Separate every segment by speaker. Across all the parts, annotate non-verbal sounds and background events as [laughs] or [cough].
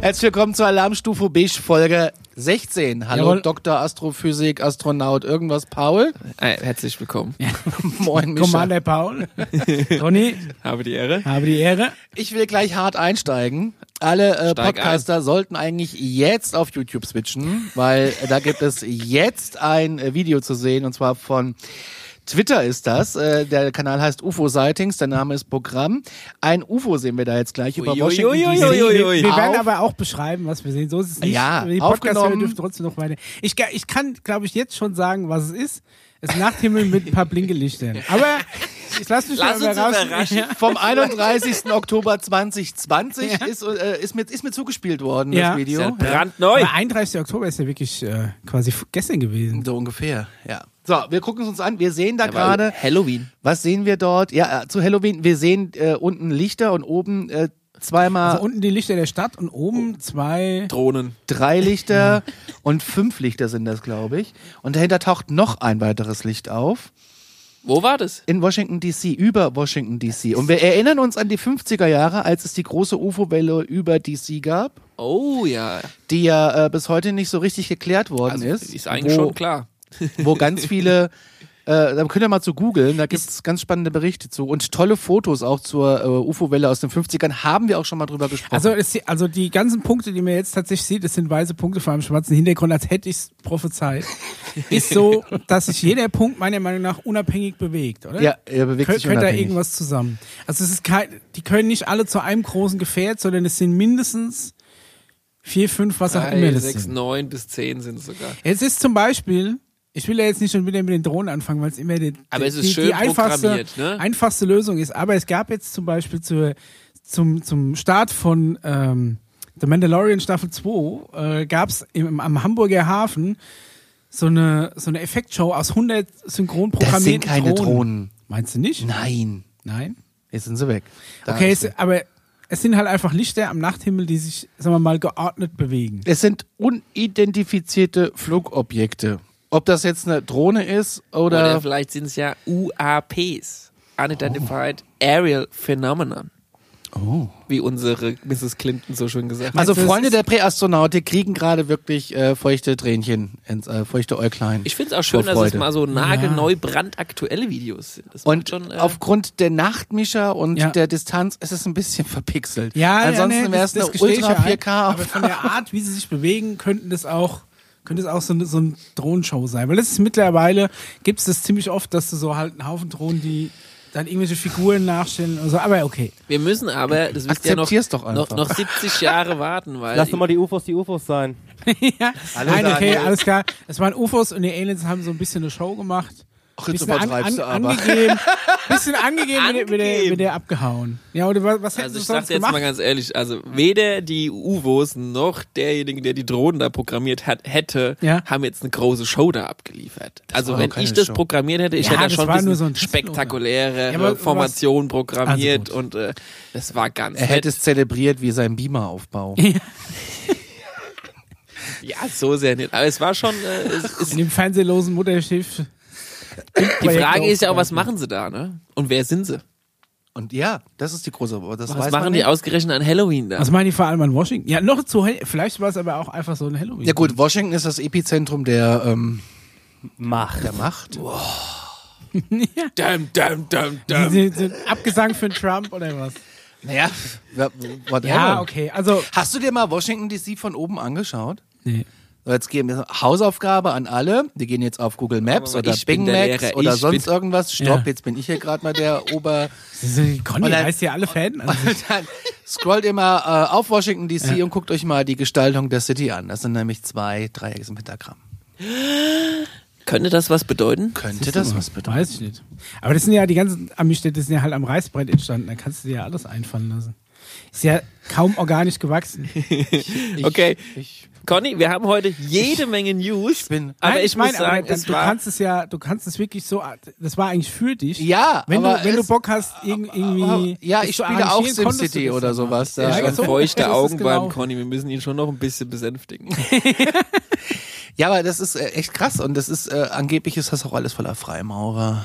Speaker 1: Herzlich willkommen zur Alarmstufe Bisch, Folge 16. Hallo,
Speaker 2: Jawohl.
Speaker 1: Dr. Astrophysik, Astronaut, irgendwas,
Speaker 2: [laughs]
Speaker 1: Paul.
Speaker 3: Äh, herzlich willkommen.
Speaker 1: Moin, Micha.
Speaker 2: Commander Paul. Toni,
Speaker 3: Habe die Ehre.
Speaker 2: habe die Ehre.
Speaker 1: Ich will gleich hart einsteigen. Alle äh,
Speaker 3: Steig
Speaker 1: Podcaster sollten eigentlich jetzt auf YouTube switchen, weil da gibt es jetzt ein äh, Video zu sehen und zwar von Twitter ist das. Äh, der Kanal heißt UFO Sightings, der Name ist Programm. Ein UFO sehen wir da jetzt gleich über Washington
Speaker 3: Uiuiuiui.
Speaker 1: DC.
Speaker 3: Uiuiui.
Speaker 2: Wir werden
Speaker 1: Auf.
Speaker 2: aber auch beschreiben, was wir sehen. So ist es nicht.
Speaker 1: Ja,
Speaker 2: die
Speaker 1: aufgenommen.
Speaker 2: Podcast-Hörer dürfen trotzdem noch weiter. Ich, ga- ich kann, glaube ich, jetzt schon sagen, was es ist. Es ist Nachthimmel mit ein paar Blinkelichtern. Aber ich lasse mich
Speaker 3: Lass
Speaker 2: mal
Speaker 3: uns
Speaker 2: überraschen.
Speaker 3: überraschen.
Speaker 2: [laughs]
Speaker 1: Vom 31. Oktober 2020 ist, äh, ist, mir, ist mir zugespielt worden,
Speaker 2: Ja.
Speaker 1: das Video.
Speaker 3: Ist ja brandneu.
Speaker 2: Aber 31. Oktober ist ja wirklich äh, quasi f- gestern gewesen.
Speaker 1: So ungefähr, ja. So, wir gucken es uns an. Wir sehen da
Speaker 3: Ja, weil
Speaker 1: gerade,
Speaker 3: Halloween.
Speaker 1: was sehen wir dort? Ja, äh, zu Halloween, wir sehen äh, unten Lichter und oben äh, zweimal
Speaker 2: Also unten die Lichter der Stadt und oben zwei.
Speaker 3: Drohnen.
Speaker 1: drei
Speaker 3: [laughs]
Speaker 1: Lichter und fünf Lichter sind das, glaube ich. Und dahinter taucht noch ein weiteres Licht auf.
Speaker 3: Wo war das?
Speaker 1: In Washington DC, über Washington DC. Und wir erinnern uns an die 50er Jahre, als es die große UFO-Welle über DC gab,
Speaker 3: Oh ja.
Speaker 1: die ja äh, bis heute nicht so richtig geklärt worden
Speaker 3: Also,
Speaker 1: ist.
Speaker 3: ist, eigentlich
Speaker 1: wo,
Speaker 3: schon klar.
Speaker 1: wo ganz
Speaker 3: [laughs]
Speaker 1: viele, äh, da könnt ihr mal zu googeln, da gibt's ganz spannende Berichte zu und tolle Fotos auch zur äh, UFO-Welle aus den 50ern, haben wir auch schon mal drüber gesprochen.
Speaker 2: Also,
Speaker 3: äh,
Speaker 2: es, also die ganzen Punkte, die man jetzt tatsächlich sieht, das sind weiße Punkte vor einem schwarzen Hintergrund, als hätte ich es prophezeit. ist so, dass sich jeder Punkt meiner Meinung nach unabhängig bewegt, oder?
Speaker 1: ja, er bewegt
Speaker 2: Kön
Speaker 1: sich
Speaker 2: könnte da
Speaker 1: unabhängig.
Speaker 2: irgendwas zusammen. Also es ist kein, die können nicht alle zu einem großen Gefährt, sondern es sind mindestens vier, fünf, was auch immer
Speaker 3: Drei,
Speaker 2: das
Speaker 3: sechs,
Speaker 2: sind.
Speaker 3: neun bis zehn sind es sogar.
Speaker 2: Es ist zum Beispiel, ich will ja jetzt nicht schon wieder mit den Drohnen anfangen, weil es immer die,
Speaker 3: Aber es ist
Speaker 2: die,
Speaker 3: schön
Speaker 2: die einfachste,
Speaker 3: programmiert, ne?
Speaker 2: einfachste Lösung ist. Aber es gab jetzt zum Beispiel zur, zum, zum Start von ähm, The Mandalorian Staffel 2 äh, gab es am Hamburger Hafen so eine, so eine Effektshow aus 100 synchron
Speaker 1: das
Speaker 2: programmierten
Speaker 1: sind keine Drohnen.
Speaker 2: Meinst du nicht?
Speaker 1: Nein.
Speaker 2: Nein?
Speaker 1: Jetzt sind sie weg. Da
Speaker 2: Okay,
Speaker 1: ist
Speaker 2: es, aber es sind halt einfach Lichter am Nachthimmel, die sich, sagen wir mal, geordnet bewegen.
Speaker 1: Es sind unidentifizierte Flugobjekte. Ob das jetzt eine Drohne ist oder,
Speaker 3: Oder vielleicht sind es ja UAPs. Unidentified
Speaker 1: Oh.
Speaker 3: Aerial Phenomenon. Oh. Wie unsere Mrs. Clinton so schön gesagt hat.
Speaker 1: also
Speaker 2: Meinst du,
Speaker 1: Freunde
Speaker 2: es ist-
Speaker 1: der Präastronautik kriegen gerade wirklich äh, feuchte Tränchen, ins, äh, feuchte Äuglein.
Speaker 3: Ich finde es auch schön,
Speaker 1: Vor
Speaker 3: dass es
Speaker 1: Freude.
Speaker 3: mal so nagelneu brandaktuelle Videos sind. Das macht
Speaker 1: Und
Speaker 3: schon, äh,
Speaker 1: aufgrund der Nachtmischer und
Speaker 2: Ja.
Speaker 1: der Distanz ist es ein bisschen [laughs] verpixelt.
Speaker 2: Ja,
Speaker 1: Ansonsten
Speaker 2: ja, nee,
Speaker 1: wäre
Speaker 2: das-
Speaker 1: es eine
Speaker 2: das gestehe ich
Speaker 1: Ultra
Speaker 2: ja ein,
Speaker 1: 4K.
Speaker 2: Aber
Speaker 1: [laughs]
Speaker 2: von der Art, wie sie sich bewegen, könnten das auch, könnte es auch so eine, so eine Drohnenshow sein. Weil das ist mittlerweile, gibt es das ziemlich oft, dass du so halt einen Haufen Drohnen, die dann irgendwelche Figuren nachstellen und so. Aber okay. [laughs]
Speaker 3: wir müssen aber, das wisst ihr noch,
Speaker 1: Akzeptier's doch
Speaker 3: noch,
Speaker 1: einfach.
Speaker 3: noch 70 Jahre warten, weil
Speaker 4: Lass doch mal die UFOs die UFOs sein.
Speaker 2: ja.
Speaker 1: Alles
Speaker 2: Nein, okay,
Speaker 1: Daniel.
Speaker 2: alles klar. Es waren UFOs und die Aliens haben so ein bisschen eine Show gemacht.
Speaker 1: Ach, jetzt
Speaker 2: Bisschen an-
Speaker 1: übertreibst du
Speaker 2: an-
Speaker 1: aber.
Speaker 2: Angegeben, bisschen angegeben, angegeben. Mit, der,
Speaker 3: Angegeben.
Speaker 2: mit der abgehauen. Ja, oder was, was hätten
Speaker 3: Also
Speaker 2: sie
Speaker 3: ich
Speaker 2: sonst
Speaker 3: sag's jetzt
Speaker 2: gemacht?
Speaker 3: mal ganz ehrlich, also weder die UVOs noch derjenige, der die Drohnen da programmiert hat, hätte,
Speaker 2: Ja.
Speaker 3: haben jetzt eine große Show da abgeliefert. also
Speaker 1: war
Speaker 3: wenn
Speaker 1: doch keine
Speaker 3: ich das
Speaker 1: Show.
Speaker 3: programmiert hätte, ich
Speaker 2: Ja,
Speaker 3: hätte da
Speaker 2: das
Speaker 3: schon
Speaker 2: war
Speaker 3: ein bisschen
Speaker 2: nur so ein Testflug.
Speaker 3: spektakuläre äh,
Speaker 2: Ja, aber was-
Speaker 3: Formation programmiert
Speaker 2: Also
Speaker 3: und äh, das war ganz
Speaker 1: er
Speaker 3: nett.
Speaker 2: halt
Speaker 1: hätte es zelebriert wie sein Beamer-Aufbau.
Speaker 3: ja, so sehr nett. Aber es war schon, äh,
Speaker 2: [laughs]
Speaker 3: es ist,
Speaker 2: In dem fernsehlosen Mutterschiff.
Speaker 3: die Frage ist ja auch, was machen sie da, ne? Und wer sind sie?
Speaker 1: Und ja, das ist die große. aber Das
Speaker 3: Was
Speaker 1: weiß man
Speaker 3: machen
Speaker 1: nicht.
Speaker 3: die ausgerechnet an Halloween da?
Speaker 2: Was meinen die Also vor allem an Washington? Ja, noch zu Hell- Vielleicht war es aber auch einfach so ein Halloween.
Speaker 1: Ja
Speaker 2: [laughs]
Speaker 1: gut, Washington ist das Epizentrum der, ähm,
Speaker 4: Mach.
Speaker 1: der Macht.
Speaker 3: Dum, dum, dum,
Speaker 1: Ähm.
Speaker 3: dum.
Speaker 2: Sie- sie- Abgesang für Trump oder was?
Speaker 1: Naja, wa- whatever.
Speaker 2: Ja, okay. Also.
Speaker 1: Hast du dir mal Washington DC von oben angeschaut?
Speaker 2: Nee.
Speaker 1: So, Jetzt geben wir Hausaufgabe an alle. Wir gehen jetzt auf Google Maps
Speaker 3: Aber
Speaker 1: oder
Speaker 3: ich bin
Speaker 1: Bing
Speaker 3: der
Speaker 1: Maps
Speaker 3: Lehrer.
Speaker 1: oder
Speaker 3: Ich
Speaker 1: sonst
Speaker 3: bin-
Speaker 1: irgendwas. Stopp,
Speaker 2: Ja.
Speaker 1: jetzt bin ich hier gerade mal der Ober...
Speaker 2: Diese Conny
Speaker 1: Und dann-
Speaker 2: reißt ja alle Fäden Also, an.
Speaker 1: Und dann scrollt ihr mal äh, auf Washington DC und guckt euch mal die Gestaltung der City an. Das sind nämlich zwei Dreiecks im Hintergramm.
Speaker 3: Könnte das was bedeuten?
Speaker 1: Könnte das was bedeuten?
Speaker 2: Weiß ich nicht. Aber das sind ja die ganzen Ami-Städte, sind ja halt am Reißbrett entstanden. Da kannst du dir ja alles einfallen lassen. Ist ja kaum
Speaker 1: [laughs]
Speaker 2: organisch gewachsen.
Speaker 3: okay. Conny, wir haben heute jede Menge News.
Speaker 1: bin-
Speaker 3: aber
Speaker 2: Nein,
Speaker 3: ich muss
Speaker 2: meine,
Speaker 3: sagen,
Speaker 2: aber
Speaker 3: es
Speaker 2: du
Speaker 3: war
Speaker 2: kannst es ja, du kannst es wirklich so, das war eigentlich für dich.
Speaker 1: Ja,
Speaker 2: wenn
Speaker 1: aber
Speaker 2: du, wenn du
Speaker 1: es-
Speaker 2: Bock hast, irg- irgendwie.
Speaker 1: Ja,
Speaker 2: das
Speaker 1: ich
Speaker 2: zu
Speaker 1: spiele auch
Speaker 2: arrangieren, konntest du
Speaker 1: SimCity
Speaker 2: das
Speaker 1: oder
Speaker 2: ja mal.
Speaker 1: sowas.
Speaker 2: Ja,
Speaker 1: Da.
Speaker 3: schon
Speaker 2: so
Speaker 3: feuchte
Speaker 2: ungefähr ist genau- es
Speaker 3: Augen beim
Speaker 2: gelaufen.
Speaker 3: Conny. Wir müssen ihn schon noch ein bisschen
Speaker 2: [laughs]
Speaker 3: besänftigen.
Speaker 1: Ja, aber das ist äh, echt krass und das ist äh, angeblich ist das auch alles voller Freimaurer.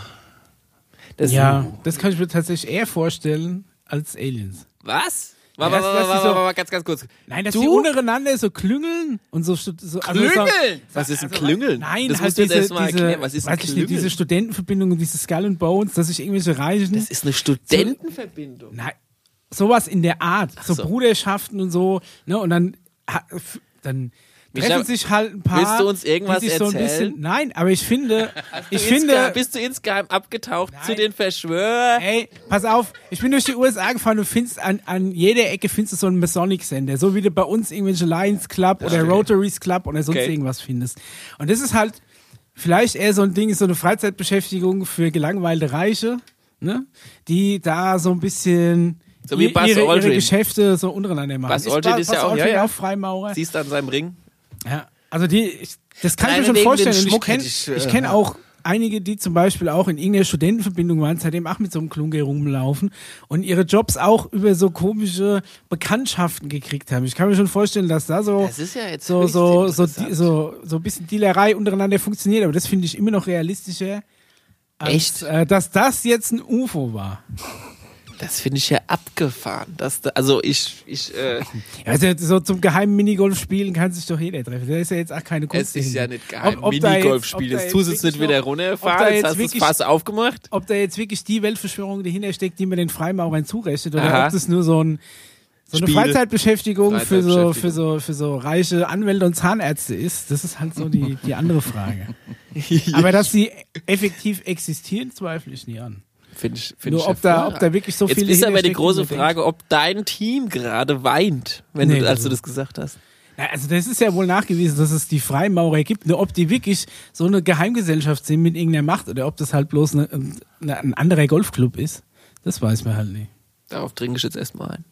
Speaker 3: Das
Speaker 2: Ja, das kann ich mir tatsächlich eher vorstellen als Aliens.
Speaker 3: Was? Warte,
Speaker 2: Ja,
Speaker 3: warte,
Speaker 2: das- das ist
Speaker 3: warte,
Speaker 2: so-
Speaker 3: warte, warte, ganz, ganz kurz.
Speaker 2: Nein, dass
Speaker 3: Du?
Speaker 2: die untereinander so klüngeln und so. stu- so also so-
Speaker 3: Klüngeln? Was ist ein Klüngeln?
Speaker 2: Nein,
Speaker 3: Das
Speaker 2: halt
Speaker 3: musst du jetzt
Speaker 2: diese,
Speaker 3: erst mal
Speaker 2: diese,
Speaker 3: erklären. Was ist ein
Speaker 2: weiß ich nicht,
Speaker 3: Klüngeln?
Speaker 2: diese Studentenverbindung und diese Skull and Bones, dass sich irgendwelche Reichen.
Speaker 3: Das ist eine Studentenverbindung.
Speaker 2: Nein, sowas in der Art, so,
Speaker 3: so.
Speaker 2: Bruderschaften und so, ne? Und dann, ha- f- dann
Speaker 3: Micha,
Speaker 2: treffen sich halt ein paar.
Speaker 3: willst du uns irgendwas
Speaker 2: die sich so ein
Speaker 3: erzählen?
Speaker 2: bisschen, nein, aber ich
Speaker 3: [laughs]
Speaker 2: finde, ich
Speaker 3: Insgeheim-
Speaker 2: finde,
Speaker 3: bist du insgeheim abgetaucht zu
Speaker 2: Nein.
Speaker 3: den Verschwörern?
Speaker 2: Ey, pass auf, ich bin durch die USA gefahren, du findest an, an jeder Ecke findest du so einen Masonic-Sender, so wie du bei uns irgendwelche Lions Club oder Rotaries Club oder sonst
Speaker 3: Okay.
Speaker 2: irgendwas findest. Und das ist halt vielleicht eher so ein Ding, so eine Freizeitbeschäftigung für gelangweilte Reiche, ne? die da so ein bisschen
Speaker 3: So wie
Speaker 2: ihr-
Speaker 3: Buzz
Speaker 2: ihre, ihre
Speaker 3: Aldrin.
Speaker 2: Geschäfte so untereinander machen.
Speaker 3: Buzz Aldrin
Speaker 2: Ba-
Speaker 3: ist ja auch- ja, ja.
Speaker 2: auch Freimaurer.
Speaker 3: Siehst du an seinem Ring?
Speaker 2: Ja, also die, ich, das kann ich mir
Speaker 1: Alleine
Speaker 2: schon
Speaker 1: wegen
Speaker 2: vorstellen.
Speaker 1: den
Speaker 2: Und
Speaker 1: Schmuck
Speaker 2: ich kenne
Speaker 1: hätte
Speaker 2: ich,
Speaker 1: ich, äh,
Speaker 2: kenn auch einige, die zum Beispiel auch in irgendeiner Studentenverbindung waren, seitdem auch mit so einem Klunge rumlaufen und ihre Jobs auch über so komische Bekanntschaften gekriegt haben. Ich kann mir schon vorstellen, dass da so
Speaker 3: Das ist ja jetzt
Speaker 2: so
Speaker 3: höchst
Speaker 2: so so,
Speaker 3: interessant.
Speaker 2: die- so so ein bisschen Dealerei untereinander funktioniert, aber das finde ich immer noch realistischer. Als,
Speaker 3: Echt?
Speaker 2: Äh, dass das jetzt ein UFO war.
Speaker 3: Das finde ich ja abgefahren. Das, da- also ich, ich, äh,
Speaker 2: Also so zum geheimen Minigolf spielen kann sich doch jeder treffen. Da ist ja jetzt auch keine Kunst.
Speaker 3: es ist
Speaker 2: dahinter.
Speaker 3: ja nicht geheim.
Speaker 2: Ob- ob da jetzt-
Speaker 3: Minigolf
Speaker 2: ob
Speaker 3: spielen.
Speaker 2: da
Speaker 3: Jetzt tust du es
Speaker 2: wirklich
Speaker 3: nicht wieder
Speaker 2: noch- ob da
Speaker 3: runterfahren. Jetzt
Speaker 2: jetzt
Speaker 3: hast du das
Speaker 2: wirklich-
Speaker 3: Fass aufgemacht.
Speaker 2: ob da jetzt wirklich die Weltverschwörung dahinter steckt, die man den Freimaurern zurechnet, oder
Speaker 3: Aha.
Speaker 2: ob das nur so, ein, so eine
Speaker 3: Spiel.
Speaker 2: Freizeitbeschäftigung, Für, so, für,
Speaker 3: Freizeitbeschäftigung.
Speaker 2: so, für so reiche Anwälte und Zahnärzte ist. Das ist halt so die, die andere Frage.
Speaker 3: [laughs]
Speaker 2: Aber dass sie effektiv existieren, zweifle ich nie an.
Speaker 3: Finde ich, finde ich
Speaker 2: Nur ob da, ob da wirklich so
Speaker 3: Jetzt
Speaker 2: viele
Speaker 3: ist aber die
Speaker 2: hinterstecken,
Speaker 3: große
Speaker 2: wo man
Speaker 3: Frage, ob dein Team gerade weint, wenn
Speaker 2: Nee,
Speaker 3: du, als
Speaker 2: das
Speaker 3: du
Speaker 2: ist-
Speaker 3: das gesagt hast.
Speaker 2: denkt, Na, also das ist ja wohl nachgewiesen, dass es die Freimaurer gibt. Nur ob die wirklich so eine Geheimgesellschaft sind mit irgendeiner Macht oder ob das halt bloß eine, eine, ein anderer Golfclub ist, das weiß man halt nicht.
Speaker 3: Darauf dringe ich jetzt erstmal ein.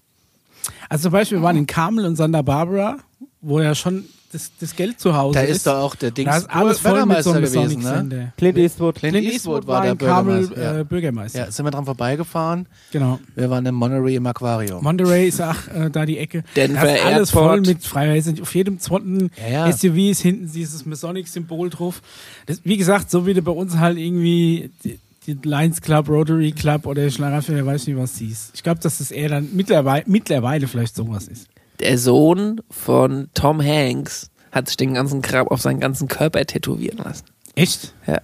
Speaker 2: Also zum Beispiel, wir waren in Carmel und Santa Barbara, wo ja schon das, das Geld zu Hause
Speaker 1: Da
Speaker 2: ist.
Speaker 1: ist doch auch der
Speaker 2: da
Speaker 1: Dings
Speaker 2: ist alles voll mit so
Speaker 1: Bürgermeister
Speaker 2: einem
Speaker 1: gewesen, ne?
Speaker 2: Sonic-Sender.
Speaker 4: Clint Eastwood.
Speaker 1: Clint,
Speaker 2: Clint
Speaker 1: Eastwood war der
Speaker 2: in Carmel
Speaker 1: Bürgermeister.
Speaker 2: äh, Bürgermeister.
Speaker 1: ja. ja, sind wir dran vorbeigefahren.
Speaker 2: Genau.
Speaker 1: Wir waren in Monterey im Aquarium.
Speaker 2: Monterey ist auch äh, da die Ecke.
Speaker 3: Denver
Speaker 2: da ist alles
Speaker 3: Airport.
Speaker 2: voll mit Freiheit. Auf jedem zweiten
Speaker 1: Ja, ja.
Speaker 2: SUV ist hinten dieses Masonic-Symbol drauf. Das, wie gesagt, so wie du bei uns halt irgendwie die, die Lions Club, Rotary Club oder Schlaraffel, weiß ich nicht, was siehst. Ich glaube, dass das eher dann mittlerweile, mittlerweile vielleicht sowas ist.
Speaker 3: Der Sohn von Tom Hanks hat sich den ganzen Kram auf seinen ganzen Körper tätowieren lassen.
Speaker 2: Echt?
Speaker 3: Ja.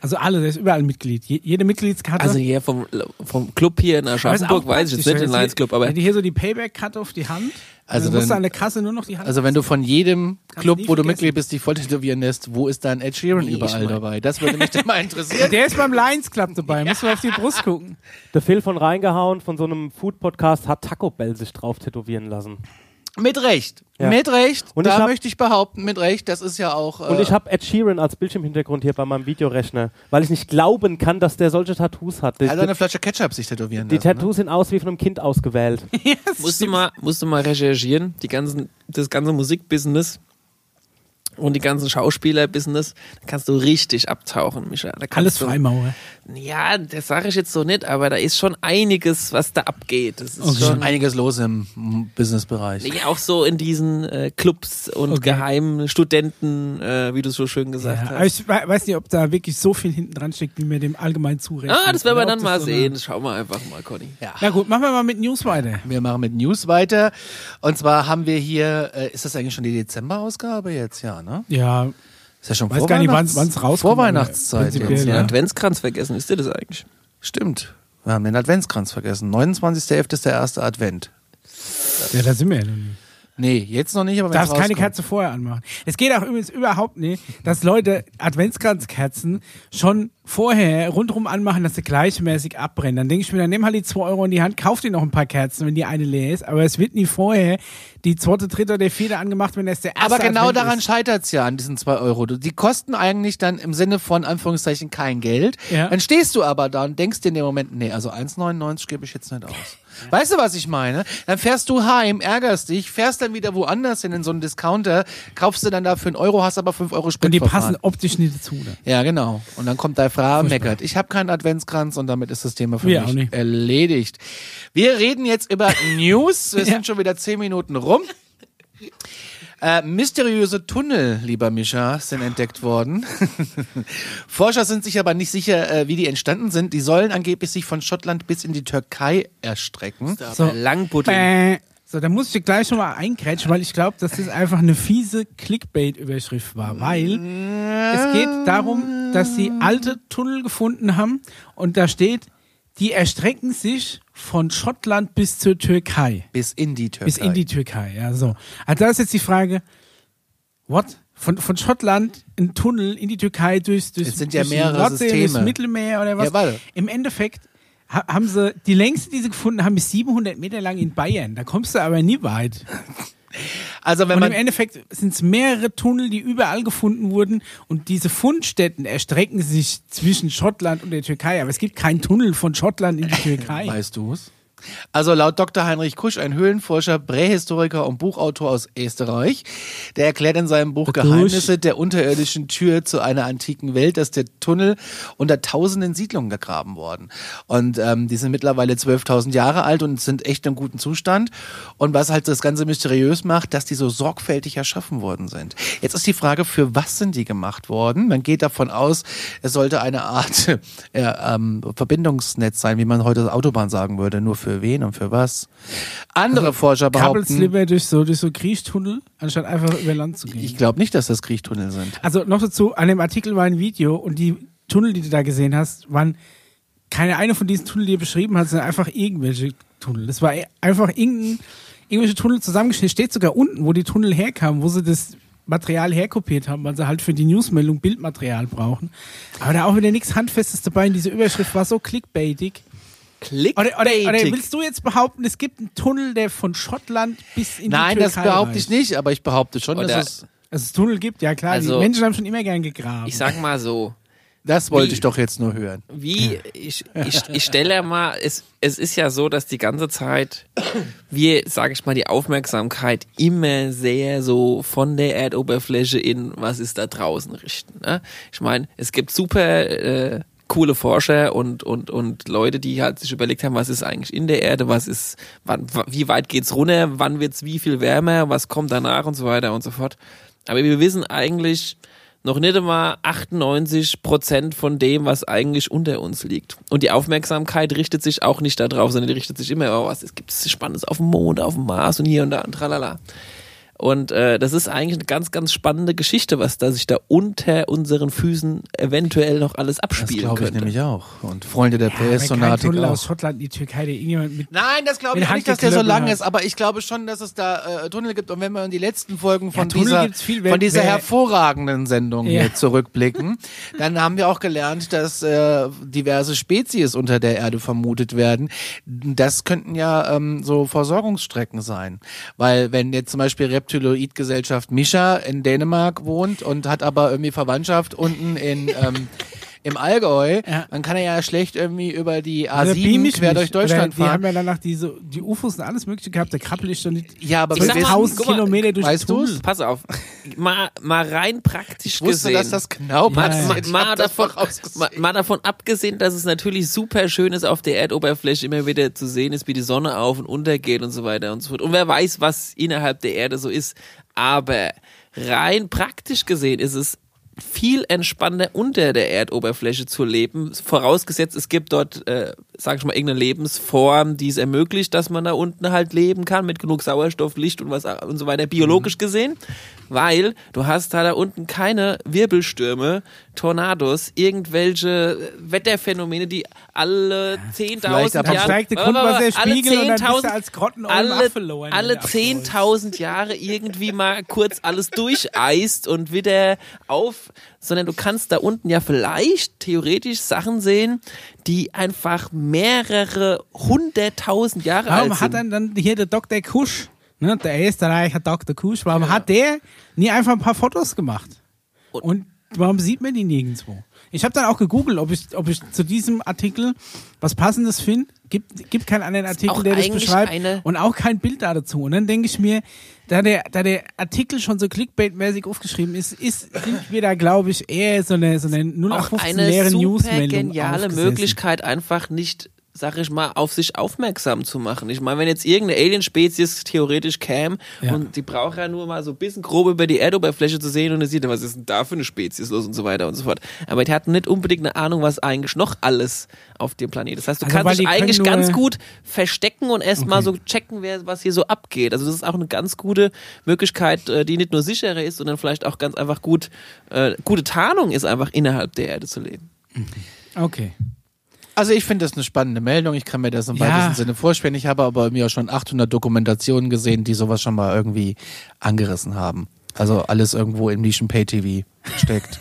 Speaker 2: Also alle, der ist überall Mitglied. Je, jede Mitgliedskarte.
Speaker 3: Also hier vom, vom Club hier in Aschaffenburg weiß ich jetzt nicht, den Lions Club, aber
Speaker 2: Wenn die hier so die Payback-Cut auf die Hand,
Speaker 1: Also
Speaker 2: also dann musst du
Speaker 1: dann-
Speaker 2: an der Kasse nur noch die Hand.
Speaker 1: Also wenn du von jedem
Speaker 2: Kannst
Speaker 1: Club,
Speaker 2: nie
Speaker 1: wo du
Speaker 2: vergessen.
Speaker 1: Mitglied bist, dich voll tätowieren lässt, wo ist dein Ed Sheeran
Speaker 3: Nee, ich
Speaker 1: überall
Speaker 3: mein-
Speaker 1: dabei? Das würde mich dann mal
Speaker 2: [laughs]
Speaker 1: interessieren.
Speaker 2: der ist beim Lions Club dabei, musst du auf die Brust gucken.
Speaker 4: Der Phil von Reingehauen von so einem Food-Podcast hat Taco Bell sich drauf tätowieren lassen.
Speaker 1: Mit Recht.
Speaker 4: Ja.
Speaker 1: Mit Recht.
Speaker 4: Und ich
Speaker 1: da
Speaker 4: hab-
Speaker 1: möchte ich behaupten, mit Recht, das ist ja auch. äh,
Speaker 4: Und ich habe Ed Sheeran als Bildschirmhintergrund hier bei meinem Videorechner, weil ich nicht glauben kann, dass der solche Tattoos hat. Die,
Speaker 1: also eine Flasche Ketchup sich tätowieren
Speaker 4: die
Speaker 1: lassen. ne?
Speaker 4: Tattoos sehen aus wie von einem Kind [laughs] ausgewählt.
Speaker 3: musst du mal, musst du mal recherchieren, die ganzen, das ganze Musikbusiness und die ganzen Schauspielerbusiness, da kannst du richtig abtauchen, Micha. Da kannst
Speaker 2: Alles
Speaker 3: du,
Speaker 2: Freimaurer.
Speaker 3: Ja, das sage ich jetzt so nicht, aber da ist schon einiges, was da abgeht. Das ist
Speaker 2: Okay.
Speaker 3: schon
Speaker 1: Schon einiges los im mm, Businessbereich.
Speaker 3: Nee, auch so in diesen äh, Clubs und
Speaker 2: Okay.
Speaker 3: geheimen Studenten, äh, wie du so schön gesagt
Speaker 2: Ja, aber
Speaker 3: hast.
Speaker 2: ich we- weiß nicht, ob da wirklich so viel hinten dran steckt, wie mir dem allgemein zurechnet.
Speaker 3: Ah, das werden wir
Speaker 2: Oder ob
Speaker 3: dann mal
Speaker 2: so eine-
Speaker 3: sehen. Das schauen wir einfach mal, Conny.
Speaker 2: Na gut, machen wir mal mit News weiter.
Speaker 1: Wir machen mit News weiter. Und zwar haben wir hier, äh, ist das eigentlich schon die Dezemberausgabe jetzt? Ja, ne?
Speaker 2: Ja,
Speaker 1: Ist ja schon
Speaker 2: Weiß
Speaker 1: vor
Speaker 2: gar nicht,
Speaker 1: Weihnachts-
Speaker 2: wann's- wann's rauskommt,
Speaker 1: Vor Weihnachtszeit.
Speaker 2: aber
Speaker 1: Jetzt,
Speaker 2: prinzipiell,
Speaker 1: ne?
Speaker 3: Den
Speaker 2: Ja.
Speaker 3: Adventskranz vergessen, ist dir das eigentlich?
Speaker 1: Stimmt. Wir haben den Adventskranz vergessen. 29.11. ist der erste Advent.
Speaker 2: ja da sind wir ja noch nicht.
Speaker 1: Nee, jetzt noch nicht, aber
Speaker 2: Du
Speaker 1: wenn
Speaker 2: darfst keine Kerze vorher anmachen. Es geht auch übrigens überhaupt nicht, dass Leute Adventskranzkerzen schon vorher rundrum anmachen, dass sie gleichmäßig abbrennen. Dann denke ich mir, dann nimm halt die 2 Euro in die Hand, kauf dir noch ein paar Kerzen, wenn die eine leer ist. Aber es wird nie vorher die zweite, dritte oder vierte angemacht, wenn erst der erste
Speaker 1: Aber genau
Speaker 2: Advent
Speaker 1: daran
Speaker 2: ist.
Speaker 1: scheitert's ja an diesen zwei Euro. Du- Die kosten eigentlich dann im Sinne von Anführungszeichen kein Geld.
Speaker 2: Ja.
Speaker 1: Dann stehst du aber da und denkst dir in dem Moment, nee, also 1,99 gebe ich jetzt nicht aus. Weißt du, was ich meine? Dann fährst du heim, ärgerst dich, fährst dann wieder woanders hin in so einen Discounter, kaufst du dann dafür einen Euro, hast aber fünf Euro Sprit
Speaker 2: Und die
Speaker 1: verfahren.
Speaker 2: passen optisch nicht dazu. Dann.
Speaker 1: Ja, genau. Und dann kommt deine Frau und meckert. Ich habe keinen Adventskranz und damit ist das Thema für
Speaker 2: Wir auch
Speaker 1: mich
Speaker 2: nicht.
Speaker 1: erledigt. Wir reden jetzt über
Speaker 2: [laughs]
Speaker 1: News. Wir
Speaker 2: Ja.
Speaker 1: sind schon wieder zehn Minuten rum. Äh, mysteriöse Tunnel, lieber Mischa, sind entdeckt
Speaker 2: [laughs]
Speaker 1: worden. Forscher sind sich aber nicht sicher, äh, wie die entstanden sind. Die sollen angeblich sich von Schottland bis in die Türkei erstrecken.
Speaker 2: So.
Speaker 3: Langbutt.
Speaker 2: Bäh. So, da muss ich gleich schon mal eingrätschen, weil ich glaube, dass das einfach eine fiese Clickbait-Überschrift war, weil es geht darum, dass sie alte Tunnel gefunden haben und da steht, die erstrecken sich von Schottland bis zur Türkei.
Speaker 1: Bis in die Türkei.
Speaker 2: Bis in die Türkei, ja, so. Also da ist jetzt die Frage, what? Von, von Schottland ein Tunnel in die Türkei durchs, durchs,
Speaker 1: Es sind ja
Speaker 2: durchs
Speaker 1: mehrere
Speaker 2: Nordsee, durchs
Speaker 1: Systeme.
Speaker 2: Mittelmeer oder was?
Speaker 1: Ja, warte.
Speaker 2: Im Endeffekt ha haben sie, die längste, die sie gefunden haben, ist 700 Meter lang in Bayern. Da kommst du aber nie weit.
Speaker 1: also wenn
Speaker 2: Und im
Speaker 1: man
Speaker 2: Endeffekt sind es mehrere Tunnel, die überall gefunden wurden. Und diese Fundstätten erstrecken sich zwischen Schottland und der Türkei. Aber es gibt keinen Tunnel von Schottland in die Türkei.
Speaker 1: Weißt du es? Also laut Dr. Heinrich Kusch, ein Höhlenforscher, Prähistoriker und Buchautor aus Österreich, der erklärt in seinem Buch
Speaker 2: Der Kusch.
Speaker 1: Geheimnisse der unterirdischen Tür zu einer antiken Welt, dass der Tunnel unter tausenden Siedlungen gegraben worden. Und ähm, die sind mittlerweile 12.000 Jahre alt und sind echt im guten Zustand. Und was halt das Ganze mysteriös macht, dass die so sorgfältig erschaffen worden sind. Jetzt ist die Frage, für was sind die gemacht worden? Man geht davon aus, es sollte eine Art [laughs] ja, ähm, Verbindungsnetz sein, wie man heute Autobahn sagen würde. Nur für wen und für was? Andere Forscher behaupten,
Speaker 2: Kabelslipper durch so, durch so Kriechtunnel, anstatt einfach über Land zu gehen.
Speaker 1: ich glaube nicht, dass das Kriechtunnel sind.
Speaker 2: Also noch dazu, an dem Artikel war ein Video und die Tunnel, die du da gesehen hast, waren keine eine von diesen Tunnel, die er beschrieben hat, sondern einfach irgendwelche Tunnel. Das war e- einfach irgendein, irgendwelche Tunnel zusammengeschnitten. Steht sogar unten, wo die Tunnel herkamen, wo sie das Material herkopiert haben, weil sie halt für die Newsmeldung Bildmaterial brauchen. Aber da auch wieder nichts Handfestes dabei. Und diese Überschrift war so clickbaitig.
Speaker 3: Klick.
Speaker 2: Oder, oder, oder willst du jetzt behaupten, es gibt einen Tunnel, der von Schottland bis in
Speaker 1: Nein,
Speaker 2: die Türkei
Speaker 1: das behaupte ich
Speaker 2: reicht?
Speaker 1: nicht, aber ich behaupte schon,
Speaker 3: Oder-
Speaker 1: dass es,
Speaker 2: Dass es Tunnel gibt, ja klar.
Speaker 3: Also-
Speaker 2: die Menschen haben schon immer gern gegraben.
Speaker 3: Ich sag mal so,
Speaker 1: das wollte
Speaker 3: Wie?
Speaker 1: ich doch jetzt nur hören.
Speaker 3: wie, ich, ich, ich stelle mal, es, es ist ja so, dass die ganze Zeit wir, sage ich mal, die Aufmerksamkeit immer sehr so von der Erdoberfläche in, was ist da draußen richten. Ne? Ich meine, es gibt super äh, coole Forscher und, und, und Leute, die halt sich überlegt haben, was ist eigentlich in der Erde, was ist, wann, wa- wie weit geht's runter, wann wird's wie viel wärmer, was kommt danach und so weiter und so fort. Aber wir wissen eigentlich noch nicht einmal 98 Prozent von dem, was eigentlich unter uns liegt. Und die Aufmerksamkeit richtet sich auch nicht darauf, sondern die richtet sich immer, oh, was es gibt es Spannendes auf dem Mond, auf dem Mars und hier und da und tralala. Und äh, das ist eigentlich eine ganz, ganz spannende Geschichte, was da sich da unter unseren Füßen eventuell noch alles
Speaker 1: Das
Speaker 3: abspielen
Speaker 1: glaube ich
Speaker 3: könnte.
Speaker 1: nämlich auch. Und Freunde der
Speaker 2: Aber kein
Speaker 1: PS-Sonatik
Speaker 2: Tunnel
Speaker 1: auch.
Speaker 2: aus Schottland in die Türkei, der irgendjemand mit.
Speaker 1: Nein, das glaube
Speaker 2: Mit
Speaker 1: ich auch nicht, dass der so
Speaker 2: Handgeklöppel
Speaker 1: lang
Speaker 2: halt.
Speaker 1: ist, aber ich glaube schon, dass es da äh, Tunnel gibt. Und wenn wir in die letzten Folgen von
Speaker 2: Tunnel
Speaker 1: dieser,
Speaker 2: gibt's viel, wenn-
Speaker 1: von dieser
Speaker 2: wer-
Speaker 1: hervorragenden Sendung
Speaker 2: Ja.
Speaker 1: hier zurückblicken, [laughs] dann haben wir auch gelernt, dass äh, diverse Spezies unter der Erde vermutet werden. Das könnten ja ähm, so Versorgungsstrecken sein. Weil wenn jetzt zum Beispiel Reptiloid-Gesellschaft Mischa in Dänemark wohnt und hat aber irgendwie Verwandtschaft unten in... Ähm, Im Allgäu,
Speaker 2: Ja. Also
Speaker 1: dann kann er ja schlecht irgendwie über die
Speaker 2: Oder
Speaker 1: A7
Speaker 2: beam ich
Speaker 1: quer
Speaker 2: mich.
Speaker 1: durch Deutschland
Speaker 2: Oder Die
Speaker 1: fahren.
Speaker 2: haben ja danach diese, die UFOs und alles Mögliche gehabt, da krabbel ich schon nicht.
Speaker 1: Ja, aber
Speaker 3: Ich sag mal,
Speaker 2: 12.000
Speaker 3: guck mal,
Speaker 2: Kilometer durch
Speaker 1: weißt du's?
Speaker 2: Tunnel.
Speaker 3: Pass auf, mal, mal rein praktisch
Speaker 1: Ich wusste,
Speaker 3: gesehen.
Speaker 1: dass das genau
Speaker 3: Mal,
Speaker 1: passt.
Speaker 3: mal,
Speaker 1: Ich hab
Speaker 3: mal,
Speaker 1: das
Speaker 3: davon,
Speaker 1: vorausgesehen.
Speaker 3: mal, mal davon abgesehen, dass es natürlich super schön ist, auf der Erdoberfläche immer wieder zu sehen ist, wie die Sonne auf und untergeht und so weiter und so fort. Und wer weiß, was innerhalb der Erde so ist. Aber rein praktisch gesehen ist es viel entspannter unter der Erdoberfläche zu leben, vorausgesetzt es gibt dort, äh, sag ich mal, irgendeine Lebensform, die es ermöglicht, dass man da unten halt leben kann mit genug Sauerstoff, Licht und was und so weiter,
Speaker 2: Mhm.
Speaker 3: biologisch gesehen, weil du hast da da unten keine Wirbelstürme, Tornados, irgendwelche äh, Wetterphänomene, die alle 10.000
Speaker 1: vielleicht ab-
Speaker 3: Jahre...
Speaker 1: Dann
Speaker 2: steigt der
Speaker 3: Warte, warte, warte,
Speaker 2: Grundwasserspiegel und dann bist
Speaker 3: 10.000
Speaker 2: du als Grottenolm
Speaker 3: alle,
Speaker 2: Affeloin
Speaker 3: alle
Speaker 2: wieder
Speaker 3: 10.000 Jahre irgendwie mal kurz alles durcheist und wieder auf, sondern du kannst da unten ja vielleicht theoretisch Sachen sehen, die einfach mehrere hunderttausend Jahre alt
Speaker 2: Warum
Speaker 3: sind.
Speaker 2: hat dann, dann hier der Dr. Kusch, ne, der Österreicher Dr. Kusch, warum hat der nie einfach ein paar Fotos gemacht? Und, warum sieht man die nirgendwo? Ich habe dann auch gegoogelt, ob ich, ob ich zu diesem Artikel was Passendes finde. Gibt, gibt keinen anderen
Speaker 3: auch
Speaker 2: Artikel, der das
Speaker 3: eigentlich
Speaker 2: beschreibt
Speaker 3: eine-
Speaker 2: und auch kein Bild da dazu. Und dann denke ich mir, da der, da der Artikel schon so clickbait-mäßig aufgeschrieben ist, ist, sind wir da, glaube ich, eher so eine, so eine
Speaker 3: auch
Speaker 2: 0815
Speaker 3: eine
Speaker 2: leere
Speaker 3: super
Speaker 2: Newsmeldung
Speaker 3: geniale
Speaker 2: aufgesessen.
Speaker 3: Möglichkeit, einfach nicht sag ich mal, auf sich aufmerksam zu machen. Ich meine, wenn jetzt irgendeine Alien-Spezies theoretisch käme
Speaker 2: Ja.
Speaker 3: und die braucht ja nur mal so ein bisschen grob über die Erdoberfläche zu sehen und dann sieht, was ist denn da für eine Spezies los und so weiter und so fort. Aber die hatten nicht unbedingt eine Ahnung, was eigentlich noch alles auf dem Planeten ist. Das heißt, du
Speaker 2: Also, weil
Speaker 3: kannst dich
Speaker 2: die können
Speaker 3: eigentlich
Speaker 2: nur-
Speaker 3: ganz gut verstecken und erst mal so
Speaker 2: Okay.
Speaker 3: checken, wer, was hier so abgeht. Also das ist auch eine ganz gute Möglichkeit, äh, die nicht nur sicherer ist, sondern vielleicht auch ganz einfach gut, äh, gute Tarnung ist, einfach innerhalb der Erde zu leben.
Speaker 2: Okay.
Speaker 1: Also ich finde das eine spannende Meldung. Ich kann mir das im
Speaker 2: Ja.
Speaker 1: weitesten Sinne vorstellen. Ich habe aber mir schon 800 Dokumentationen gesehen, die sowas schon mal irgendwie angerissen haben. Also alles irgendwo im Nischen-Pay-TV [laughs] steckt.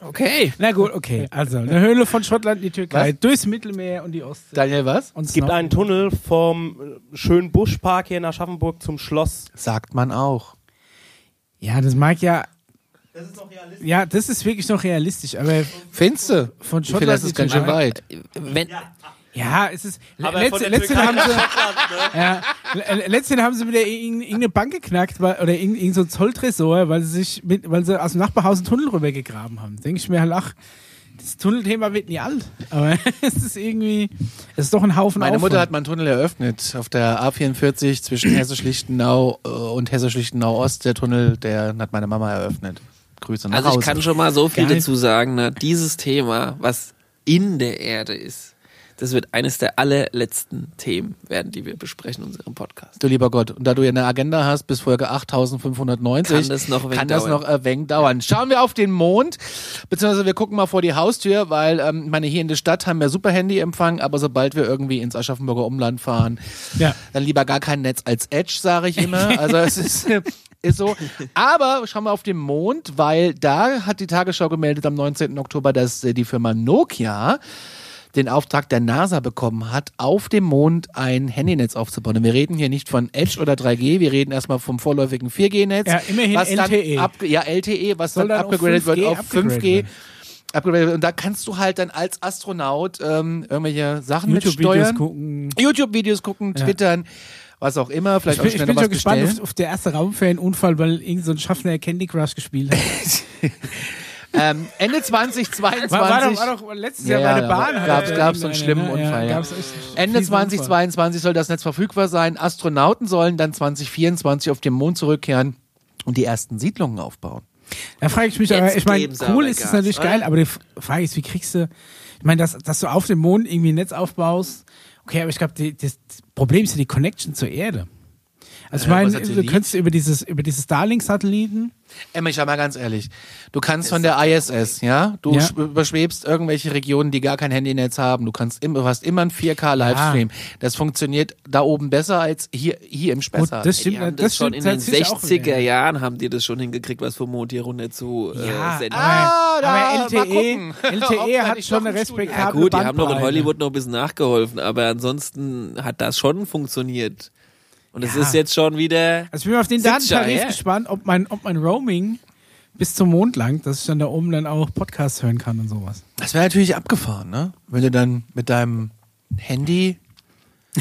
Speaker 3: Okay.
Speaker 2: Na gut, okay. Also, eine Höhle von Schottland in die Türkei,
Speaker 1: Was?
Speaker 2: durchs Mittelmeer und die Ostsee.
Speaker 1: Daniel, was?
Speaker 2: Und
Speaker 4: Es gibt
Speaker 2: Snow-
Speaker 4: einen Tunnel vom äh, schönen Buschpark hier in Aschaffenburg zum Schloss.
Speaker 1: Sagt man auch.
Speaker 2: Ja, das mag ja.
Speaker 4: Das ist noch realistisch.
Speaker 2: Ja, das ist wirklich noch realistisch, aber
Speaker 1: Finste.
Speaker 2: Von
Speaker 1: Ich finde, das
Speaker 2: Schottland
Speaker 1: ist ganz
Speaker 2: die
Speaker 1: schön
Speaker 2: Türkei.
Speaker 1: weit.
Speaker 3: Wenn,
Speaker 2: ja, es ist.
Speaker 4: Aber von
Speaker 2: Letzte,
Speaker 4: der
Speaker 2: letzte
Speaker 4: Türkei ne?
Speaker 2: haben sie. Ja, le- letztendlich haben sie wieder irg- irgendeine Bank geknackt weil, oder irgend- irgendein so Zolltresor, weil sie sich mit, weil sie aus dem Nachbarhaus einen Tunnel rübergegraben haben. Denke ich mir halt, ach, das Tunnelthema wird nie alt. Aber [laughs] es ist irgendwie, es ist doch ein Haufen
Speaker 1: Meine
Speaker 2: Aufwand.
Speaker 1: Mutter hat meinen Tunnel eröffnet auf der A44 [coughs] zwischen Hesse-Schlichtenau äh, und Hesse-Schlichtenau-Ost. Der Tunnel, der hat meine Mama eröffnet. Grüße nach
Speaker 3: also
Speaker 1: Hause.
Speaker 3: ich kann schon mal so viel
Speaker 2: Geil.
Speaker 3: dazu sagen, ne? dieses Thema, was in der Erde ist, das wird eines der allerletzten Themen werden, die wir besprechen in unserem Podcast.
Speaker 1: Du lieber Gott, und da du ja eine Agenda hast bis Folge 8590,
Speaker 3: Kann das noch ein wenig
Speaker 1: kann das
Speaker 3: dauern.
Speaker 1: noch ein wenig dauern. Schauen wir auf den Mond, beziehungsweise wir gucken mal vor die Haustür, weil ähm, meine hier in der Stadt haben wir super Handyempfang, aber sobald wir irgendwie ins Aschaffenburger Umland fahren,
Speaker 2: Ja.
Speaker 1: dann lieber gar kein Netz als Edge, sage ich
Speaker 2: [laughs]
Speaker 1: immer. Also es ist, ist so. Aber schauen wir auf den Mond, weil da hat die Tagesschau gemeldet am 19. Oktober, dass äh, die Firma Nokia den Auftrag der NASA bekommen hat, auf dem Mond ein Handynetz aufzubauen. Und wir reden hier nicht von Edge oder 3G, wir reden erstmal vom vorläufigen 4G-Netz.
Speaker 2: Ja, immerhin
Speaker 1: was dann
Speaker 2: LTE.
Speaker 1: abge- ja, LTE, was
Speaker 2: Soll
Speaker 1: dann
Speaker 2: dann auf
Speaker 1: abgegradet wird
Speaker 2: 5G
Speaker 1: auf 5G.
Speaker 2: werden.
Speaker 1: Abgegradet wird. Und da kannst du halt dann als Astronaut ähm, irgendwelche Sachen
Speaker 2: YouTube-Videos
Speaker 1: mitsteuern.
Speaker 2: gucken.
Speaker 1: YouTube-Videos gucken, twittern, was auch immer,
Speaker 2: Ich
Speaker 1: vielleicht
Speaker 2: bin,
Speaker 1: auch
Speaker 2: ich
Speaker 1: schneller
Speaker 2: bin
Speaker 1: was
Speaker 2: schon gespannt
Speaker 1: bestellen.
Speaker 2: auf, auf der erste Raumferienunfall, weil irgend so ein Schaffner Candy Crush gespielt hat.
Speaker 1: Ähm,
Speaker 2: [laughs]
Speaker 1: Ende 2022.
Speaker 2: War, war, doch, war doch letztes
Speaker 1: Ja,
Speaker 2: Jahr bei
Speaker 1: ja,
Speaker 2: der Bahn.
Speaker 1: aber
Speaker 2: hat
Speaker 1: gab's-
Speaker 2: er
Speaker 1: gab's so einen
Speaker 2: irgendeine,
Speaker 1: schlimmen
Speaker 2: ne?
Speaker 1: Unfall, ja.
Speaker 2: gab's echt einen
Speaker 1: Ende
Speaker 2: fiesen Unfall.
Speaker 1: 2022 soll das Netz verfügbar sein. Astronauten sollen dann 2024 auf den Mond zurückkehren und die ersten Siedlungen aufbauen.
Speaker 2: Da frage ich mich,
Speaker 3: Jetzt
Speaker 2: aber ich meine,
Speaker 3: geben's
Speaker 2: cool
Speaker 3: aber
Speaker 2: ist es
Speaker 3: Gas,
Speaker 2: natürlich
Speaker 3: oder?
Speaker 2: geil, aber die F- Frage ist, wie kriegst du, ich meine, dass, dass du auf dem Mond irgendwie ein Netz aufbaust, okay, aber ich glaube, die- das Problem ist ja die Connection zur Erde. Also ich
Speaker 1: Äh,
Speaker 2: meine,
Speaker 1: über
Speaker 2: du
Speaker 1: Satellit?
Speaker 2: könntest über dieses, über dieses Starlink-Satelliten,
Speaker 1: Emma, ich sag mal ganz ehrlich, du kannst von der ISS, ja, du
Speaker 2: Ja.
Speaker 1: sch- überschwebst irgendwelche Regionen, die gar kein Handynetz haben. Du kannst im, du hast immer einen 4K-Livestream. Das funktioniert da oben besser als hier, hier im
Speaker 2: gut,
Speaker 1: Spessart.
Speaker 2: das
Speaker 3: Die
Speaker 2: stimmt,
Speaker 3: haben das,
Speaker 2: das
Speaker 3: schon
Speaker 2: stimmt
Speaker 3: in den
Speaker 2: tatsächlich auch wieder.
Speaker 3: 60er Jahren haben die das schon hingekriegt, was vom Mond hier runter zu äh,
Speaker 2: Ja,
Speaker 3: senden.
Speaker 1: Ah,
Speaker 2: aber,
Speaker 1: da, mal
Speaker 2: aber LTE,
Speaker 1: gucken, ob
Speaker 2: LTE
Speaker 1: da
Speaker 2: hat
Speaker 1: nicht
Speaker 2: schon
Speaker 1: noch
Speaker 2: eine
Speaker 1: ein Studio-
Speaker 2: respektable
Speaker 3: Ja gut, die haben noch in
Speaker 2: Bandbreite.
Speaker 3: Hollywood noch ein bisschen nachgeholfen, aber ansonsten hat das schon funktioniert. Und es
Speaker 2: Ja.
Speaker 3: ist jetzt schon wieder.
Speaker 2: Also ich bin mal auf den
Speaker 3: Sitzt
Speaker 2: Datentarif
Speaker 3: ja, ja.
Speaker 2: gespannt, ob mein, ob mein Roaming bis zum Mond langt, dass ich dann da oben dann auch Podcasts hören kann
Speaker 3: [laughs]
Speaker 2: und sowas.
Speaker 1: Das wäre natürlich abgefahren, ne? Wenn du dann mit deinem Handy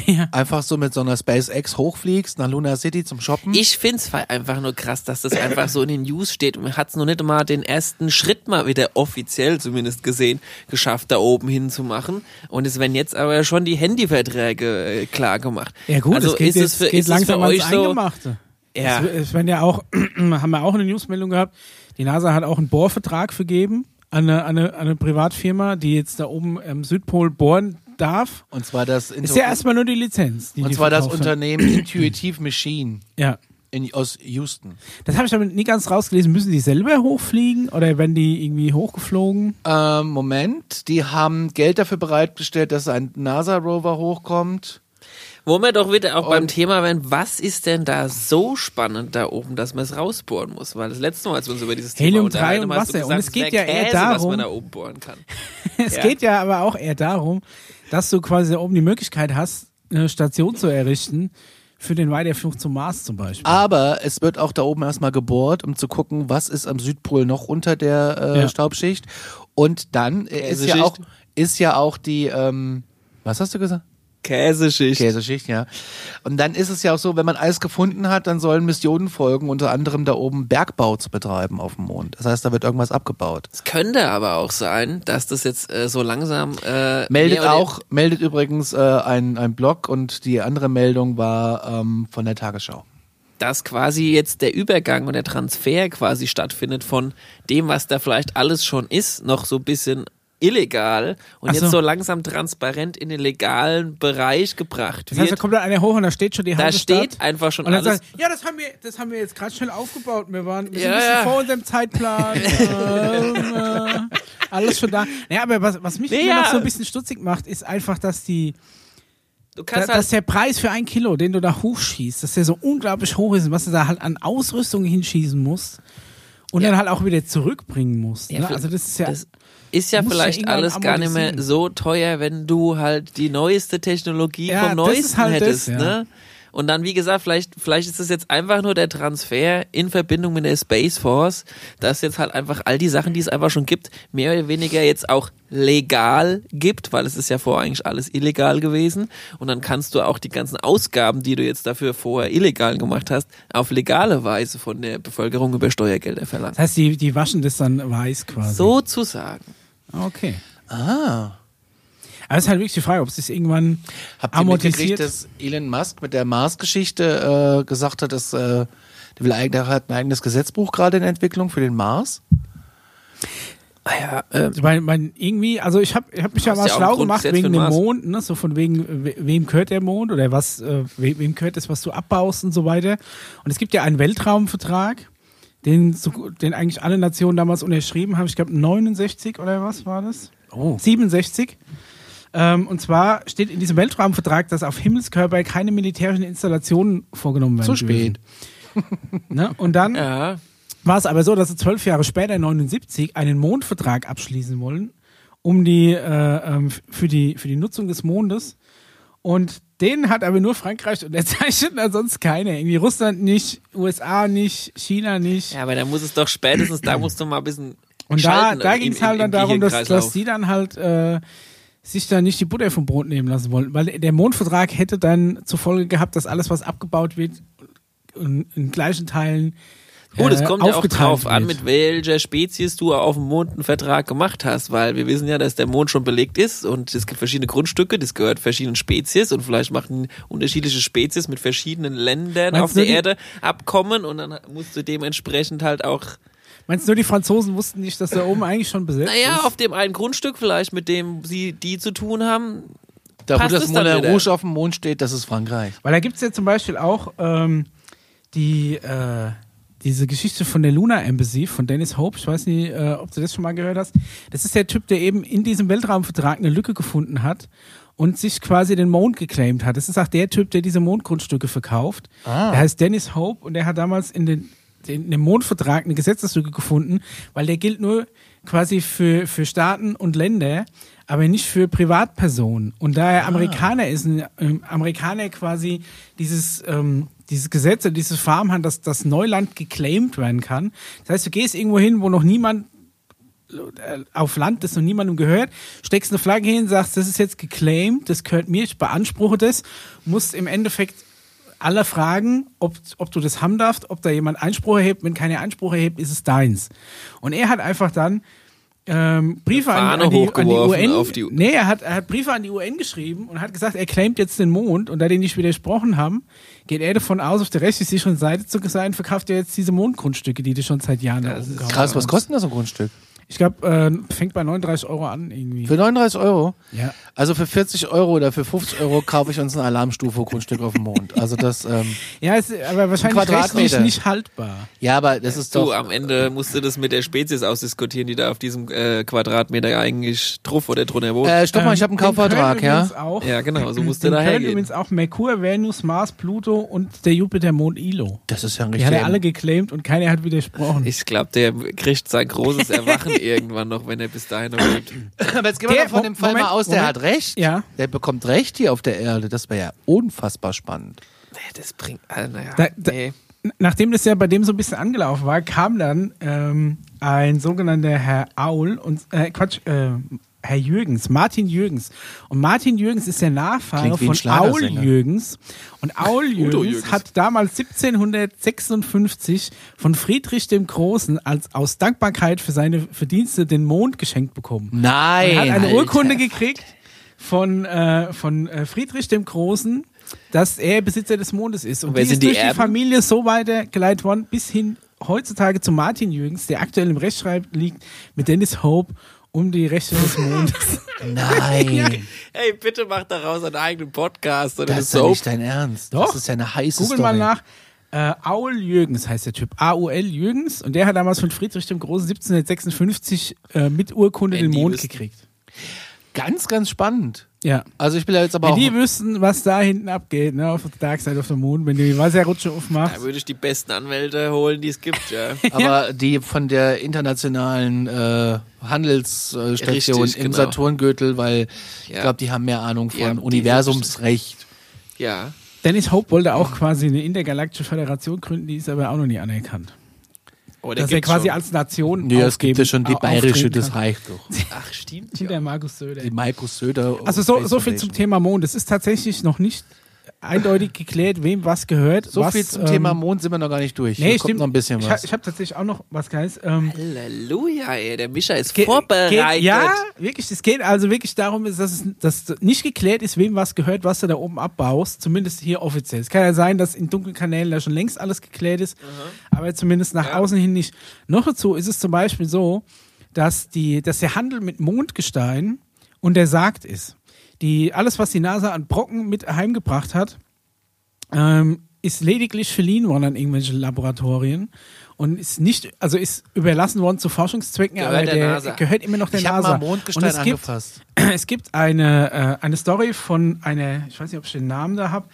Speaker 2: Ja.
Speaker 1: einfach so mit so einer SpaceX hochfliegst nach Luna City zum Shoppen.
Speaker 3: Ich find's halt einfach nur krass, dass das einfach so in den News steht und man hat's noch nicht mal den ersten Schritt mal wieder offiziell zumindest gesehen geschafft, da oben hinzumachen. Und es werden jetzt aber schon die Handyverträge äh, klar gemacht.
Speaker 2: Ja gut,
Speaker 3: also
Speaker 2: es geht,
Speaker 3: ist
Speaker 2: jetzt,
Speaker 3: es für,
Speaker 2: geht
Speaker 3: ist es
Speaker 2: langsam
Speaker 3: für
Speaker 2: ans
Speaker 3: euch so.
Speaker 2: Eingemachte.
Speaker 3: Ja.
Speaker 2: Es, es werden ja auch, [clears throat] haben wir auch eine Newsmeldung gehabt, die NASA hat auch einen Bohrvertrag vergeben an eine, an eine, an eine Privatfirma, die jetzt da oben am Südpol bohren darf.
Speaker 1: und zwar das
Speaker 2: Ist ja erstmal nur die Lizenz. Die
Speaker 1: und
Speaker 2: die
Speaker 1: zwar das
Speaker 2: verkauft haben.
Speaker 1: Unternehmen Intuitive Machine
Speaker 2: Ja.
Speaker 1: in, aus Houston.
Speaker 2: Das habe ich damit nie ganz rausgelesen. Müssen die selber hochfliegen oder werden die irgendwie hochgeflogen?
Speaker 1: Ähm, Moment, die haben Geld dafür bereitgestellt, dass ein NASA-Rover hochkommt.
Speaker 3: Wo wir doch wieder auch
Speaker 1: Und-
Speaker 3: beim Thema wären, was ist denn da so spannend da oben, dass man es rausbohren muss? Weil das letzte Mal, als wir uns über dieses
Speaker 2: Helium
Speaker 3: Thema
Speaker 2: 3
Speaker 3: unterhalten
Speaker 2: und
Speaker 3: haben, hast du
Speaker 2: Wasser. Und
Speaker 3: gesagt,
Speaker 2: es geht
Speaker 3: wär
Speaker 2: ja eher
Speaker 3: Käse, was
Speaker 2: darum-
Speaker 3: man da oben bohren kann.
Speaker 2: [laughs] Es
Speaker 3: Ja.
Speaker 2: geht ja aber auch eher darum, dass du quasi da oben die Möglichkeit hast, eine Station zu errichten für den Weiterflug zum Mars zum Beispiel.
Speaker 1: Aber es wird auch da oben erstmal gebohrt, um zu gucken, was ist am Südpol noch unter der äh,
Speaker 2: Ja.
Speaker 1: Staubschicht. Und dann äh, ist,
Speaker 3: Käseschicht.
Speaker 1: ja auch, ist ja auch die, ähm, was hast du gesagt?
Speaker 3: Käseschicht.
Speaker 1: Käseschicht, ja. Und dann ist es ja auch so, wenn man alles gefunden hat, dann sollen Missionen folgen, unter anderem da oben Bergbau zu betreiben auf dem Mond. Das heißt, da wird irgendwas abgebaut.
Speaker 3: Es könnte aber auch sein, dass das jetzt äh, so langsam äh,
Speaker 1: Meldet
Speaker 3: mehr oder-
Speaker 1: auch, meldet übrigens äh, ein, ein Blog und die andere Meldung war ähm, von der Tagesschau.
Speaker 3: dass quasi jetzt der Übergang und der Transfer quasi stattfindet von dem, was da vielleicht alles schon ist, noch so ein bisschen illegal und
Speaker 2: Ach so.
Speaker 3: jetzt so langsam transparent in den legalen Bereich gebracht
Speaker 2: Das heißt, da
Speaker 3: wird.
Speaker 2: kommt dann einer hoch und da steht schon die
Speaker 3: Da
Speaker 2: halbe
Speaker 3: steht
Speaker 2: Stadt.
Speaker 3: einfach schon
Speaker 2: Und dann
Speaker 3: alles.
Speaker 2: sagt, ja, das haben wir, das haben wir jetzt gerade schnell aufgebaut. Wir waren wir sind
Speaker 3: Ja,
Speaker 2: ein bisschen
Speaker 3: ja.
Speaker 2: vor unserem
Speaker 3: [laughs]
Speaker 2: Zeitplan. ähm, äh, alles schon da. Naja, aber was, was mich
Speaker 3: Nee,
Speaker 2: immer
Speaker 3: ja.
Speaker 2: noch so ein bisschen stutzig macht, ist einfach, dass die,
Speaker 3: Du
Speaker 2: da,
Speaker 3: kannst
Speaker 2: dass
Speaker 3: halt,
Speaker 2: der Preis für ein Kilo, den du da hochschießt, dass der so unglaublich hoch ist und was du da halt an Ausrüstung hinschießen musst und
Speaker 3: Ja.
Speaker 2: dann halt auch wieder zurückbringen musst.
Speaker 3: Ja,
Speaker 2: ne?
Speaker 3: für-
Speaker 2: Also das ist ja,
Speaker 3: das ist ja
Speaker 2: musst ja
Speaker 3: vielleicht
Speaker 2: irgendwann
Speaker 3: alles gar nicht mehr
Speaker 2: amortisieren.
Speaker 3: so teuer, wenn du halt die neueste Technologie
Speaker 2: Ja,
Speaker 3: vom
Speaker 2: das ist
Speaker 3: Neuesten
Speaker 2: halt das,
Speaker 3: hättest,
Speaker 2: ja.
Speaker 3: ne? Und dann, wie gesagt, vielleicht, vielleicht ist es jetzt einfach nur der Transfer in Verbindung mit der Space Force, dass jetzt halt einfach all die Sachen, die es einfach schon gibt, mehr oder weniger jetzt auch legal gibt, weil es ist ja vorher eigentlich alles illegal gewesen. Und dann kannst du auch die ganzen Ausgaben, die du jetzt dafür vorher illegal gemacht hast, auf legale Weise von der Bevölkerung über Steuergelder verlangen.
Speaker 2: das heißt, die, die waschen das dann weiß quasi.
Speaker 3: Sozusagen.
Speaker 2: Okay.
Speaker 1: Ah.
Speaker 2: Aber es ist halt wirklich die Frage, ob es das irgendwann
Speaker 1: Habt ihr mitgekriegt,
Speaker 2: amortisiert.
Speaker 1: dass Elon Musk mit der Mars-Geschichte äh, gesagt hat, dass äh, der, will, eig- der hat ein eigenes Gesetzbuch gerade in Entwicklung für den Mars?
Speaker 3: Ah ja, ähm,
Speaker 2: Ich mein, mein, irgendwie, also ich habe ich hab mich ja
Speaker 3: Hast
Speaker 2: mal
Speaker 3: ja auch ein
Speaker 2: schlau gemacht
Speaker 3: Grundgesetz für
Speaker 2: wegen
Speaker 3: den
Speaker 2: dem
Speaker 3: Mars.
Speaker 2: Mond, ne? so von wegen, we- wem gehört der Mond oder was, äh, we- wem gehört das, was du abbaust und so weiter. Und es gibt ja einen Weltraumvertrag, den, so, gut- den eigentlich alle Nationen damals unterschrieben haben. Ich glaube 69 oder was war das?
Speaker 1: Oh.
Speaker 2: 67. Ähm, und zwar steht in diesem Weltraumvertrag, dass auf Himmelskörper keine militärischen Installationen vorgenommen werden
Speaker 1: Zu spät.
Speaker 2: dürfen. Ne? Und dann
Speaker 3: ja.
Speaker 2: war es aber so, dass sie zwölf Jahre später, 79, einen Mondvertrag abschließen wollen, um die, äh, ähm, f- für die, für die Nutzung des Mondes. Und den hat aber nur Frankreich [laughs] unterzeichnet, ansonsten keiner. Irgendwie Russland nicht, USA nicht, China nicht.
Speaker 3: Ja, aber da muss es doch spätestens, da musst du mal ein bisschen.
Speaker 2: Und da,
Speaker 3: schalten
Speaker 2: da
Speaker 3: im-
Speaker 2: ging es
Speaker 3: im-
Speaker 2: halt
Speaker 3: im
Speaker 2: dann darum, dass,
Speaker 3: Gehirnkreislauf.
Speaker 2: dass die dann halt äh, sich dann nicht die Butter vom Brot nehmen lassen wollten, weil der Mondvertrag hätte dann zur Folge gehabt, dass alles, was abgebaut wird, in, in gleichen Teilen
Speaker 3: Gut, es
Speaker 2: äh,
Speaker 3: kommt ja auch
Speaker 2: aufgeteilt
Speaker 3: drauf an,
Speaker 2: wird.
Speaker 3: mit welcher Spezies du auf dem Mond einen Vertrag gemacht hast, weil wir wissen ja, dass der Mond schon belegt ist und es gibt verschiedene Grundstücke, das gehört verschiedenen Spezies und vielleicht machen unterschiedliche Spezies mit verschiedenen Ländern
Speaker 2: Meinst
Speaker 3: auf
Speaker 2: du,
Speaker 3: der
Speaker 2: die-
Speaker 3: Erde Abkommen und dann musst du dementsprechend halt auch,
Speaker 2: Meinst du, nur die Franzosen wussten nicht, dass da oben eigentlich schon besetzt
Speaker 3: naja,
Speaker 2: ist?
Speaker 3: auf dem einen Grundstück vielleicht, mit dem sie die zu tun haben.
Speaker 1: Da wo
Speaker 3: Passt
Speaker 1: das
Speaker 3: es dann
Speaker 1: Moulin
Speaker 3: wieder?
Speaker 1: Rouge auf dem Mond steht, das ist Frankreich.
Speaker 2: Weil da gibt es ja zum Beispiel auch ähm, die, äh, diese Geschichte von der Luna Embassy von Dennis Hope. Ich weiß nicht, äh, ob du das schon mal gehört hast. Das ist der Typ, der eben in diesem Weltraumvertrag eine Lücke gefunden hat und sich quasi den Mond geclaimt hat. Das ist auch der Typ, der diese Mondgrundstücke verkauft. Der heißt Dennis Hope und der hat damals in den in dem Mondvertrag eine Gesetzeslücke gefunden, weil der gilt nur quasi für, für Staaten und Länder, aber nicht für Privatpersonen. Und da er Amerikaner ist, ein ähm, Amerikaner quasi dieses, ähm, dieses Gesetz und dieses Farm hat, dass das Neuland geclaimed werden kann. Das heißt, du gehst irgendwo hin, wo noch niemand äh, auf Land, das noch niemandem gehört, steckst eine Flagge hin, sagst, das ist jetzt geclaimed, das gehört mir, ich beanspruche das, musst im Endeffekt alle fragen, ob, ob du das haben darfst, ob da jemand Einspruch erhebt. Wenn keiner Einspruch erhebt, ist es deins. Und er hat einfach dann ähm, Briefe an,
Speaker 3: Fahne
Speaker 2: an, die, an die
Speaker 3: hochgeworfen
Speaker 2: UN.
Speaker 3: auf die-
Speaker 2: nee, er hat, er hat Briefe an die UN geschrieben und hat gesagt, er claimt jetzt den Mond. Und da die nicht widersprochen haben, geht er davon aus, auf der rechtlich sicheren Seite zu sein, verkauft er jetzt diese Mondgrundstücke, die du schon seit Jahren da oben gehauen
Speaker 1: Krass,
Speaker 2: hast.
Speaker 1: was kostet denn das so ein Grundstück?
Speaker 2: Ich glaube, äh, fängt bei 39 Euro an irgendwie.
Speaker 1: Für 39 Euro?
Speaker 2: Ja.
Speaker 1: Also für 40 Euro oder für 50 Euro kaufe ich uns ein Alarmstufe-Grundstück auf dem Mond. Also das, ähm,
Speaker 2: Ja, ist aber wahrscheinlich
Speaker 1: Quadratmeter.
Speaker 2: rechtlich nicht haltbar.
Speaker 1: ja, aber das ist
Speaker 3: Du,
Speaker 1: doch,
Speaker 3: am Ende musst du das mit der Spezies ausdiskutieren, die da auf diesem äh, Quadratmeter eigentlich drauf oder drunter wohnt.
Speaker 1: äh, stopp mal,
Speaker 2: Ähm,
Speaker 1: ich habe einen
Speaker 2: in Köln
Speaker 1: Kaufvertrag, ja?
Speaker 2: übrigens Auch,
Speaker 3: Ja, genau, so musst du
Speaker 2: [laughs] in
Speaker 3: da
Speaker 2: Köln
Speaker 3: hergehen.
Speaker 2: übrigens auch Merkur, Venus, Mars, Pluto und der Jupitermond Ilo.
Speaker 1: Das ist ja ein
Speaker 2: Die hat
Speaker 1: richtiger
Speaker 2: er alle geclaimt und keiner hat widersprochen.
Speaker 3: Ich glaube, der kriegt sein großes Erwachen irgendwann noch, wenn er bis dahin noch lebt.
Speaker 1: Aber jetzt gehen wir
Speaker 2: Der-
Speaker 1: mal von dem Fall
Speaker 2: Moment,
Speaker 1: mal aus, der
Speaker 2: Moment.
Speaker 1: hat recht.
Speaker 2: Ja.
Speaker 1: Der bekommt recht hier auf der Erde. Das wäre ja unfassbar spannend.
Speaker 3: Nee, das bringt. Ah, naja.
Speaker 2: Da- da-
Speaker 3: nee.
Speaker 2: N- Nachdem das ja bei dem so ein bisschen angelaufen war, kam dann ähm, ein sogenannter Herr Aul und äh, Quatsch, äh, Herr Jürgens, Martin Jürgens. Und Martin Jürgens ist der Nachfahre
Speaker 1: Klingt wie ein
Speaker 2: von Aul
Speaker 1: Schlagersänger.
Speaker 2: Jürgens.
Speaker 1: [laughs]
Speaker 2: Und Aul
Speaker 3: Udo
Speaker 2: Jürgens
Speaker 3: Jürgens.
Speaker 2: hat damals 1756 von Friedrich dem Großen als aus Dankbarkeit für seine Verdienste den Mond geschenkt bekommen.
Speaker 1: Nein.
Speaker 2: Er hat eine
Speaker 1: Alter.
Speaker 2: Urkunde gekriegt von, äh, von äh, Friedrich dem Großen, dass er Besitzer des Mondes ist. Und
Speaker 3: Wer
Speaker 2: die
Speaker 3: sind
Speaker 2: ist
Speaker 3: die
Speaker 2: durch die
Speaker 3: Erben?
Speaker 2: Familie so weitergeleitet worden, bis hin heutzutage zu Martin Jürgens, der aktuell im Rechtschreib liegt, mit Dennis Hope um die Rechte des
Speaker 3: [laughs]
Speaker 2: Mondes. [laughs]
Speaker 1: Nein.
Speaker 3: Ey, bitte mach daraus einen eigenen Podcast
Speaker 1: Das
Speaker 3: oder eine
Speaker 1: ist ja
Speaker 3: Soap.
Speaker 1: nicht dein Ernst.
Speaker 2: Doch.
Speaker 1: Das ist ja eine heiße
Speaker 2: Google
Speaker 1: Story.
Speaker 2: mal nach. Äh, Aul Jürgens heißt der Typ. A-U-L Jürgens. Und der hat damals von Friedrich dem Großen 1756 äh, mit Urkunde
Speaker 3: Wenn
Speaker 2: den
Speaker 3: die
Speaker 2: Mond
Speaker 3: wüssten.
Speaker 2: gekriegt.
Speaker 1: Ganz, ganz spannend.
Speaker 2: Ja.
Speaker 1: Also ich bin da jetzt aber
Speaker 2: Wenn
Speaker 1: auch.
Speaker 2: die wüssten, was da hinten abgeht, ne, auf der Dark Side of the Moon, wenn du die Wasserrutsche aufmachst.
Speaker 3: Da würde ich die besten Anwälte holen, die es gibt, ja.
Speaker 1: Aber die von der internationalen äh, Handelsstation
Speaker 3: Richtig,
Speaker 1: im
Speaker 3: genau.
Speaker 1: Saturngürtel, weil ich
Speaker 3: Ja.
Speaker 1: glaube, die haben mehr Ahnung von
Speaker 3: Ja, die
Speaker 1: Universumsrecht.
Speaker 3: ja.
Speaker 2: Dennis Hope wollte auch quasi eine intergalaktische Föderation gründen, die ist aber auch noch nie anerkannt.
Speaker 3: Oh, der
Speaker 2: Dass er
Speaker 3: gibt's
Speaker 2: quasi
Speaker 3: schon.
Speaker 2: als Nation.
Speaker 1: Nee, es gibt
Speaker 2: aufgeben-
Speaker 1: ja schon die
Speaker 2: au-
Speaker 1: bayerische,
Speaker 2: auftreten
Speaker 1: das
Speaker 2: kann.
Speaker 1: reicht doch.
Speaker 3: Ach, stimmt.
Speaker 2: Und
Speaker 3: Ja.
Speaker 2: der Markus Söder.
Speaker 1: Die Markus Söder.
Speaker 2: [laughs] Also so, so viel zum Thema Mond. Es ist tatsächlich noch nicht eindeutig geklärt, wem was gehört.
Speaker 1: So
Speaker 2: was,
Speaker 1: viel zum
Speaker 2: ähm,
Speaker 1: Thema Mond sind wir noch gar nicht durch. Hier
Speaker 2: Nee,
Speaker 1: kommt
Speaker 2: stimmt.
Speaker 1: noch ein bisschen
Speaker 2: Ich, ha-
Speaker 1: was.
Speaker 2: ich habe tatsächlich auch noch was Geiles. Ähm,
Speaker 3: Halleluja, ey, der Mischa ist
Speaker 2: Ge-
Speaker 3: vorbereitet.
Speaker 2: Geht, ja, wirklich. Es geht also wirklich darum, ist, dass, es, dass nicht geklärt ist, wem was gehört, was du da oben abbaust. Zumindest hier offiziell. Es kann ja sein, dass in dunklen Kanälen da schon längst alles geklärt ist, aber zumindest nach außen hin nicht. Noch dazu ist es zum Beispiel so, dass, die, dass der Handel mit Mondgestein untersagt ist. Die, alles, was die NASA an Brocken mit heimgebracht hat, ähm, ist lediglich verliehen worden an irgendwelche Laboratorien und ist nicht, also ist überlassen worden zu Forschungszwecken,
Speaker 3: Gehört
Speaker 2: aber
Speaker 3: der
Speaker 2: der
Speaker 3: NASA.
Speaker 2: gehört immer noch der
Speaker 1: Ich hab
Speaker 2: NASA.
Speaker 1: mal Mondgestein
Speaker 2: und es gibt,
Speaker 1: angefasst.
Speaker 2: [clears throat] Es gibt eine, äh, eine Story von einer, ich weiß nicht, ob ich den Namen da habe,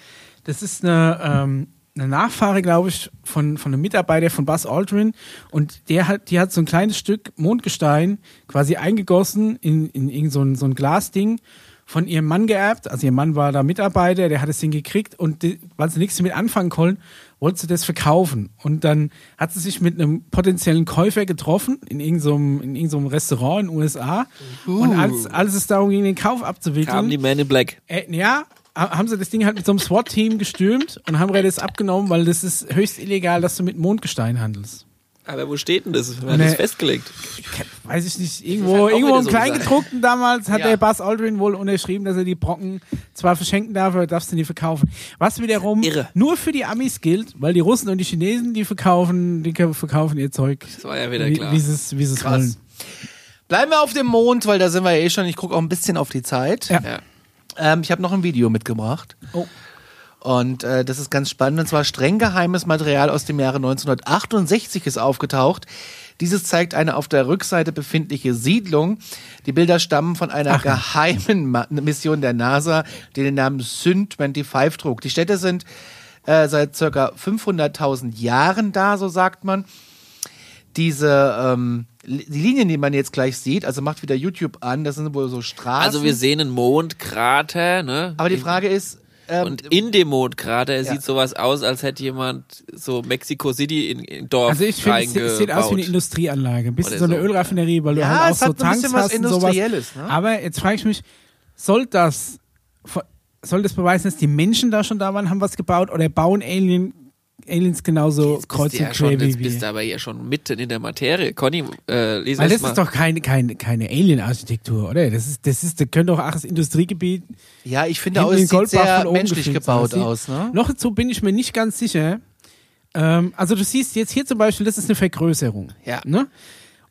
Speaker 2: das ist eine, ähm, eine Nachfahre, glaube ich, von, von einem Mitarbeiter von Buzz Aldrin und der hat, die hat so ein kleines Stück Mondgestein quasi eingegossen in, in irgend so ein, so ein Glasding von ihrem Mann geerbt. Also ihr Mann war da Mitarbeiter, der hat es hingekriegt und die- weil sie nichts damit anfangen konnten, wollte sie das verkaufen. Und dann hat sie sich mit einem potenziellen Käufer getroffen in irgendeinem, in irgendeinem Restaurant in den USA. Und als, als es darum ging, den Kauf abzuwickeln,
Speaker 3: Kamen die Men in Black.
Speaker 2: äh, ja, ha- haben sie das Ding halt mit so einem SWAT-Team gestürmt und haben ihr das abgenommen, weil das ist höchst illegal, dass du mit Mondgestein handelst.
Speaker 3: Aber wo steht denn das? Wer hat
Speaker 2: Nee.
Speaker 3: das festgelegt?
Speaker 2: Weiß ich
Speaker 3: Das
Speaker 2: nicht, irgendwo,
Speaker 3: hat halt auch
Speaker 2: irgendwo
Speaker 3: wieder
Speaker 2: im
Speaker 3: so
Speaker 2: Kleingedruckten damals hat
Speaker 3: Ja.
Speaker 2: der Buzz Aldrin wohl unterschrieben, dass er die Brocken zwar verschenken darf, aber darfst du nie verkaufen. Was wiederum
Speaker 3: Irre.
Speaker 2: nur für die Amis gilt, weil die Russen und die Chinesen, die verkaufen, die verkaufen ihr Zeug. Das
Speaker 3: war ja wieder
Speaker 2: wie,
Speaker 3: klar.
Speaker 2: Wie sie es wie sie es wollen.
Speaker 1: Bleiben wir auf dem Mond, weil da sind wir ja eh schon. Ich gucke auch ein bisschen auf die Zeit.
Speaker 2: Ja.
Speaker 3: Ja.
Speaker 1: Ähm, ich habe noch ein Video mitgebracht.
Speaker 2: Oh.
Speaker 1: Und äh, das ist ganz spannend. Und zwar streng geheimes Material aus dem Jahre 1968 ist aufgetaucht. Dieses zeigt eine auf der Rückseite befindliche Siedlung. Die Bilder stammen von einer geheimen Ma Mission der NASA, die den Namen SYN-25 trug. Die Städte sind äh, seit circa 500.000 Jahren da, so sagt man diese ähm, Li- die Linien, die man jetzt gleich sieht, also macht wieder YouTube an, das sind wohl so Straßen.
Speaker 3: Also wir sehen einen Mondkrater, ne?
Speaker 1: aber die Frage ist, ähm,
Speaker 3: Und in dem Mondkrater
Speaker 1: Ja.
Speaker 3: sieht sowas aus, als hätte jemand so Mexico City in, in Dorf
Speaker 2: Also ich finde, es- es sieht aus wie eine
Speaker 3: reingebaut.
Speaker 2: Industrieanlage. Ein bisschen
Speaker 3: Oder
Speaker 2: so eine
Speaker 3: so,
Speaker 2: Ölraffinerie, weil du
Speaker 1: Ja,
Speaker 2: halt auch
Speaker 1: es
Speaker 2: so
Speaker 1: hat ein
Speaker 2: Tanks
Speaker 1: bisschen was
Speaker 2: hast und sowas.
Speaker 1: Industrielles, ne?
Speaker 2: Aber jetzt frage ich mich, soll das, soll das beweisen, dass die Menschen da schon da waren, haben was gebaut oder bauen Alien, Aliens genauso
Speaker 3: Jetzt
Speaker 2: kreuz
Speaker 3: bist du
Speaker 2: und
Speaker 3: ja schon,
Speaker 2: quer wie
Speaker 3: jetzt bist du
Speaker 2: wir?
Speaker 3: aber ja schon mitten in der Materie. Conny, äh, lies
Speaker 2: Weil
Speaker 3: uns
Speaker 2: das
Speaker 3: mal.
Speaker 2: ist doch keine, keine, keine Alien-Architektur, oder? Das ist, das ist, das könnte doch auch das Industriegebiet
Speaker 1: ja, ich finde auch,
Speaker 2: hinten
Speaker 1: es
Speaker 2: in
Speaker 1: sieht
Speaker 2: Goldbach
Speaker 1: sehr
Speaker 2: von oben
Speaker 1: menschlich
Speaker 2: gefilmt
Speaker 1: gebaut
Speaker 2: aussieht.
Speaker 1: aus, ne?
Speaker 2: Noch dazu bin ich mir nicht ganz sicher. Ähm, also du siehst jetzt hier zum Beispiel, das ist eine Vergrößerung.
Speaker 3: Ja.
Speaker 2: Ne?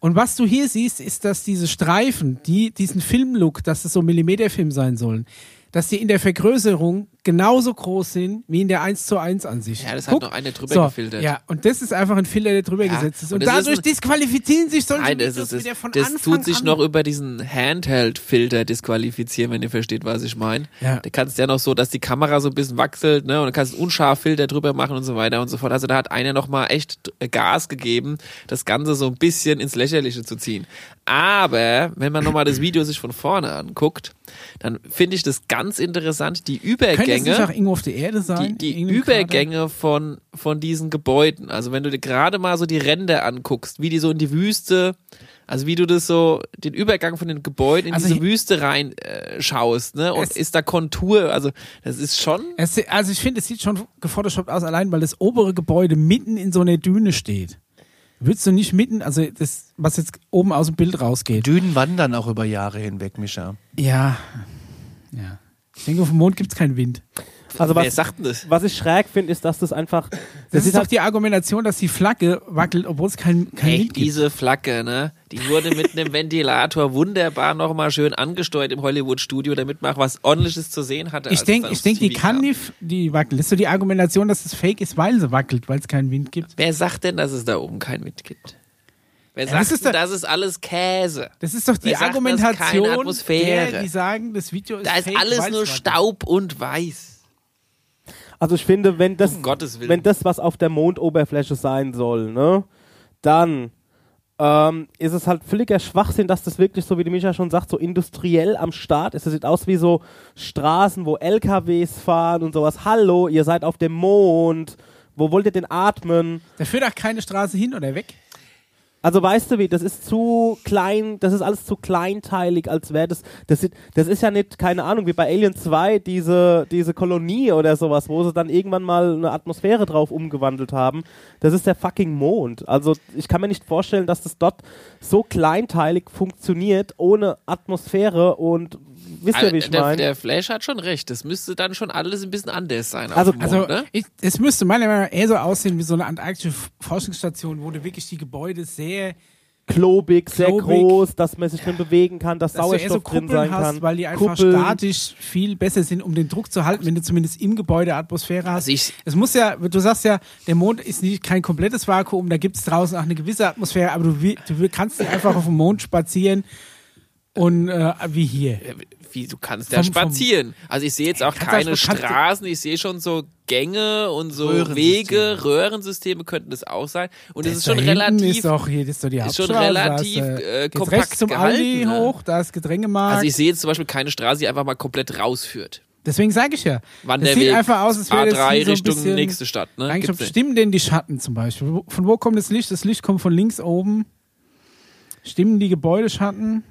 Speaker 2: Und was du hier siehst, ist, dass diese Streifen, die diesen Filmlook, dass es so Millimeterfilm sein sollen, dass die in der Vergrößerung genauso groß sind wie in der 1 zu 1 Ansicht.
Speaker 3: Ja, das hat noch einer drüber
Speaker 2: so,
Speaker 3: gefiltert.
Speaker 2: Ja, und das ist einfach ein Filter, der drüber
Speaker 3: Ja,
Speaker 2: gesetzt ist.
Speaker 3: und
Speaker 2: Und,
Speaker 3: das ist
Speaker 2: dadurch
Speaker 3: ein-
Speaker 2: disqualifizieren sich solche
Speaker 3: Nein, das,
Speaker 2: Videos
Speaker 3: ist, das,
Speaker 2: wieder von
Speaker 3: das
Speaker 2: Anfang
Speaker 3: tut sich
Speaker 2: an.
Speaker 3: noch über diesen Handheld-Filter disqualifizieren, wenn ihr versteht, was ich meine.
Speaker 2: Ja.
Speaker 3: Da kannst du ja noch so, dass die Kamera so ein bisschen wachselt, ne? Und dann kannst du einen Unscharffilter drüber machen und so weiter und so fort. Also da hat einer nochmal echt äh, Gas gegeben, das Ganze so ein
Speaker 2: [clears throat]
Speaker 3: bisschen ins Lächerliche zu ziehen. Aber wenn man nochmal das Video sich von vorne anguckt, dann finde ich das ganz interessant, die
Speaker 2: Könnte es nicht auch
Speaker 3: Übergänge,
Speaker 2: Ingo auf der Erde
Speaker 3: die,
Speaker 2: sein?
Speaker 3: die
Speaker 2: Irgendeine
Speaker 3: Übergänge von, von diesen Gebäuden. Also wenn du dir gerade mal so die Ränder anguckst, wie die so in die Wüste, also wie du das so, den Übergang von den Gebäuden in
Speaker 2: Also
Speaker 3: diese
Speaker 2: hier-
Speaker 3: Wüste rein äh, schaust, ne? Und
Speaker 2: Es-
Speaker 3: ist da Kontur, also das ist schon.
Speaker 2: Karte? Es, se- also ich finde, es sieht schon gefotoshoppt aus, allein weil das obere Gebäude mitten in so einer Düne steht. Würdest du nicht mitten, also das, was jetzt oben aus dem Bild rausgeht.
Speaker 1: Dünen wandern auch über Jahre hinweg, Mischa.
Speaker 2: Ja. Ja. Ich denke, auf dem Mond gibt es keinen Wind.
Speaker 4: Also
Speaker 3: wer
Speaker 4: was,
Speaker 3: sagt denn das?
Speaker 4: was ich schräg finde, ist, dass das einfach. Das,
Speaker 2: Das, ist
Speaker 4: ist
Speaker 2: doch
Speaker 4: halt,
Speaker 2: die Argumentation, dass die Flagge wackelt, obwohl es kein, kein
Speaker 3: Ey,
Speaker 2: Wind gibt.
Speaker 3: diese Flagge, ne? Die wurde mit
Speaker 2: [laughs]
Speaker 3: einem Ventilator wunderbar nochmal schön angesteuert im Hollywood-Studio, damit man auch was Ordentliches zu sehen hatte. Also als
Speaker 2: Ich
Speaker 3: es
Speaker 2: denke,
Speaker 3: dann
Speaker 2: ich
Speaker 3: aufs
Speaker 2: denk, die
Speaker 3: TV
Speaker 2: kann
Speaker 3: kam.
Speaker 2: die, F- die wackelt. Ist so die Argumentation, dass es fake ist, weil sie wackelt, weil es keinen Wind gibt.
Speaker 3: Wer sagt denn, dass es da oben keinen Wind gibt? Wer
Speaker 2: Ja,
Speaker 3: sagt
Speaker 2: das
Speaker 3: das
Speaker 2: ist
Speaker 3: ist denn,
Speaker 2: doch-
Speaker 3: das ist alles Käse?
Speaker 2: Das ist doch die
Speaker 3: Wer sagt, das ist keine
Speaker 2: Argumentation,
Speaker 3: Atmosphäre?
Speaker 2: der, die sagen, das Video ist
Speaker 3: Da ist
Speaker 2: fake,
Speaker 3: alles
Speaker 2: weil's
Speaker 3: nur
Speaker 2: wackelt.
Speaker 3: Staub und Weiß.
Speaker 4: also ich finde, wenn das,
Speaker 3: Um Gottes Willen.
Speaker 4: wenn das was auf der Mondoberfläche sein soll, ne, dann ähm, ist es halt völliger Schwachsinn, dass das wirklich so, wie die Micha schon sagt, so industriell am Start ist. Das sieht aus wie so Straßen, wo LKWs fahren und sowas. Hallo, ihr seid auf dem Mond. Wo wollt ihr denn atmen?
Speaker 2: Da führt auch keine Straße hin oder weg.
Speaker 4: Also weißt du wie, das ist zu klein, das ist alles zu kleinteilig, als wäre das, das, sind- das ist ja nicht, keine Ahnung, wie bei Alien 2, diese, diese Kolonie oder sowas, wo sie dann irgendwann mal eine Atmosphäre drauf umgewandelt haben. Das ist der fucking Mond. Also ich kann mir nicht vorstellen, dass das dort so kleinteilig funktioniert, ohne Atmosphäre und, wisst ihr,
Speaker 3: Also,
Speaker 4: wie ich
Speaker 3: der,
Speaker 4: meine?
Speaker 3: der Flash hat schon recht. Das müsste dann schon alles ein bisschen anders sein.
Speaker 4: Also-
Speaker 3: auf dem Mond,
Speaker 2: Also
Speaker 3: ne?
Speaker 2: ich, es müsste meiner Meinung nach eher so aussehen wie so eine antarktische F- Forschungsstation, wo du wirklich die Gebäude sehr,
Speaker 4: Klobig, sehr
Speaker 2: Klobig.
Speaker 4: groß, dass man sich drin bewegen kann, dass,
Speaker 2: dass du eher so
Speaker 4: Sauerstoff drin
Speaker 2: Kuppeln
Speaker 4: sein
Speaker 2: hast,
Speaker 4: kann.
Speaker 2: weil die einfach
Speaker 4: Kuppeln.
Speaker 2: statisch viel besser sind, um den Druck zu halten, wenn du zumindest im Gebäude Atmosphäre hast.
Speaker 3: Also ich-
Speaker 2: es muss ja, du sagst ja, der Mond ist nicht kein komplettes Vakuum, da gibt es draußen auch eine gewisse Atmosphäre, aber du, wi- du kannst nicht einfach auf dem Mond spazieren und äh, wie hier.
Speaker 3: Wie, du kannst ja
Speaker 2: Vom- vom-
Speaker 3: spazieren. Also ich sehe jetzt auch
Speaker 2: Kannst
Speaker 3: keine
Speaker 2: auch so- kannst du-
Speaker 3: Straßen, ich sehe schon so Gänge und so
Speaker 1: Röhrensysteme.
Speaker 3: Wege, Röhrensysteme könnten das auch sein. Und es ist schon
Speaker 2: Da hinten
Speaker 3: relativ.
Speaker 2: Ist doch hier, das ist doch die
Speaker 3: ist schon
Speaker 2: Hauptstraße, da
Speaker 3: relativ,
Speaker 2: hast du-
Speaker 3: äh,
Speaker 2: geht's
Speaker 3: kompakt
Speaker 2: rechts zum
Speaker 3: gehalten,
Speaker 2: Aldi
Speaker 3: ne?
Speaker 2: hoch, da ist Getränkemarkt.
Speaker 3: also ich sehe jetzt zum Beispiel keine Straße, die einfach mal komplett rausführt.
Speaker 2: Deswegen sage ich ja. Das
Speaker 3: Wanderweg,
Speaker 2: sieht einfach aus, als wäre das
Speaker 3: A3
Speaker 2: hier so ein
Speaker 3: Richtung
Speaker 2: bisschen
Speaker 3: nächste Stadt. Ne?
Speaker 2: Eigentlich
Speaker 3: Gibt's nicht.
Speaker 2: stimmen denn die Schatten zum Beispiel? Wo- Von wo kommt das Licht? Das Licht kommt von links oben. Stimmen die Gebäudeschatten?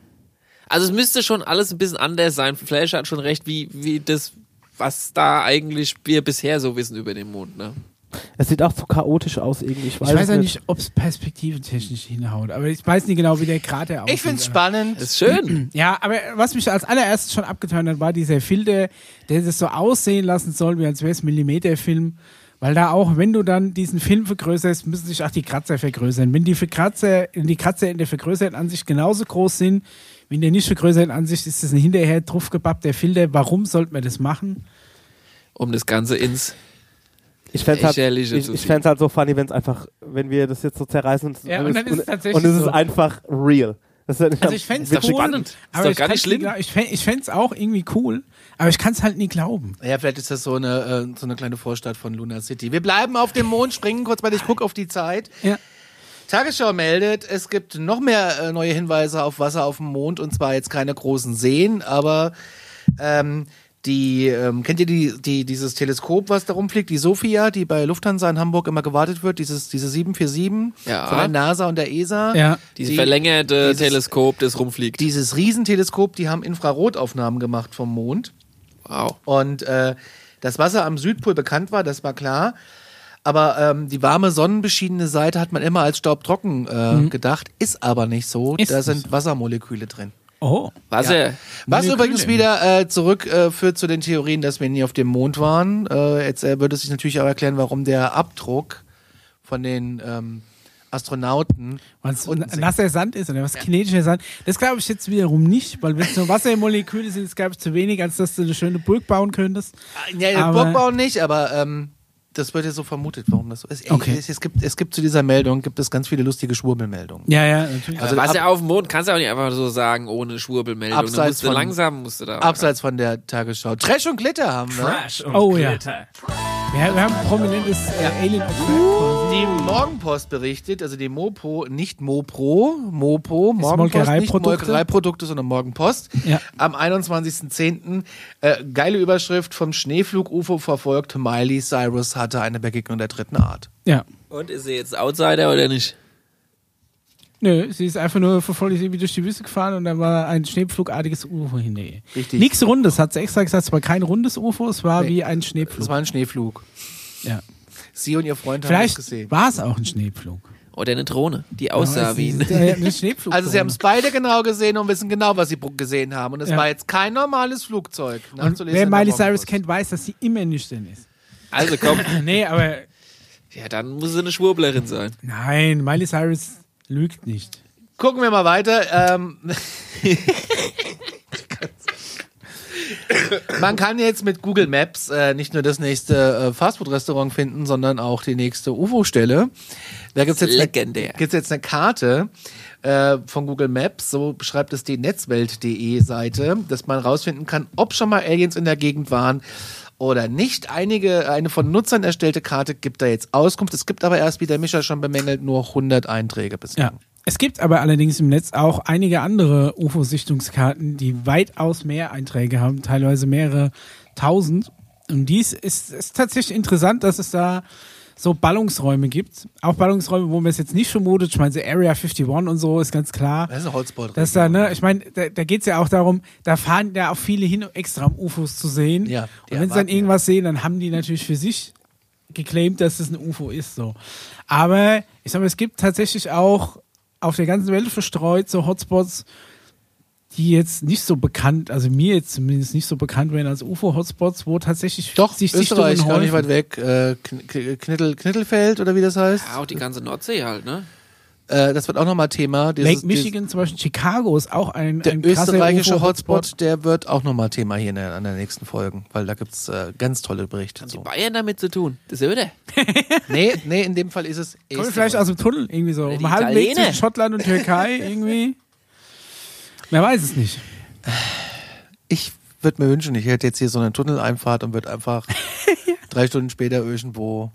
Speaker 3: Also es müsste schon alles ein bisschen anders sein. Flash hat schon recht, wie, wie das, was da eigentlich wir bisher so wissen über den Mond. Ne?
Speaker 4: Es sieht auch zu chaotisch aus irgendwie. Ich weiß,
Speaker 2: Ich weiß
Speaker 4: es
Speaker 2: ja
Speaker 4: nicht.
Speaker 2: nicht, ob es perspektiventechnisch hinhaut, aber ich weiß nicht genau, wie der Krater aussieht.
Speaker 1: Ich find's spannend.
Speaker 3: Das ist schön.
Speaker 1: [clears throat]
Speaker 2: Ja, aber was mich als allererstes schon abgetan hat, war dieser Filter, der das so aussehen lassen soll, wie als wäre es ein Millimeterfilm. Weil da auch, wenn du dann diesen Film vergrößerst, müssen sich auch die Kratzer vergrößern. Wenn die, Verkratzer, die Kratzer in der vergrößerten Ansicht genauso groß sind, wie in der nicht vergrößerten Ansicht, ist das ein hinterher draufgepappter Filter. Warum sollte man das machen?
Speaker 3: Um das Ganze ins.
Speaker 4: Ich fänd's halt, ich,
Speaker 3: Lächerliche zu
Speaker 4: ich
Speaker 3: sehen.
Speaker 4: fänd's halt so funny, wenn's einfach, wenn wir das jetzt so zerreißen und,
Speaker 2: Ja,
Speaker 4: und,
Speaker 2: und dann
Speaker 4: es,
Speaker 2: ist es
Speaker 4: und-
Speaker 2: tatsächlich
Speaker 4: und es ist
Speaker 2: so.
Speaker 4: einfach real. Das ist ja-
Speaker 2: Also
Speaker 4: [laughs]
Speaker 2: ich fänd's
Speaker 3: Ist doch
Speaker 2: cool,
Speaker 3: spannend. Ist
Speaker 2: aber
Speaker 3: doch
Speaker 2: ich
Speaker 3: gar nicht
Speaker 2: kann's
Speaker 3: schlimm.
Speaker 2: nie glau- Ich fänd- ich fänd's auch irgendwie cool, aber ich kann's halt nie glauben.
Speaker 1: Ja, vielleicht ist das so eine, äh, so eine kleine Vorstadt von Luna City. Wir bleiben auf dem Mond, springen kurz mal, ich guck auf die Zeit.
Speaker 2: Ja.
Speaker 1: Tagesschau meldet, es gibt noch mehr äh, neue Hinweise auf Wasser auf dem Mond und zwar jetzt keine großen Seen, aber ähm, die, ähm, kennt ihr die, die, dieses Teleskop, was da rumfliegt, die Sophia, die bei Lufthansa in Hamburg immer gewartet wird, dieses, diese 747
Speaker 3: Ja.
Speaker 1: von der NASA und der ESA?
Speaker 2: Ja.
Speaker 3: Dieses
Speaker 1: Die-
Speaker 3: verlängerte
Speaker 1: dieses-
Speaker 3: Teleskop, das rumfliegt.
Speaker 1: Dieses Riesenteleskop, die haben Infrarotaufnahmen gemacht vom Mond.
Speaker 3: wow.
Speaker 1: Und äh, das Wasser am Südpol bekannt war, das war klar. Aber ähm, die warme, sonnenbeschienene Seite hat man immer als staubtrocken äh, gedacht, ist aber nicht so.
Speaker 2: Mhm. Ist
Speaker 1: da
Speaker 2: nicht
Speaker 1: sind Wassermoleküle drin.
Speaker 2: Oh.
Speaker 3: Wasser.
Speaker 1: Was
Speaker 2: Moleküle.
Speaker 1: übrigens wieder äh, zurückführt zu den Theorien, dass wir nie auf dem Mond waren. Äh, jetzt äh, würde sich natürlich auch erklären, warum der Abdruck von den ähm, Astronauten
Speaker 2: Weil es
Speaker 1: unten sinkt.
Speaker 2: nasser Sand ist oder was kinetischer Sand. Das glaube ich jetzt wiederum nicht, weil wenn es nur Wassermoleküle sind, ist glaube ich zu wenig, als dass du eine schöne Burg bauen könntest.
Speaker 1: Ja, den
Speaker 2: Aber-
Speaker 1: Burgbau nicht, aber ähm, das wird ja so vermutet, warum das so ist. Ey,
Speaker 2: Okay.
Speaker 1: es, es, gibt, es gibt zu dieser Meldung gibt es ganz viele lustige Schwurbelmeldungen.
Speaker 2: Ja, ja, natürlich.
Speaker 1: Also
Speaker 3: Also Wasser
Speaker 1: ab-
Speaker 3: auf dem Mond kannst du auch nicht einfach so sagen, ohne Schwurbelmeldung.
Speaker 1: Abseits
Speaker 3: du musst
Speaker 1: von-
Speaker 3: langsam musst du da.
Speaker 1: Abseits von der Tagesschau. Trash und Glitter haben wir.
Speaker 2: oh ja. Ja, wir haben ein prominentes äh, Alien-Objekt quasi.
Speaker 1: Die Morgenpost berichtet, also die Mopo, nicht Mopro, Mopo, Morgenpost, nicht
Speaker 2: Molkereiprodukte.
Speaker 1: Molkereiprodukte, sondern Morgenpost,
Speaker 2: Ja.
Speaker 1: am 21.10. Äh, geile Überschrift, vom Schneeflug-UFO verfolgt, Miley Cyrus hatte eine Begegnung der dritten Art.
Speaker 2: Ja.
Speaker 3: Und ist sie jetzt Outsider oder nicht?
Speaker 2: Nö, sie ist einfach nur verfolgt, ist irgendwie durch die Wüste gefahren und dann war ein schneepflugartiges UFO in der Nähe.
Speaker 1: Richtig.
Speaker 2: Nichts Rundes, hat sie extra gesagt, es war kein rundes UFO, es war
Speaker 1: Nee.
Speaker 2: wie ein
Speaker 1: Das
Speaker 2: Schneepflug.
Speaker 1: war ein Schneeflug.
Speaker 2: ja.
Speaker 1: Sie und ihr Freund haben es
Speaker 2: Vielleicht
Speaker 1: gesehen.
Speaker 2: war es auch ein Schneepflug.
Speaker 3: Oder eine Drohne, die aussah wie ein.
Speaker 2: Ja, ein
Speaker 1: [laughs]
Speaker 2: Schneepflug.
Speaker 1: Also sie haben es beide genau gesehen und wissen genau, was sie br- gesehen haben. Und es
Speaker 2: Ja.
Speaker 1: war jetzt kein normales Flugzeug.
Speaker 2: und
Speaker 1: Nachzulesen
Speaker 2: wer
Speaker 1: in der
Speaker 2: Miley Cyrus
Speaker 1: Morgenpost.
Speaker 2: kennt, weiß, dass sie immer nüchtern ist.
Speaker 3: Also komm,
Speaker 2: nee, aber
Speaker 3: [laughs] ja, dann muss sie eine Schwurblerin sein.
Speaker 2: nein, Miley Cyrus lügt nicht.
Speaker 1: Gucken wir mal weiter. Ähm, Man kann jetzt mit Google Maps äh, nicht nur das nächste äh, Fastfood-Restaurant finden, sondern auch die nächste UFO-Stelle. Da gibt's jetzt,
Speaker 3: Legendär.
Speaker 1: Ne, gibt's jetzt eine Karte äh, von Google Maps, so beschreibt es die netzwelt.de Seite, dass man rausfinden kann, ob schon mal Aliens in der Gegend waren oder nicht. Einige, eine von Nutzern erstellte Karte gibt da jetzt Auskunft. Es gibt aber erst, wie der Mischa schon bemängelt, nur 100 Einträge bislang.
Speaker 2: Ja. Es gibt aber allerdings im Netz auch einige andere UFO-Sichtungskarten, die weitaus mehr Einträge haben, teilweise mehrere tausend. Und dies ist, ist tatsächlich interessant, dass es da so Ballungsräume gibt. Auch Ballungsräume, wo man es jetzt nicht vermutet. Ich meine, so Area 51 und so ist ganz klar.
Speaker 1: Das ist ein Holzbeutel.
Speaker 2: Dass da, ne, ich meine, da, da geht es ja auch darum, da fahren ja auch viele hin, extra um UFOs zu sehen.
Speaker 1: Ja, die
Speaker 2: und wenn sie dann
Speaker 1: erwarten ja.
Speaker 2: irgendwas sehen, dann haben die natürlich für sich geclaimt, dass es ein UFO ist. So. Aber ich sag mal, es gibt tatsächlich auch auf der ganzen Welt verstreut so Hotspots, die jetzt nicht so bekannt, also mir jetzt zumindest nicht so bekannt werden als UFO-Hotspots, wo tatsächlich
Speaker 1: Doch,
Speaker 2: sich
Speaker 1: Österreich,
Speaker 2: Sichtungen
Speaker 1: gar nicht weit
Speaker 2: häufen.
Speaker 1: weg. Äh, Kn- Kn- Knittel, Knittelfeld oder wie das heißt.
Speaker 3: Ja, auch die ganze Nordsee halt, ne?
Speaker 1: Äh, das wird auch nochmal Thema. Dieses,
Speaker 2: Lake Michigan zum Beispiel, Chicago ist auch ein,
Speaker 1: Dieses,
Speaker 2: ein
Speaker 1: der
Speaker 2: krasser
Speaker 1: österreichische
Speaker 2: UFO-Hotspot.
Speaker 1: Hotspot, der wird auch nochmal Thema hier in der, an der nächsten Folgen, weil da gibt's äh, ganz tolle Berichte.
Speaker 3: Die
Speaker 1: So.
Speaker 3: Bayern damit zu tun. Das ist öde.
Speaker 1: Nee, nee, in dem Fall ist es
Speaker 2: Kommen wir vielleicht also- aus dem Tunnel irgendwie so.
Speaker 3: die
Speaker 2: Im halben Weg
Speaker 3: Italiener.
Speaker 2: zwischen Schottland und Türkei irgendwie. Wer weiß es nicht.
Speaker 1: Ich würde mir wünschen, ich hätte jetzt hier so eine Tunneleinfahrt und würde
Speaker 2: [laughs]
Speaker 1: einfach drei Stunden später irgendwo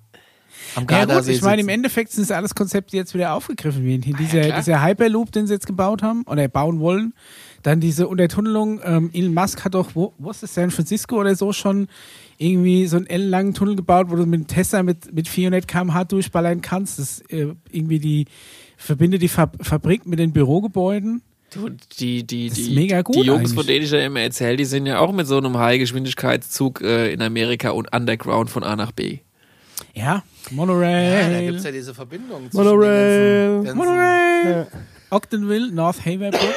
Speaker 1: am
Speaker 2: Ja, gut,
Speaker 1: Gardasee
Speaker 2: ich meine, im
Speaker 1: sitzen.
Speaker 2: Endeffekt sind alles Konzepte die jetzt wieder aufgegriffen werden. Hier dieser,
Speaker 3: klar.
Speaker 2: dieser Hyperloop, den sie jetzt gebaut haben oder bauen wollen. Dann diese Untertunnelung. Ähm, Elon Musk hat doch, wo, wo ist das, San Francisco oder so schon irgendwie so einen ellenlangen Tunnel gebaut, wo du mit dem Tesla mit, mit 400 km/h durchballern kannst. Das äh, irgendwie die verbindet die Fab Fabrik mit den Bürogebäuden.
Speaker 3: Du, die, die,
Speaker 2: Das ist
Speaker 3: die,
Speaker 2: mega gut
Speaker 3: die Jungs,
Speaker 2: eigentlich.
Speaker 3: von denen ich ja immer erzähle, die sind ja auch mit so einem High-Geschwindigkeitszug äh, in Amerika und Underground von A nach B.
Speaker 2: Ja, Monorail.
Speaker 1: ja, da gibt's ja diese Verbindung zwischen
Speaker 4: Monorail.
Speaker 1: den ganzen, ganzen
Speaker 2: Monorail. Äh, Ogdenville, North Haverbrook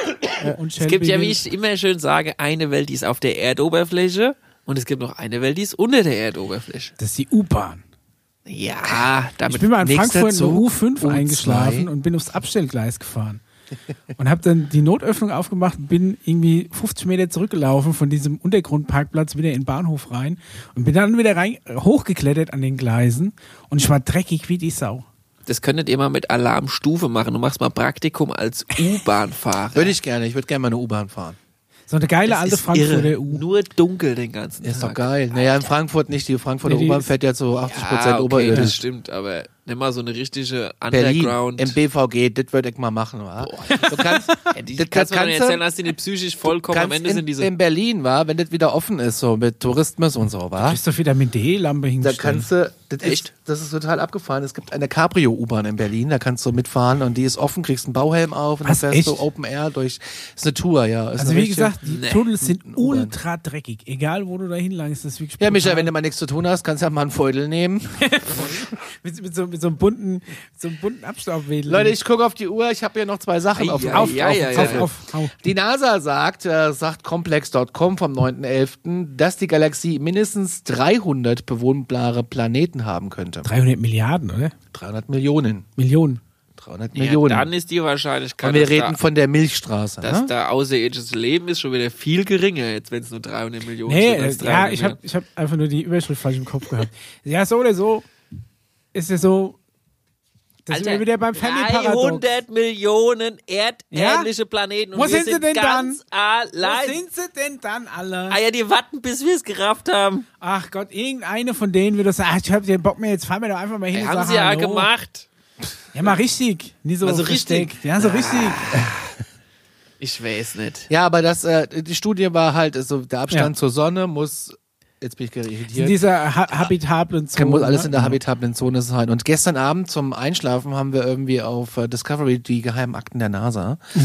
Speaker 2: und Shelby.
Speaker 3: Äh, Es gibt ja, wie ich immer schön sage, eine Welt, die ist auf der Erdoberfläche und es gibt noch eine Welt, die ist unter der Erdoberfläche.
Speaker 2: Das ist die U-Bahn.
Speaker 3: Ja, damit
Speaker 2: Ich bin mal in
Speaker 1: Nächster
Speaker 2: Frankfurt in der
Speaker 1: Zug,
Speaker 2: U5
Speaker 1: U2.
Speaker 2: eingeschlafen und bin aufs Abstellgleis gefahren. Und habe dann die Notöffnung aufgemacht und bin irgendwie 50 Meter zurückgelaufen von diesem Untergrundparkplatz wieder in den Bahnhof rein und bin dann wieder rein, hochgeklettert an den Gleisen und ich war dreckig wie die Sau.
Speaker 3: Das könntet ihr mal mit Alarmstufe machen. Du machst mal Praktikum
Speaker 2: [laughs]
Speaker 3: als U-Bahn-Fahrer.
Speaker 1: Würde ich gerne, ich würde gerne mal eine U-Bahn fahren.
Speaker 2: So eine geile
Speaker 3: Das
Speaker 2: alte
Speaker 3: ist irre.
Speaker 2: Frankfurter U.
Speaker 3: Nur dunkel den ganzen
Speaker 1: Ist doch
Speaker 3: Tag.
Speaker 1: geil. Naja, in Frankfurt nicht. Die Frankfurter
Speaker 2: Nee, die
Speaker 1: U-Bahn
Speaker 2: ist-
Speaker 1: fährt ja zu 80 Prozent
Speaker 3: okay, Das
Speaker 1: oberirdisch.
Speaker 3: stimmt, aber nimm mal so eine richtige
Speaker 1: Berlin,
Speaker 3: Underground.
Speaker 1: im BVG, das würde ich mal machen, wa? Du kannst,
Speaker 3: [laughs] Ja, die
Speaker 1: das
Speaker 3: kannst
Speaker 1: kannst
Speaker 3: du mir nicht
Speaker 1: du-
Speaker 3: erzählen, dass die nicht psychisch vollkommen am
Speaker 1: kannst
Speaker 3: Ende
Speaker 1: in,
Speaker 3: sind. Diese
Speaker 1: in Berlin, wa? Wenn das wieder offen ist, so mit Tourismus und so, wa?
Speaker 2: Ist doch wieder mit D-Lampe
Speaker 1: Da
Speaker 2: hingestellt.
Speaker 1: kannst du, das ist,
Speaker 3: Echt?
Speaker 1: das ist total abgefahren. Es gibt eine Cabrio-U-Bahn in Berlin, da kannst du mitfahren und die ist offen, kriegst einen Bauhelm auf und
Speaker 2: Was,
Speaker 1: dann fährst du
Speaker 2: echt?
Speaker 1: Open Air durch. Ist eine Tour, ja. Ist
Speaker 2: Also
Speaker 1: eine
Speaker 2: wie
Speaker 1: richtige-
Speaker 2: gesagt, die
Speaker 3: Nee.
Speaker 2: Tunnel sind
Speaker 1: U-Bahn.
Speaker 2: ultra dreckig. Egal wo du da hinlangst, das ist wirklich
Speaker 1: Ja, Micha,
Speaker 2: brutal.
Speaker 1: wenn du mal nichts zu tun hast, kannst du ja mal einen Feudel nehmen.
Speaker 2: mit, mit, so, mit so einem bunten, mit so einem bunten Abstaubwedel.
Speaker 1: Leute, ich gucke auf die Uhr, ich habe hier noch zwei Sachen auf dem
Speaker 3: Ei,
Speaker 1: auf,
Speaker 3: ei, ei, ei,
Speaker 2: auf,
Speaker 3: ei.
Speaker 2: auf, auf.
Speaker 1: Die NASA sagt, äh, sagt complex.com vom 9.11., dass die Galaxie mindestens 300 bewohnbare Planeten haben könnte.
Speaker 2: 300 Milliarden, oder?
Speaker 1: 300 Millionen.
Speaker 2: Millionen.
Speaker 1: 300
Speaker 3: ja,
Speaker 1: Millionen.
Speaker 3: Dann ist die Wahrscheinlichkeit,
Speaker 1: Und wir
Speaker 3: dass,
Speaker 1: reden
Speaker 3: da,
Speaker 1: von der Milchstraße.
Speaker 3: dass
Speaker 1: Ne?
Speaker 3: da außerirdisches Leben ist, schon wieder viel geringer, jetzt wenn es nur 300 Millionen
Speaker 2: Nee,
Speaker 3: sind.
Speaker 2: äh,
Speaker 3: als
Speaker 2: ja,
Speaker 3: 300
Speaker 2: ich habe ich hab einfach nur die Überschrift falsch im Kopf gehabt. Ja, so oder so ist ja so, Da sind wir wieder beim Family Paradox.
Speaker 3: 300 Millionen erdähnliche
Speaker 2: Ja?
Speaker 3: Planeten.
Speaker 2: Wo
Speaker 3: wir
Speaker 2: sind sie denn
Speaker 3: ganz
Speaker 2: Wo
Speaker 3: allein.
Speaker 2: sind sie denn dann alle?
Speaker 3: Ah ja, die warten, bis wir es gerafft haben.
Speaker 2: Ach Gott, irgendeine von denen würde sagen, ach, ich hab den Bock mir, jetzt fahren wir doch einfach mal hin
Speaker 3: Ey,
Speaker 2: und
Speaker 3: haben
Speaker 2: sagen
Speaker 3: sie ja
Speaker 2: Hallo.
Speaker 3: gemacht.
Speaker 2: Ja, mal richtig. Nie so
Speaker 3: Also
Speaker 2: versteckt.
Speaker 3: richtig.
Speaker 2: Ja, so richtig.
Speaker 3: Ich weiß nicht.
Speaker 1: Ja, aber das, äh, die Studie war halt, also der Abstand
Speaker 2: Ja.
Speaker 1: zur Sonne muss, jetzt bin ich
Speaker 2: In
Speaker 1: irritiert,
Speaker 2: dieser ha habitablen Zone.
Speaker 1: muss alles in der
Speaker 2: ne?
Speaker 1: habitablen Zone sein. Und gestern Abend zum Einschlafen haben wir irgendwie auf äh, Discovery die geheimen Akten der NASA.
Speaker 2: Mm.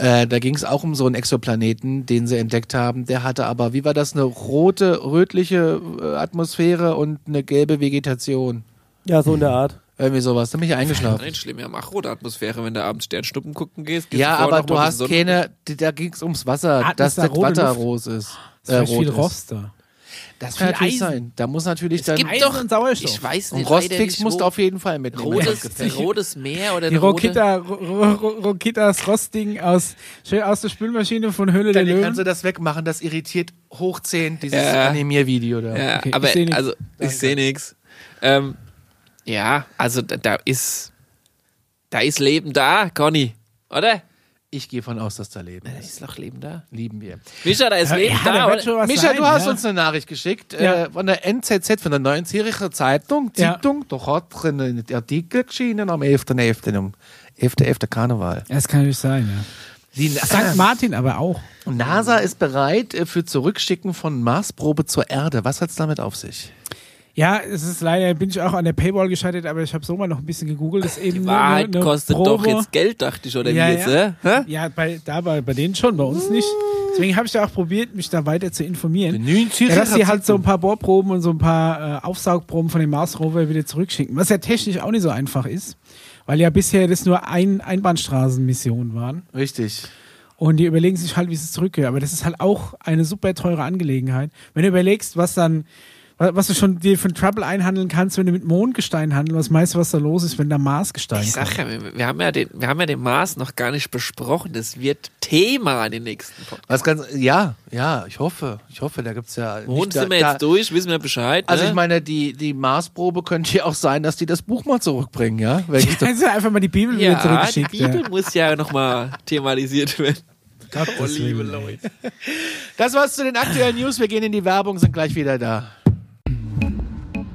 Speaker 1: Äh, da ging es auch um so einen Exoplaneten, den sie entdeckt haben. Der hatte aber, wie war das, eine rote, rötliche äh, Atmosphäre und eine gelbe Vegetation.
Speaker 4: Ja, so in der Art.
Speaker 1: Irgendwie sowas. Da bin ich eingeschlafen.
Speaker 3: Nicht schlimm, wir haben auch rote Atmosphäre, wenn du abends Sternschnuppen gucken gehst. gehst
Speaker 1: Ja,
Speaker 3: vorher
Speaker 1: aber
Speaker 3: noch mal
Speaker 1: du
Speaker 3: ein
Speaker 1: hast
Speaker 3: bisschen Sonne-
Speaker 1: keine, die- da ging es ums Wasser,
Speaker 2: Atmos
Speaker 1: dass
Speaker 2: da
Speaker 1: das
Speaker 2: rote
Speaker 1: Wasser
Speaker 2: Luft?
Speaker 1: rot ist.
Speaker 2: Das ist vielleicht
Speaker 1: rot
Speaker 2: viel
Speaker 1: ist.
Speaker 2: Rost da.
Speaker 1: Das kann
Speaker 2: viel
Speaker 1: natürlich
Speaker 2: Eisen.
Speaker 1: sein. Da muss natürlich
Speaker 3: Es
Speaker 1: dann.
Speaker 3: gibt
Speaker 2: Eisen
Speaker 3: doch,
Speaker 2: und Sauerstoff.
Speaker 3: ich weiß
Speaker 1: Und
Speaker 3: nicht, leider
Speaker 1: Rostfix
Speaker 3: nicht,
Speaker 1: musst du
Speaker 3: wo-
Speaker 1: auf jeden Fall mitnehmen.
Speaker 3: rotes, rotes Meer oder
Speaker 2: Die
Speaker 3: eine rote...
Speaker 2: Rokita, Ro- Ro- Ro- Rokitas Rostding aus, schön aus der Spülmaschine von Höhle der
Speaker 1: Dann kannst du
Speaker 2: Löwen.
Speaker 1: das wegmachen, das irritiert hoch 10 dieses
Speaker 3: Ja.
Speaker 1: Animier-Video da.
Speaker 3: Ja,
Speaker 2: Okay,
Speaker 3: aber
Speaker 2: ich seh nix.
Speaker 3: also ich sehe nichts. Ähm, ja, also da, da ist da ist Leben da, Conny, oder?
Speaker 1: Ich gehe von aus, dass da leben
Speaker 3: Da
Speaker 1: ist.
Speaker 3: ist noch Leben da.
Speaker 1: Lieben wir.
Speaker 3: Mischa, da ist Leben da, oder?
Speaker 1: Micha, du hast
Speaker 2: ja.
Speaker 1: uns eine Nachricht geschickt
Speaker 2: Ja.
Speaker 1: äh, von der NZZ, von der Neuen Zürcher Zeitung.
Speaker 2: Ja.
Speaker 1: Zeitung, da hat ein Artikel geschienen am 11.11. um 11.11. Karneval.
Speaker 2: Ja, Das kann nicht sein, ja.
Speaker 1: Die Ah.
Speaker 3: Ah.
Speaker 2: St. Martin aber auch.
Speaker 1: NASA ist bereit äh, für Zurückschicken von Marsprobe zur Erde. Was hat's damit auf sich?
Speaker 2: Ja, es ist leider, bin ich auch an der Paywall gescheitert, aber ich habe so mal noch ein bisschen gegoogelt. Das ist eben nur
Speaker 3: Wahrheit
Speaker 2: eine, eine
Speaker 3: kostet
Speaker 2: Probe.
Speaker 3: doch jetzt Geld, dachte ich, oder
Speaker 2: Ja,
Speaker 3: wie jetzt,
Speaker 2: ja.
Speaker 3: äh? Hä?
Speaker 2: Ja, bei, da bei, bei denen schon, bei uns nicht. Deswegen habe ich ja auch probiert, mich da weiter zu informieren. Ja, dass sie halt so ein paar Bohrproben und so ein paar äh, Aufsaugproben von dem Mars-Rover wieder zurückschicken. Was ja technisch auch nicht so einfach ist, weil ja bisher das nur ein Einbahnstraßenmissionen waren.
Speaker 1: Richtig.
Speaker 2: Und die überlegen sich halt, wie sie es zurückgehen. Aber das ist halt auch eine super teure Angelegenheit. Wenn du überlegst, was dann, wa- was du schon dir von Trouble einhandeln kannst, wenn du mit Mondgestein handelst, was meinst du, was da los ist, wenn da Marsgestein
Speaker 3: Ich
Speaker 2: ist?
Speaker 3: sag ja, wir, wir haben ja den, wir haben ja den Mars noch gar nicht besprochen. Das wird Thema in den nächsten Podcasts.
Speaker 1: Was ganz, ja, ja, ich hoffe, ich hoffe, da gibt's ja.
Speaker 3: Wohnen
Speaker 1: nicht- da-
Speaker 3: sind wir jetzt
Speaker 1: da,
Speaker 3: durch, wissen wir Bescheid.
Speaker 1: Also
Speaker 3: ne?
Speaker 1: ich meine, die, die Marsprobe könnte ja auch sein, dass die das Buch mal zurückbringen, ja? Wenn ich so-
Speaker 2: Kannst du [laughs] einfach mal die Bibel wieder
Speaker 3: ja, die
Speaker 2: zurückgeschickt.
Speaker 3: Bibel
Speaker 2: ja.
Speaker 3: muss ja nochmal thematisiert werden.
Speaker 2: Gottes
Speaker 3: Oh, liebe
Speaker 2: Willen.
Speaker 3: Leute.
Speaker 1: [laughs] das war's zu den aktuellen News. Wir gehen in die Werbung, sind gleich wieder da.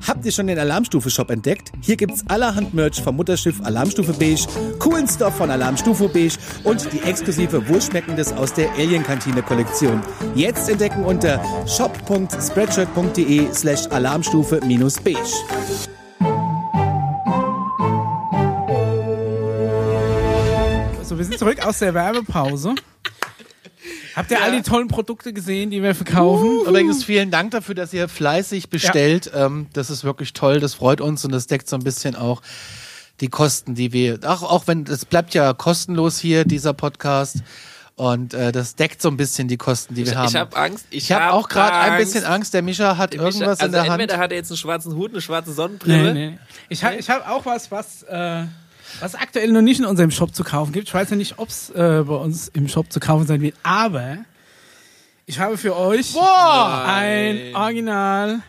Speaker 5: Habt ihr schon den Alarmstufe-Shop entdeckt? Hier gibt's allerhand Merch vom Mutterschiff Alarmstufe Beige, coolen Stuff von Alarmstufe Beige und die exklusive Wohlschmeckendes aus der Alien-Kantine-Kollektion. Jetzt entdecken unter shop.spreadshirt.de slash alarmstufe-beige.
Speaker 2: So, wir sind zurück aus der Werbepause. Habt ihr all die tollen Produkte gesehen, die wir verkaufen?
Speaker 1: Übrigens, vielen Dank dafür, dass ihr fleißig bestellt. Ähm, das ist wirklich toll, das freut uns und das deckt so ein bisschen auch die Kosten, die wir, auch, auch wenn, es bleibt ja kostenlos hier, dieser Podcast. Und äh, das deckt so ein bisschen die Kosten, die wir
Speaker 3: Ich,
Speaker 1: haben.
Speaker 3: ich habe Angst. Ich,
Speaker 1: Ich habe
Speaker 3: hab
Speaker 1: auch gerade ein
Speaker 3: Angst.
Speaker 1: bisschen Angst. Der Mischa hat
Speaker 3: Mischa,
Speaker 1: irgendwas
Speaker 3: also
Speaker 1: in der Hand.
Speaker 3: Entweder hat er jetzt einen schwarzen Hut, eine schwarze
Speaker 2: Nee,
Speaker 3: Sonnenbrille.
Speaker 2: nee. Ich habe ich hab auch was, was, äh, was aktuell noch nicht in unserem Shop zu kaufen gibt. Ich weiß ja nicht, ob es äh, bei uns im Shop zu kaufen sein wird, aber ich habe für euch ein Original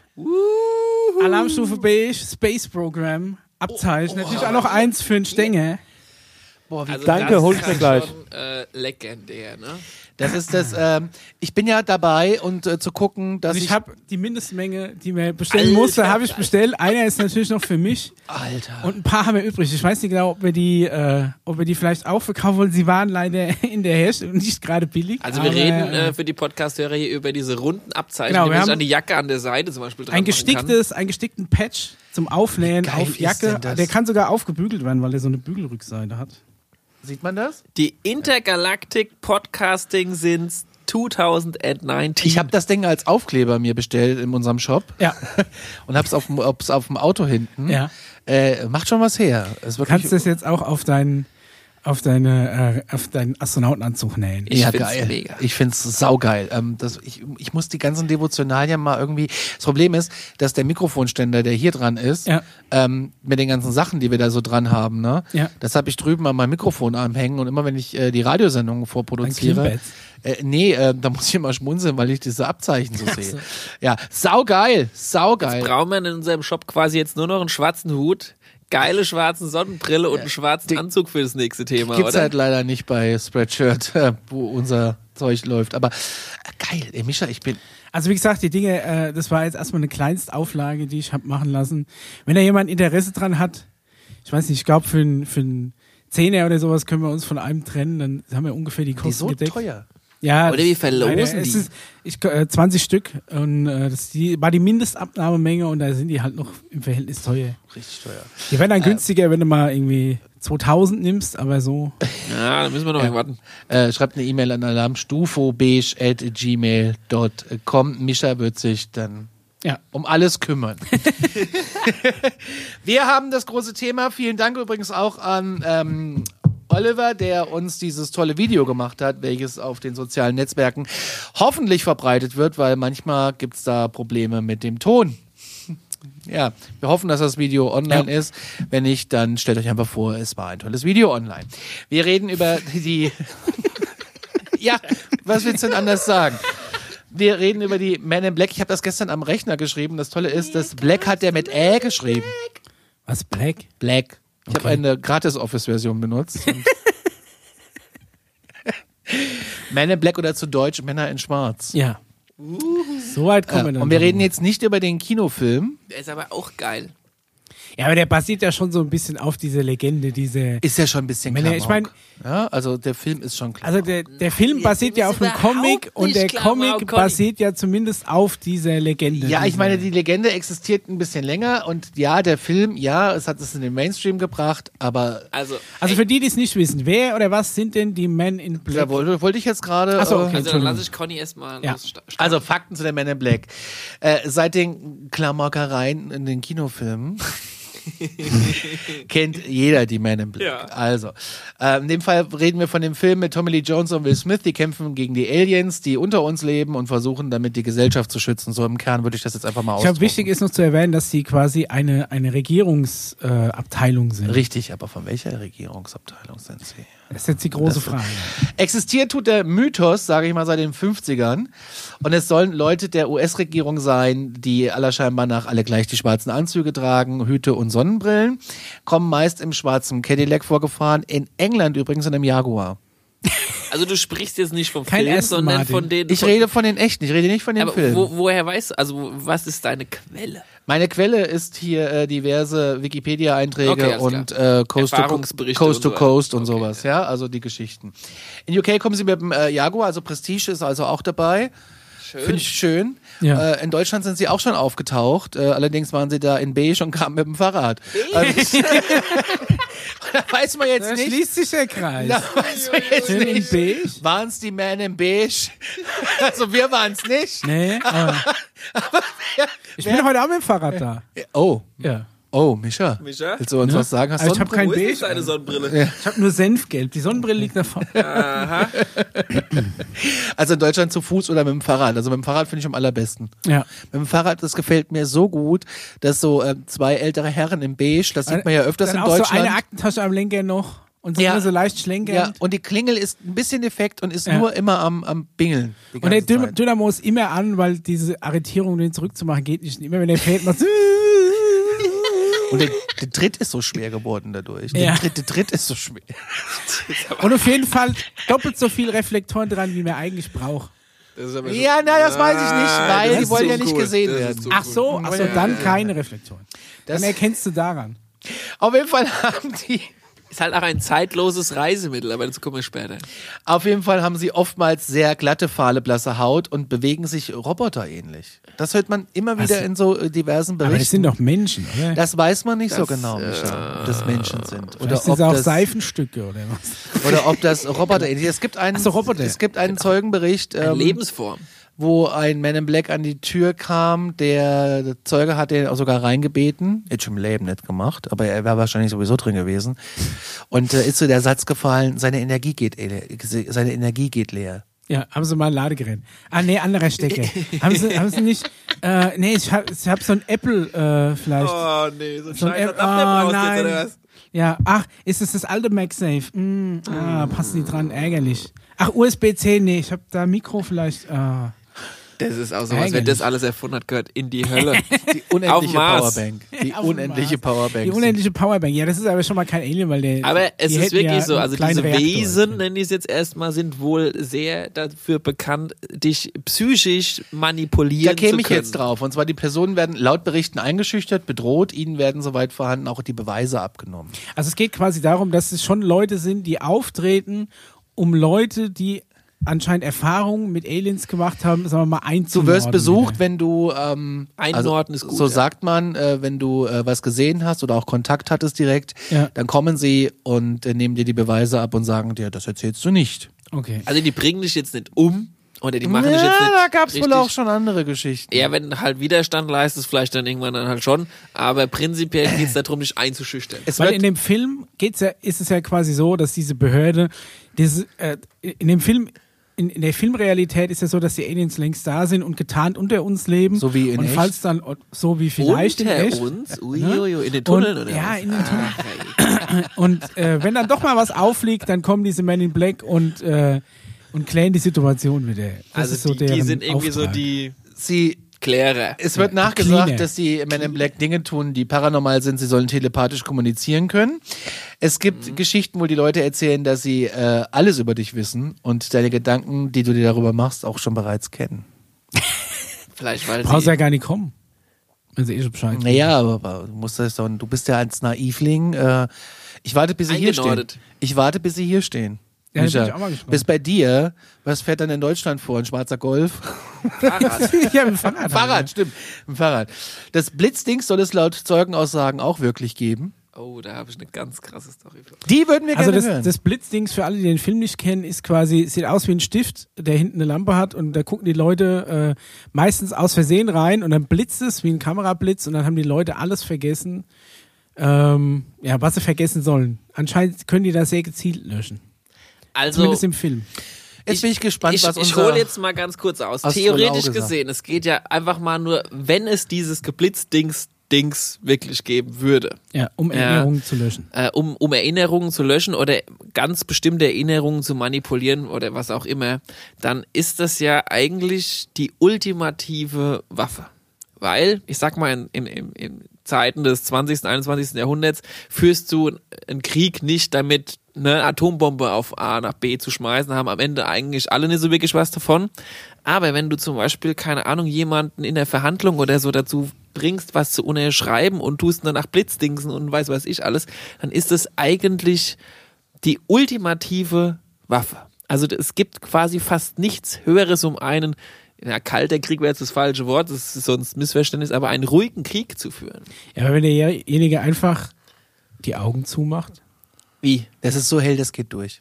Speaker 2: Alarmstufe Beige Space Program Abzeichen. Natürlich auch noch eins für einen Stängel.
Speaker 1: Boah, wie
Speaker 3: Also
Speaker 4: Danke,
Speaker 3: das
Speaker 4: hol ich
Speaker 3: ist
Speaker 4: mir
Speaker 3: ja
Speaker 4: gleich.
Speaker 3: Schon, äh, legendär, ne?
Speaker 1: Das ist das. Ähm, ich bin ja dabei und äh, zu gucken, dass
Speaker 2: Also
Speaker 1: ich.
Speaker 2: ich habe die Mindestmenge, die man bestellen
Speaker 3: Alter,
Speaker 2: musste, habe ich
Speaker 3: Alter.
Speaker 2: bestellt. Einer ist natürlich noch für mich.
Speaker 1: Alter.
Speaker 2: Und ein paar haben wir übrig. Ich weiß nicht genau, ob wir die, äh, ob wir die vielleicht auch verkaufen wollen. Sie waren leider [laughs] in der Herstellung nicht gerade billig.
Speaker 3: Also wir
Speaker 2: aber,
Speaker 3: reden
Speaker 2: äh,
Speaker 3: äh, für die Podcast-Hörer hier über diese runden Abzeichen,
Speaker 2: Genau,
Speaker 3: die
Speaker 2: wir
Speaker 3: man sich
Speaker 2: haben
Speaker 3: an die Jacke an der Seite zum Beispiel dran
Speaker 2: ein
Speaker 3: machen kann.
Speaker 2: gesticktes, ein gestickten Patch zum Aufnähen
Speaker 1: Wie geil
Speaker 2: auf
Speaker 1: ist
Speaker 2: Jacke.
Speaker 1: denn das?
Speaker 2: Der kann sogar aufgebügelt werden, weil der so eine Bügelrückseite hat.
Speaker 1: Sieht man das?
Speaker 3: Die Intergalactic Podcasting sind 2019.
Speaker 1: Ich habe das Ding als Aufkleber mir bestellt in unserem
Speaker 2: [laughs]
Speaker 1: Shop
Speaker 2: Ja.
Speaker 1: und hab's auf dem, ob's auf dem Auto hinten.
Speaker 2: Ja.
Speaker 1: Äh, macht schon was her. Es
Speaker 2: Du kannst das jetzt auch auf deinen, auf deine, äh, auf deinen Astronautenanzug nähen.
Speaker 3: Ich
Speaker 1: ja,
Speaker 3: find's
Speaker 1: geil.
Speaker 3: mega.
Speaker 1: Ich find's saugeil. Ähm, das, ich, ich muss die ganzen Devotionalien mal irgendwie. Das Problem ist, dass der Mikrofonständer, der hier dran ist,
Speaker 2: Ja.
Speaker 1: ähm, mit den ganzen Sachen, die wir da so dran haben, ne?
Speaker 2: Ja.
Speaker 1: Das habe ich drüben an meinem Mikrofonarm hängen und immer wenn ich äh, die Radiosendungen vorproduziere.
Speaker 2: Ein
Speaker 1: Äh, nee, äh, da muss ich immer schmunzeln, weil ich diese Abzeichen so sehe. Ja, saugeil, saugeil.
Speaker 3: Brauchen wir in unserem Shop quasi jetzt nur noch einen schwarzen Hut, geile schwarzen Sonnenbrille und einen schwarzen Anzug für das nächste Thema,
Speaker 1: Gibt's
Speaker 3: oder?
Speaker 1: halt leider nicht bei Spreadshirt, äh, wo unser Zeug läuft. Aber äh, geil, ey, Mischa, ich bin.
Speaker 2: Also wie gesagt, die Dinge, äh, das war jetzt erstmal eine Kleinstauflage, die ich hab machen lassen. Wenn da jemand Interesse dran hat, ich weiß nicht, ich glaube für einen für einen Zehner oder sowas können wir uns von einem trennen, dann haben wir ungefähr die
Speaker 1: Die
Speaker 2: Kosten
Speaker 1: so
Speaker 2: gedeckt.
Speaker 1: teuer.
Speaker 2: Ja,
Speaker 3: Oder wir
Speaker 2: das-
Speaker 3: verlosen
Speaker 2: leider, es
Speaker 3: die.
Speaker 2: Ist, ich, äh, 20 Stück und äh, das ist die, war die Mindestabnahmemenge und da sind die halt noch im Verhältnis teuer.
Speaker 1: Richtig teuer.
Speaker 2: Die werden dann günstiger, wenn du mal irgendwie 2000 nimmst, aber so.
Speaker 3: Ja, da müssen wir noch warten.
Speaker 1: Äh, schreibt eine E-Mail an alarmstufobeige.gmail.com. Mischa wird sich dann
Speaker 2: Ja.
Speaker 1: um alles kümmern. [laughs] Wir haben das große Thema. Vielen Dank übrigens auch an ähm, Oliver, der uns dieses tolle Video gemacht hat, welches auf den sozialen Netzwerken hoffentlich verbreitet wird, weil manchmal gibt es da Probleme mit dem Ton. Ja, wir hoffen, dass das Video online ist. Wenn nicht, dann stellt euch einfach vor, es war ein tolles Video online. Wir reden über die. ja, was willst du denn anders sagen? Wir reden über die Men in Black. Ich habe das gestern am Rechner geschrieben. Das Tolle ist, das Black hat der mit Ä geschrieben.
Speaker 2: Was, Black?
Speaker 1: Black. Ich habe eine Gratis-Office-Version benutzt. und- [laughs] Men in Black oder zu Deutsch Männer in Schwarz.
Speaker 2: Ja. So weit kommen wir
Speaker 1: Äh,
Speaker 2: dann.
Speaker 1: und wir
Speaker 2: noch.
Speaker 1: reden jetzt nicht über den Kinofilm.
Speaker 3: Der ist aber auch geil.
Speaker 2: Ja, aber der basiert ja schon so ein bisschen auf diese Legende, diese.
Speaker 1: Ist ja schon ein bisschen
Speaker 2: Männer-
Speaker 1: klar.
Speaker 2: ich mein-
Speaker 1: ja, also der Film ist schon klar.
Speaker 2: Also der, der Film basiert ja
Speaker 3: ist
Speaker 2: auf einem
Speaker 3: überhaupt
Speaker 2: Comic und
Speaker 3: nicht
Speaker 2: der
Speaker 3: klar,
Speaker 2: Comic
Speaker 3: warum Conny-
Speaker 2: basiert ja zumindest auf dieser Legende.
Speaker 1: Ja, ich
Speaker 2: Diese-
Speaker 1: meine, die Legende existiert ein bisschen länger und ja, der Film, ja, es hat es in den Mainstream gebracht, aber
Speaker 3: Also,
Speaker 2: Also für die, die es nicht wissen, wer oder was sind denn die Men in
Speaker 1: da
Speaker 2: Black?
Speaker 1: wollte, wollte ich jetzt gerade.
Speaker 2: Ach
Speaker 1: äh,
Speaker 2: so, okay.
Speaker 3: also dann
Speaker 2: Entschuldigung.
Speaker 3: lasse ich Conny erstmal
Speaker 2: Ja.
Speaker 3: ja. losstarten.
Speaker 1: Also Fakten zu der Men in Black. Äh, seit den Klamaukereien in den Kinofilmen kennt jeder die Men in Black.
Speaker 3: Ja.
Speaker 1: Also, äh, in dem Fall reden wir von dem Film mit Tommy Lee Jones und Will Smith. Die kämpfen gegen die Aliens, die unter uns leben und versuchen damit die Gesellschaft zu schützen. So im Kern würde ich das jetzt einfach mal
Speaker 2: Ich glaube,
Speaker 1: ausdrücken.
Speaker 2: wichtig ist noch zu erwähnen, dass sie quasi eine, eine Regierungsabteilung äh, Abteilung sind.
Speaker 1: Richtig, aber von welcher Regierungsabteilung sind sie?
Speaker 2: Das ist jetzt die große Frage.
Speaker 1: Existiert tut der Mythos, sage ich mal, seit den 50ern. Und es sollen Leute der US-Regierung sein, die aller scheinbar nach alle gleich die schwarzen Anzüge tragen, Hüte und Sonnenbrillen, kommen meist im schwarzen Cadillac vorgefahren, in England übrigens in einem Jaguar.
Speaker 3: Also du sprichst jetzt nicht vom
Speaker 2: Kein
Speaker 3: Film,
Speaker 2: Aston
Speaker 3: sondern
Speaker 2: Martin.
Speaker 3: von den.
Speaker 1: Ich
Speaker 3: von,
Speaker 1: rede von den echten, ich rede nicht von dem
Speaker 3: aber
Speaker 1: Film.
Speaker 3: wo, woher weißt du? Also wo- was ist deine Quelle?
Speaker 1: Meine Quelle ist hier äh, diverse Wikipedia-Einträge
Speaker 3: Okay, alles
Speaker 1: und äh, Coast, to,
Speaker 3: Erfahrungsberichte
Speaker 1: Coast to
Speaker 3: und so
Speaker 1: Coast und
Speaker 3: weiter. Okay,
Speaker 1: sowas, ja, also die Geschichten. In UK kommen sie mit dem äh, Jaguar, also Prestige ist also auch dabei. Finde ich schön.
Speaker 2: Ja.
Speaker 1: Äh, in Deutschland sind sie auch schon aufgetaucht, äh, allerdings waren sie da in beige und kamen mit dem Fahrrad. Also, [laughs] da weiß man jetzt
Speaker 2: Da
Speaker 1: nicht.
Speaker 2: schließt sich der Kreis.
Speaker 1: Da weiß man jetzt
Speaker 2: Schön in
Speaker 1: nicht.
Speaker 2: beige?
Speaker 1: Waren es die Men in Beige? Also wir waren es
Speaker 2: [laughs]
Speaker 1: nicht. [laughs]
Speaker 2: Nee, aber ich bin heute auch mit dem Fahrrad da.
Speaker 1: Oh,
Speaker 2: Ja.
Speaker 1: oh, Mischa.
Speaker 3: Mischa?
Speaker 1: Willst du uns was sagen? Hast du
Speaker 2: Also ich habe
Speaker 1: Sonnenbrille?
Speaker 2: kein
Speaker 3: Wo ist denn
Speaker 2: Beige.
Speaker 3: deine Sonnenbrille?
Speaker 2: Ich habe nur Senfgelb. Die Sonnenbrille liegt da vorne.
Speaker 1: Also in Deutschland zu Fuß oder mit dem Fahrrad. Also mit dem Fahrrad finde ich am allerbesten.
Speaker 2: Ja.
Speaker 1: Mit dem Fahrrad, das gefällt mir so gut, dass so äh, zwei ältere Herren im Beige, das sieht man ja öfters
Speaker 2: Dann
Speaker 1: in
Speaker 2: auch so
Speaker 1: Deutschland.
Speaker 2: eine Aktentasche am Lenker noch und so,
Speaker 1: Ja.
Speaker 2: nur so leicht schlenkernd.
Speaker 1: ja, und die Klingel ist ein bisschen defekt und ist
Speaker 2: Ja.
Speaker 1: nur immer am, am Bingeln. die
Speaker 2: Und der
Speaker 1: ganze
Speaker 2: Dyn
Speaker 1: Zeit.
Speaker 2: Dynamo ist immer an, weil diese Arretierung, um den zurückzumachen, geht nicht. Und Immer wenn der fällt, macht
Speaker 1: und der, der Tritt ist so schwer geworden dadurch. Der,
Speaker 2: Ja.
Speaker 1: Tritt, der Tritt ist so schwer.
Speaker 2: [laughs] Und auf jeden Fall doppelt so viel Reflektoren dran, wie man eigentlich braucht.
Speaker 1: Ja, na, das weiß ich nicht, weil
Speaker 3: Also- das
Speaker 1: die
Speaker 3: ist
Speaker 1: wollen
Speaker 3: so
Speaker 1: ja nicht
Speaker 3: cool.
Speaker 1: gesehen
Speaker 3: Das ist
Speaker 1: werden.
Speaker 3: so
Speaker 2: Ach so, ach so, dann keine Reflektoren.
Speaker 1: Das-
Speaker 2: Dann erkennst du daran.
Speaker 1: Auf jeden Fall haben die
Speaker 3: Ist halt auch ein zeitloses Reisemittel, aber dazu kommen wir später.
Speaker 1: Auf jeden Fall haben sie oftmals sehr glatte, fahle, blasse Haut und bewegen sich roboterähnlich. Das hört man immer wieder in so äh, diversen
Speaker 2: Also Aber das
Speaker 1: Berichten.
Speaker 2: sind doch Menschen, oder?
Speaker 1: Das weiß man nicht so genau, Micha, ob das Menschen sind. Oder
Speaker 2: das sind
Speaker 1: ob
Speaker 2: sie auch
Speaker 1: das,
Speaker 2: Seifenstücke oder was?
Speaker 1: oder ob das Roboter Es gibt einen,
Speaker 2: Ach so, Roboter. Genau.
Speaker 1: Es gibt einen Zeugenbericht, ähm,
Speaker 3: Lebensform.
Speaker 1: wo ein Man in Black an die Tür kam. Der, der Zeuge hat den auch sogar reingebeten. Hätte ich im Leben nicht gemacht, aber er wäre wahrscheinlich sowieso drin gewesen. Und äh, ist so der Satz gefallen, seine Energie geht, ele- seine Energie geht leer.
Speaker 2: Ja, haben sie mal ein Ladegerät. Ah, nee, anderer Stecker. haben, sie, haben sie nicht. Äh, nee, ich hab, ich hab so ein Apple äh, vielleicht.
Speaker 3: Oh nee, so ein
Speaker 2: So ein App- oh, nein. Ja, ach, ist es das alte MagSafe? Mm, ah, passen die dran, ärgerlich. Ach, USB-C, nee, ich hab da Mikro vielleicht. Ah.
Speaker 3: Das ist auch so, als wenn das alles erfunden hat, gehört in die Hölle.
Speaker 1: Die unendliche
Speaker 3: Mars.
Speaker 1: Powerbank.
Speaker 3: [laughs]
Speaker 1: Die
Speaker 2: Auf dem
Speaker 1: unendliche
Speaker 2: Mars.
Speaker 1: Powerbank.
Speaker 2: Die unendliche Powerbank. Ja, das ist aber schon mal kein Alien, weil der.
Speaker 3: Aber es
Speaker 2: die
Speaker 3: ist
Speaker 2: hätten
Speaker 3: wirklich
Speaker 2: ja
Speaker 3: so,
Speaker 2: einen
Speaker 3: also
Speaker 2: kleinen
Speaker 3: diese
Speaker 2: Reaktor.
Speaker 3: Wesen, nenne ich es jetzt erstmal, sind wohl sehr dafür bekannt, dich psychisch manipulieren
Speaker 1: da käme
Speaker 3: zu
Speaker 1: ich
Speaker 3: können.
Speaker 1: jetzt drauf. Und zwar die Personen werden laut Berichten eingeschüchtert, bedroht, ihnen werden soweit vorhanden auch die Beweise abgenommen.
Speaker 2: Also es geht quasi darum, dass es schon Leute sind, die auftreten, um Leute, die anscheinend Erfahrungen mit Aliens gemacht haben, sagen wir mal
Speaker 1: Du
Speaker 2: einzunorden.
Speaker 1: wirst besucht, wenn du ähm,
Speaker 3: Einordnen ist gut,
Speaker 1: So
Speaker 3: ja.
Speaker 1: sagt man, äh, wenn du äh, was gesehen hast oder auch Kontakt hattest direkt,
Speaker 2: Ja.
Speaker 1: dann kommen sie und äh, nehmen dir die Beweise ab und sagen dir, das erzählst du nicht.
Speaker 2: Okay.
Speaker 3: Also die bringen dich jetzt nicht um oder die machen dich jetzt nicht
Speaker 1: da gab's wohl
Speaker 3: richtig-
Speaker 1: auch schon andere Geschichten.
Speaker 3: Ja, wenn du halt Widerstand leistest, vielleicht dann irgendwann dann halt schon. Aber prinzipiell geht es darum, dich einzuschüchtern.
Speaker 1: Äh. Es
Speaker 2: Weil in
Speaker 1: wird,
Speaker 2: dem Film geht's ja, ist es ja quasi so, dass diese Behörde, diese, äh, in dem Film, in, in der Filmrealität ist ja so, dass die Aliens längst da sind und getarnt unter uns leben.
Speaker 1: So wie in
Speaker 2: Und
Speaker 1: echt?
Speaker 2: falls dann, so wie vielleicht
Speaker 3: Unter
Speaker 2: in echt.
Speaker 3: uns,
Speaker 2: Ne?
Speaker 3: uiuiui, in den Tunneln
Speaker 2: und,
Speaker 3: oder
Speaker 2: Ja,
Speaker 3: was? Ah,
Speaker 2: in den Tunneln. [coughs] und äh, wenn dann doch mal was auffliegt, dann kommen diese Men in Black und, äh, und klären die Situation wieder. Das
Speaker 3: Also
Speaker 2: ist so
Speaker 3: die, die
Speaker 2: deren
Speaker 3: sind irgendwie so
Speaker 2: Auftrag.
Speaker 3: die
Speaker 1: sie
Speaker 3: Klärer.
Speaker 1: Es wird
Speaker 2: Cleaner.
Speaker 1: nachgesagt, dass die Men in Black Dinge tun, die paranormal sind. Sie sollen telepathisch kommunizieren können. Es gibt Geschichten, wo die Leute erzählen, dass sie äh, alles über dich wissen und deine Gedanken, die du dir darüber machst, auch schon bereits kennen.
Speaker 3: Vielleicht, weil
Speaker 2: Brauchst
Speaker 3: sie
Speaker 2: ja gar nicht kommen. Also eh schon Bescheid.
Speaker 1: Naja, aber, aber du musst das doch, du bist ja als Naivling. Äh, ich warte, bis sie hier stehen.
Speaker 3: Eingenordet.
Speaker 1: Ich warte, bis sie hier stehen.
Speaker 2: Ja, da bin
Speaker 1: Micha,
Speaker 2: ich auch mal gespannt.
Speaker 1: bis bei dir, was fährt dann in Deutschland vor? Ein schwarzer Golf?
Speaker 3: Fahrrad.
Speaker 2: [laughs] ja, mit dem
Speaker 1: [laughs]
Speaker 2: Fahrrad.
Speaker 1: Fahrrad, stimmt. Ein Fahrrad. Das Blitzding soll es laut Zeugenaussagen auch wirklich geben.
Speaker 3: Oh, da habe ich eine ganz krasse Story. Flo.
Speaker 1: Die würden wir
Speaker 2: Also
Speaker 1: gerne
Speaker 2: das,
Speaker 1: hören.
Speaker 2: das Blitzdings für alle, die den Film nicht kennen, ist quasi, sieht aus wie ein Stift, der hinten eine Lampe hat und da gucken die Leute äh, meistens aus Versehen rein und dann blitzt es wie ein Kamerablitz und dann haben die Leute alles vergessen, ähm, ja, was sie vergessen sollen. Anscheinend können die das sehr gezielt löschen.
Speaker 3: Also,
Speaker 2: Zumindest im Film.
Speaker 1: Jetzt bin ich gespannt,
Speaker 3: ich,
Speaker 1: was
Speaker 3: ich
Speaker 1: unser...
Speaker 3: hole jetzt mal ganz kurz aus.
Speaker 1: Astrologe
Speaker 3: Theoretisch
Speaker 1: sagt.
Speaker 3: gesehen, es geht ja einfach mal nur, wenn es dieses Geblitzdings-Dings wirklich geben würde,
Speaker 2: Ja, um
Speaker 3: Ja.
Speaker 2: Erinnerungen zu löschen.
Speaker 3: äh, um, um Erinnerungen zu löschen oder ganz bestimmte Erinnerungen zu manipulieren oder was auch immer, dann ist das ja eigentlich die ultimative Waffe. Weil, ich sag mal, in, in, in, in Zeiten des 20. 21. Jahrhunderts führst du einen Krieg nicht damit, eine Atombombe auf A nach B zu schmeißen, haben am Ende eigentlich alle nicht so wirklich was davon. Aber wenn du zum Beispiel, keine Ahnung, jemanden in der Verhandlung oder so dazu bringst, was zu unterschreiben und tust danach Blitzdingsen und weiß weiß ich alles, dann ist es eigentlich die ultimative Waffe. Also d- es gibt quasi fast nichts Höheres, um einen, ja, kalter Krieg wäre jetzt das falsche Wort, das ist sonst Missverständnis, aber einen ruhigen Krieg zu führen.
Speaker 2: Ja, aber wenn derjenige einfach die Augen zumacht.
Speaker 3: Wie?
Speaker 1: Das ist so hell, das geht durch.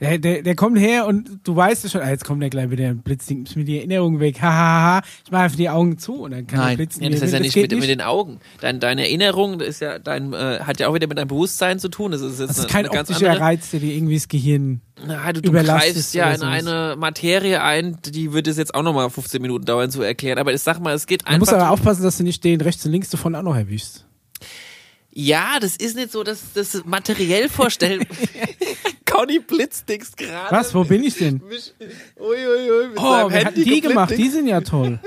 Speaker 2: Der, der, der kommt her und du weißt es schon, ah, jetzt kommt der gleich mit dem Blitzding, ist mir die Erinnerung weg. Hahaha, ha, ha. ich mache einfach die Augen zu und dann kann
Speaker 1: Nein.
Speaker 2: der Blitzding.
Speaker 3: Ja, das
Speaker 2: wieder-
Speaker 3: ist ja nicht
Speaker 2: geht
Speaker 3: mit, mit den Augen. Dein, deine Erinnerung das ist ja dein, äh, hat ja auch wieder mit deinem Bewusstsein zu tun. Das ist jetzt
Speaker 2: Das ist
Speaker 3: eine,
Speaker 2: kein
Speaker 3: eine ganz
Speaker 2: optischer
Speaker 3: andere.
Speaker 2: Reiz, der dir irgendwie das Gehirn.
Speaker 3: Na, du, du
Speaker 2: überlastest
Speaker 3: greifst ja
Speaker 2: oder
Speaker 3: in
Speaker 2: sowas.
Speaker 3: eine Materie ein, die wird es jetzt auch nochmal 15 Minuten dauern zu erklären. Aber ich sag mal, es geht
Speaker 2: Du musst
Speaker 3: einfach.
Speaker 2: aber aufpassen, dass du nicht den rechts und links davon auch noch erwischst.
Speaker 3: ja, das ist nicht so, dass das materiell
Speaker 2: [laughs]
Speaker 3: vorstellen. Conny Blitzdicks gerade.
Speaker 2: Was, wo bin ich denn?
Speaker 3: Mich, uiuiui, mit
Speaker 2: Oh,
Speaker 3: seinem
Speaker 2: wer hat
Speaker 3: Handy
Speaker 2: die gemacht?
Speaker 3: geblitzt.
Speaker 2: Die sind ja toll.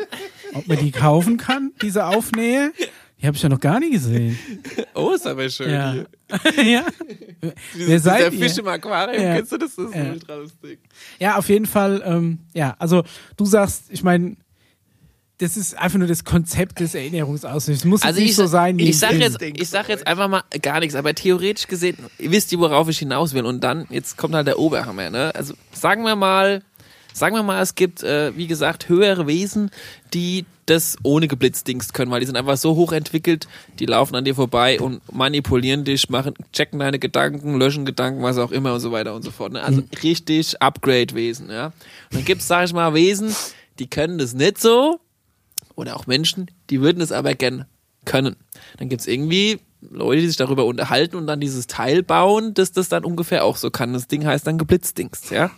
Speaker 2: Ob man die kaufen kann, diese Aufnähe? Die habe ich ja noch gar nie gesehen.
Speaker 3: Oh, ist aber schön.
Speaker 2: Ja. [laughs]
Speaker 3: Hier.
Speaker 2: ja. Wer
Speaker 3: Dieses, dieser
Speaker 2: seid ihr?
Speaker 3: Fisch im Aquarium,
Speaker 2: Ja.
Speaker 3: kennst du das? Das ist
Speaker 2: Ja.
Speaker 3: ultra lustig.
Speaker 2: Ja, auf jeden Fall. Ähm, ja, also du sagst, ich meine, das ist einfach nur das Konzept des Erinnerungsausschnitts. Es muss jetzt nicht so sein wie im
Speaker 3: Also ich sag
Speaker 2: Film.
Speaker 3: jetzt, ich sag jetzt einfach mal gar nichts, aber theoretisch gesehen, ihr wisst ihr, worauf ich hinaus will. Und dann, jetzt kommt halt der Oberhammer, ne? Also sagen wir mal, sagen wir mal, es gibt, äh, wie gesagt, höhere Wesen, die das ohne Geblitzdingst können, weil die sind einfach so hochentwickelt, die laufen an dir vorbei und manipulieren dich, machen, checken deine Gedanken, löschen Gedanken, was auch immer und so weiter und so fort. Ne? Also
Speaker 2: Mhm.
Speaker 3: richtig Upgrade-Wesen, ja. Und dann gibt's, sag ich mal, Wesen, die können das nicht so, oder auch Menschen, die würden es aber gern können. Dann gibt es irgendwie Leute, die sich darüber unterhalten und dann dieses Teil bauen, dass das dann ungefähr auch so kann. Das Ding heißt dann Geblitzdings, ja.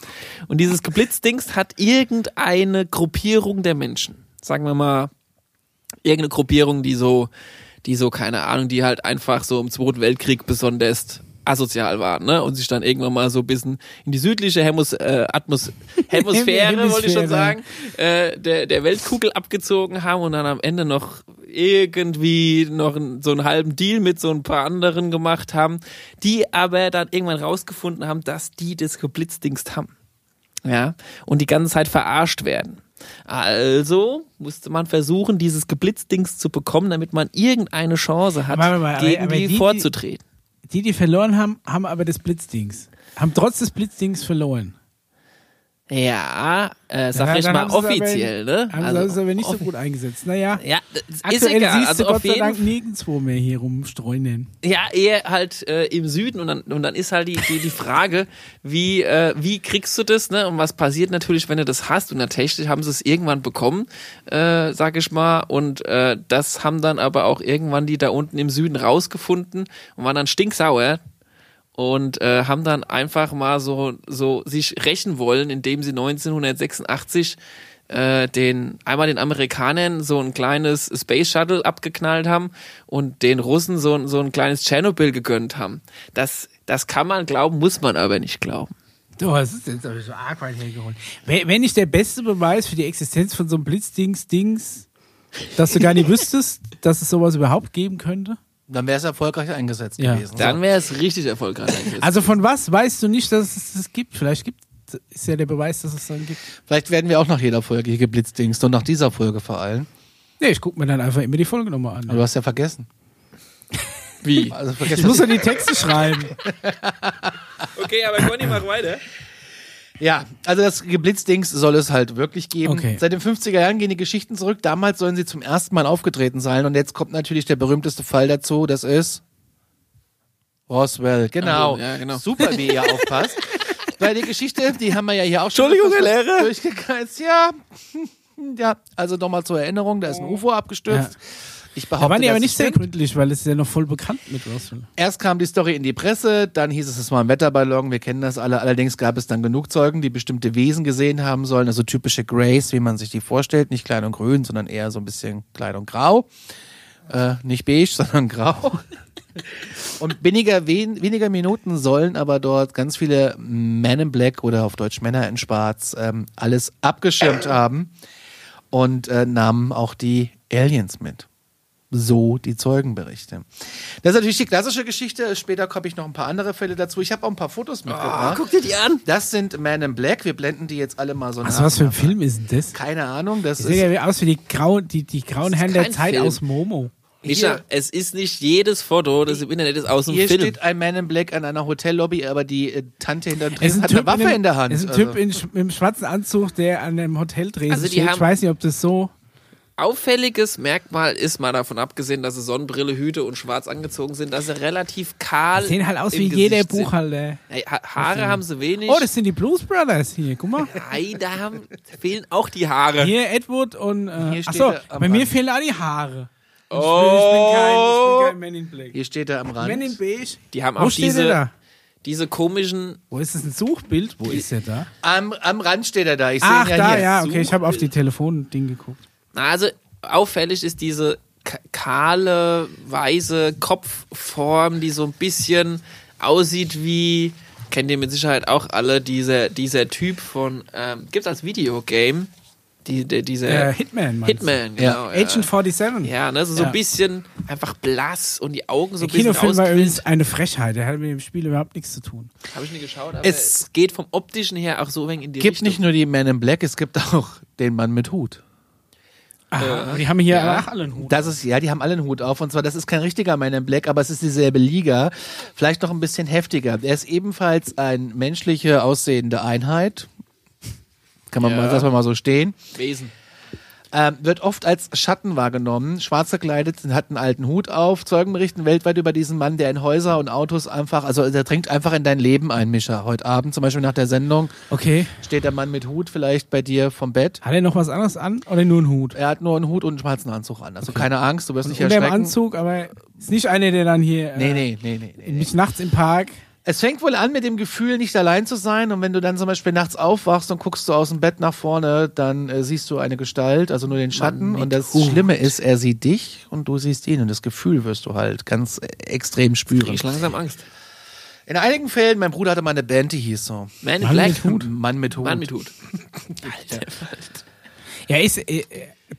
Speaker 3: Und dieses Geblitzdings hat irgendeine Gruppierung der Menschen. Sagen wir mal, irgendeine Gruppierung, die so, die so, keine Ahnung, die halt einfach so im Zweiten Weltkrieg besonders asozial waren, ne? Und sich dann irgendwann mal so ein bisschen in die südliche Hemus, äh, Atmos Hemisphäre, wollte ich schon
Speaker 2: Hemisphäre.
Speaker 3: sagen, äh, der, der Weltkugel abgezogen haben und dann am Ende noch irgendwie noch n- so einen halben Deal mit so ein paar anderen gemacht haben, die aber dann irgendwann rausgefunden haben, dass die das geblitzdingst haben. Ja, und die ganze Zeit verarscht werden. Also musste man versuchen, dieses Geblitzdings zu bekommen, damit man irgendeine Chance hat,
Speaker 2: Aber, aber, aber,
Speaker 3: gegen
Speaker 2: aber
Speaker 3: die,
Speaker 2: die, die-
Speaker 3: vorzutreten.
Speaker 2: Die, die verloren haben, haben aber das Blitzdings. Haben trotz des Blitzdings verloren.
Speaker 3: Ja, äh, sag
Speaker 2: Ja,
Speaker 3: ich
Speaker 2: dann
Speaker 3: mal
Speaker 2: haben sie es aber-
Speaker 3: offiziell, ne?
Speaker 2: Haben sie es aber nicht so gut eingesetzt. Naja,
Speaker 3: Ja, das ist
Speaker 2: aktuell
Speaker 3: egal.
Speaker 2: siehst du
Speaker 3: Also
Speaker 2: Gott
Speaker 3: auf
Speaker 2: sei
Speaker 3: jeden
Speaker 2: Dank nirgendwo mehr hier rumstreuen.
Speaker 3: Ja, eher halt äh, im Süden und dann, und dann ist halt die, die, die Frage, wie, äh, wie kriegst du das, ne? Und was passiert natürlich, wenn du das hast? Und tatsächlich haben sie es irgendwann bekommen, äh, sag ich mal. Und äh, das haben dann aber auch irgendwann die da unten im Süden rausgefunden und waren dann stinksauer und äh, haben dann einfach mal so, so sich rächen wollen, indem sie 1986 äh, den einmal den Amerikanern so ein kleines Space Shuttle abgeknallt haben und den Russen so, ein- so ein kleines Tschernobyl gegönnt haben. Das, das kann man glauben, muss man aber nicht glauben.
Speaker 2: Du hast es jetzt aber so arg weit hergeholt. Wenn wenn nicht der beste Beweis für die Existenz von so einem Blitzdings-Dings, dass du
Speaker 3: [laughs]
Speaker 2: gar nicht wüsstest, dass es sowas überhaupt geben könnte?
Speaker 1: Dann wäre es erfolgreich eingesetzt
Speaker 2: Ja.
Speaker 1: gewesen.
Speaker 3: Dann wäre es richtig erfolgreich. gewesen.
Speaker 2: Also von was weißt du nicht, dass es das gibt? Vielleicht gibt ist ja der Beweis, dass es dann gibt.
Speaker 1: Vielleicht werden wir auch nach jeder Folge hier geblitzdingst und nach dieser Folge vor allem.
Speaker 2: Nee, ich guck mir dann einfach immer die Folge nochmal an.
Speaker 1: Aber du hast ja vergessen.
Speaker 3: Wie?
Speaker 1: Also
Speaker 2: ich
Speaker 1: vergessen.
Speaker 2: muss ja die Texte [laughs] schreiben.
Speaker 3: Okay, aber Conny, mach weiter.
Speaker 1: Ja, also das Geblitzdings soll es halt wirklich geben.
Speaker 2: Okay.
Speaker 1: Seit den 50er Jahren gehen die Geschichten zurück. Damals sollen sie zum ersten Mal aufgetreten sein. Und jetzt kommt natürlich der berühmteste Fall dazu. Das ist Roswell. Genau.
Speaker 3: Ach so, ja, genau.
Speaker 1: Super, wie ihr
Speaker 3: [laughs]
Speaker 1: aufpasst. Weil die Geschichte, die haben wir ja hier auch schon
Speaker 3: Entschuldigung,
Speaker 1: etwas
Speaker 3: Herr Lehrer.
Speaker 1: durchgekreist. Ja. [laughs] ja, also nochmal zur Erinnerung, da ist ein
Speaker 3: Oh.
Speaker 1: UFO abgestürzt. Ich behaupte,
Speaker 2: Da waren die
Speaker 1: dass
Speaker 2: aber
Speaker 1: es
Speaker 2: nicht sehr
Speaker 1: stimmt.
Speaker 2: gründlich, weil es ist ja noch voll bekannt mit Russell.
Speaker 1: Erst kam die Story in die Presse, dann hieß es, es war ein Wetterballon, wir kennen das alle. Allerdings gab es dann genug Zeugen, die bestimmte Wesen gesehen haben sollen, also typische Grays, wie man sich die vorstellt, nicht klein und grün, sondern eher so ein bisschen klein und grau. Äh, nicht beige, [laughs] sondern grau. Und weniger, wen, weniger Minuten sollen aber dort ganz viele Men in Black oder auf Deutsch Männer in Schwarz ähm, alles abgeschirmt haben und äh, nahmen auch die Aliens mit. So die Zeugenberichte. Das ist natürlich die klassische Geschichte. Später komme ich noch ein paar andere Fälle dazu. Ich habe auch ein paar Fotos mitgebracht.
Speaker 3: Ah, Guck dir die an.
Speaker 1: das sind Man in Black. Wir blenden die jetzt alle mal so
Speaker 2: Also was für ein Film ist denn das?
Speaker 1: Keine Ahnung. Das
Speaker 2: Sieht
Speaker 1: ist
Speaker 2: ja wie aus wie die grauen, die, die grauen
Speaker 3: Das ist
Speaker 2: Herren der
Speaker 3: kein
Speaker 2: Zeit
Speaker 3: Film.
Speaker 2: aus Momo.
Speaker 3: Micha,
Speaker 1: Hier-
Speaker 3: es ist nicht jedes Foto, das im Internet ist, aus dem
Speaker 1: Hier
Speaker 3: Film.
Speaker 1: steht ein Man in Black an einer Hotellobby, aber die äh, Tante hinter dem
Speaker 2: Es
Speaker 1: Tresen hat eine Waffe
Speaker 2: einem-
Speaker 1: in der Hand. Also,
Speaker 2: Es ist ein Typ in, sch- im schwarzen Anzug, der an einem Hotel dreht.
Speaker 3: Also die
Speaker 2: steht. Ich
Speaker 3: haben-
Speaker 2: weiß nicht, ob das so.
Speaker 3: auffälliges Merkmal ist, mal davon abgesehen, dass sie Sonnenbrille, Hüte und schwarz angezogen sind, dass sie relativ kahl
Speaker 2: Sehen halt aus
Speaker 3: im
Speaker 2: wie
Speaker 3: Gesicht
Speaker 2: jeder
Speaker 3: sind.
Speaker 2: Buchhalter.
Speaker 3: Ey, ha Haare haben sie wenig.
Speaker 2: Oh, das sind die Blues Brothers hier. Guck mal.
Speaker 3: [laughs] Ei, da haben, fehlen auch die Haare.
Speaker 2: Hier Edward und. Äh,
Speaker 1: Hier steht
Speaker 2: achso,
Speaker 1: er am
Speaker 2: bei mir
Speaker 1: Rand.
Speaker 2: fehlen auch die Haare.
Speaker 3: Oh.
Speaker 2: Ich bin, ich bin kein, ich bin kein Man in Black.
Speaker 1: Hier steht er am Rand.
Speaker 2: Man in Beige.
Speaker 3: Die haben
Speaker 2: Wo
Speaker 3: auch
Speaker 2: steht er
Speaker 3: diese,
Speaker 2: da?
Speaker 3: diese komischen.
Speaker 2: Wo ist das ein Suchbild? Wo ist er da?
Speaker 1: Am, am Rand steht er da. Ich sehe ihn
Speaker 2: Ach,
Speaker 1: ja
Speaker 2: da,
Speaker 1: hier.
Speaker 2: ja, okay. Ich habe auf die Telefon-Ding geguckt.
Speaker 3: Na, Also auffällig ist diese k- kahle, weiße Kopfform, die so ein bisschen aussieht wie. Kennt ihr mit Sicherheit auch alle, dieser, dieser Typ von. Ähm, gibt's als Videogame? Die, der- dieser
Speaker 2: Äh, Hitman, meinst du?
Speaker 3: Hitman,
Speaker 1: Ja.
Speaker 3: genau.
Speaker 2: Agent 47.
Speaker 3: Ja, ne, so, so
Speaker 2: Ja.
Speaker 3: ein bisschen einfach blass und die Augen so
Speaker 2: Der
Speaker 3: ein bisschen
Speaker 2: Kinofilm war
Speaker 3: ausgegrillt.
Speaker 2: übrigens eine Frechheit. Der hat mit dem Spiel überhaupt nichts zu tun.
Speaker 3: Habe ich nie geschaut, aber
Speaker 1: Es-
Speaker 3: es, geht vom optischen her auch so ein wenig in die
Speaker 1: Es gibt nicht
Speaker 3: Richtung.
Speaker 1: nur die Man in Black, es gibt auch den Mann mit Hut.
Speaker 2: Ah, aber die haben hier
Speaker 3: ja.
Speaker 2: auch alle einen Hut.
Speaker 1: Das ist, ja, die haben alle einen Hut auf. Und zwar, das ist kein richtiger Man in Black, aber es ist dieselbe Liga. Vielleicht noch ein bisschen heftiger. Er ist ebenfalls ein menschliche aussehende Einheit. Kann man
Speaker 3: Ja.
Speaker 1: mal, lassen wir mal so stehen.
Speaker 3: Wesen.
Speaker 1: Ähm, wird oft als Schatten wahrgenommen. Schwarz gekleidet, hat einen alten Hut auf. Zeugen berichten weltweit über diesen Mann, der in Häuser und Autos einfach, also der dringt einfach in dein Leben ein, Mischa. Heute Abend, zum Beispiel nach der Sendung,
Speaker 2: Okay.
Speaker 1: steht der Mann mit Hut vielleicht bei dir vom Bett.
Speaker 2: Hat er noch was anderes an oder nur einen Hut?
Speaker 1: Er hat nur einen Hut und einen schwarzen Anzug an. Also keine Angst, du wirst nicht
Speaker 2: Unter dem
Speaker 1: erschrecken.
Speaker 2: Anzug, aber ist nicht einer, der dann hier äh,
Speaker 1: Nee, nee, nee, nee, nee.
Speaker 2: mich nachts im Park.
Speaker 1: Es fängt wohl an mit dem Gefühl, nicht allein zu sein. Und wenn du dann zum Beispiel nachts aufwachst und guckst du aus dem Bett nach vorne, dann äh, siehst du eine Gestalt, also nur den Schatten. Und das Schlimme ist, er sieht dich und du siehst ihn. Und das Gefühl wirst du halt ganz äh, extrem
Speaker 3: Krieg
Speaker 1: spüren.
Speaker 3: ich langsam Angst.
Speaker 1: In einigen Fällen, mein Bruder hatte mal eine Band, die hieß so.
Speaker 3: Man in
Speaker 2: Mann
Speaker 3: Black.
Speaker 2: mit Hut.
Speaker 1: Mann mit Hut.
Speaker 3: Mann mit Hut. Alter.
Speaker 2: Ja, ist, äh, äh,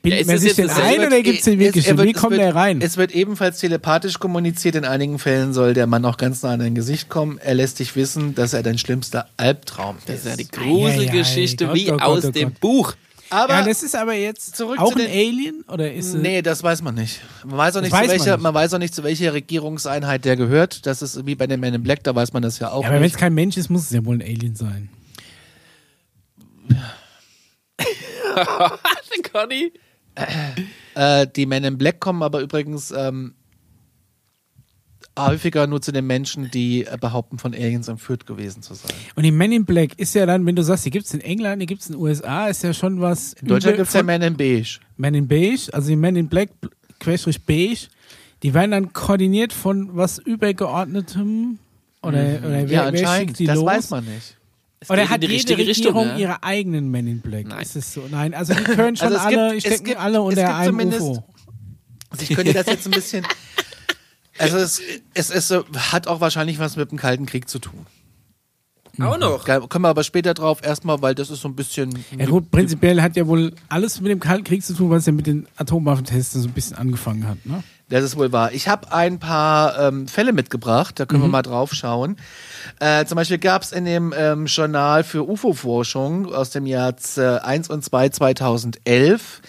Speaker 2: bildet
Speaker 3: ist
Speaker 2: man
Speaker 3: es
Speaker 2: sich
Speaker 3: jetzt
Speaker 2: den
Speaker 3: dasselbe?
Speaker 2: ein oder gibt's den wirklich
Speaker 1: er
Speaker 2: schon?
Speaker 1: wird-
Speaker 2: Wie kommt
Speaker 1: wird,
Speaker 2: der rein?
Speaker 1: Es wird ebenfalls telepathisch kommuniziert. In einigen Fällen soll der Mann auch ganz nah an dein Gesicht kommen. Er lässt dich wissen, dass er dein schlimmster Albtraum
Speaker 3: Das ist ja die
Speaker 1: ist.
Speaker 3: große
Speaker 2: Ei, ei, ei.
Speaker 3: Geschichte
Speaker 2: Gott,
Speaker 3: wie
Speaker 2: oh Gott,
Speaker 3: aus
Speaker 2: oh
Speaker 3: dem
Speaker 2: Gott.
Speaker 3: Buch. [laughs]
Speaker 1: Aber
Speaker 2: ja, das ist aber jetzt
Speaker 1: zurück
Speaker 2: auch
Speaker 1: zu
Speaker 2: ein
Speaker 1: den-
Speaker 2: Alien oder ist es?
Speaker 1: Nee, das weiß man nicht. Man weiß auch nicht,
Speaker 2: weiß
Speaker 1: zu
Speaker 2: man
Speaker 1: welcher, man,
Speaker 2: nicht.
Speaker 1: weiß auch nicht, zu welcher Regierungseinheit der gehört. Das ist wie bei den Men in Black, da weiß man das ja auch
Speaker 2: Ja, aber wenn es
Speaker 1: nicht.
Speaker 2: kein Mensch ist, muss es ja wohl ein Alien sein.
Speaker 3: Conny.
Speaker 1: Äh, die Men in Black kommen aber übrigens ähm, häufiger nur zu den Menschen, die äh, behaupten, von Aliens entführt gewesen zu sein.
Speaker 2: Und die Men in Black ist ja dann, wenn du sagst, die gibt's in England, die gibt's in den USA, ist ja schon was.
Speaker 1: In Deutschland
Speaker 2: übel
Speaker 1: gibt es ja
Speaker 2: von-
Speaker 1: Men in Beige.
Speaker 2: Men in Beige, also die Men in Black, bl- Querstrich Beige, die werden dann koordiniert von was übergeordnetem Äh, oder, oder wer,
Speaker 1: Mhm. Ja,
Speaker 2: wer schickt
Speaker 1: anscheinend.
Speaker 2: die
Speaker 1: Das
Speaker 2: los?
Speaker 1: weiß man nicht.
Speaker 3: Es
Speaker 2: Oder
Speaker 3: geht in
Speaker 2: hat
Speaker 3: die
Speaker 2: jede
Speaker 3: richtige Richtung,
Speaker 2: Regierung
Speaker 3: ne?
Speaker 2: ihre eigenen Men in Black?
Speaker 3: Nein.
Speaker 2: Ist es so? Nein, also die können schon
Speaker 1: Also es
Speaker 2: alle,
Speaker 1: gibt- es
Speaker 2: stecken
Speaker 1: gibt-
Speaker 2: alle
Speaker 1: es
Speaker 2: unter
Speaker 1: gibt
Speaker 2: einem
Speaker 1: zumindest-
Speaker 2: UFO.
Speaker 1: Also ich könnte das jetzt ein
Speaker 2: [laughs]
Speaker 1: bisschen. Also es, es, es äh, hat auch wahrscheinlich was mit dem Kalten Krieg zu tun.
Speaker 3: Auch noch.
Speaker 1: Geil, Kommen wir aber später drauf, erstmal, weil das ist so ein bisschen.
Speaker 2: Ja gut, prinzipiell hat ja wohl alles mit dem Kalten Krieg zu tun, was ja mit den Atomwaffentests so ein bisschen angefangen hat. Ne?
Speaker 1: Das ist wohl wahr. Ich habe ein paar ähm, Fälle mitgebracht, da können wir mal drauf schauen. Äh, zum Beispiel gab es in dem ähm, Journal für UFO-Forschung aus dem Jahr äh, 1 und 2 2011,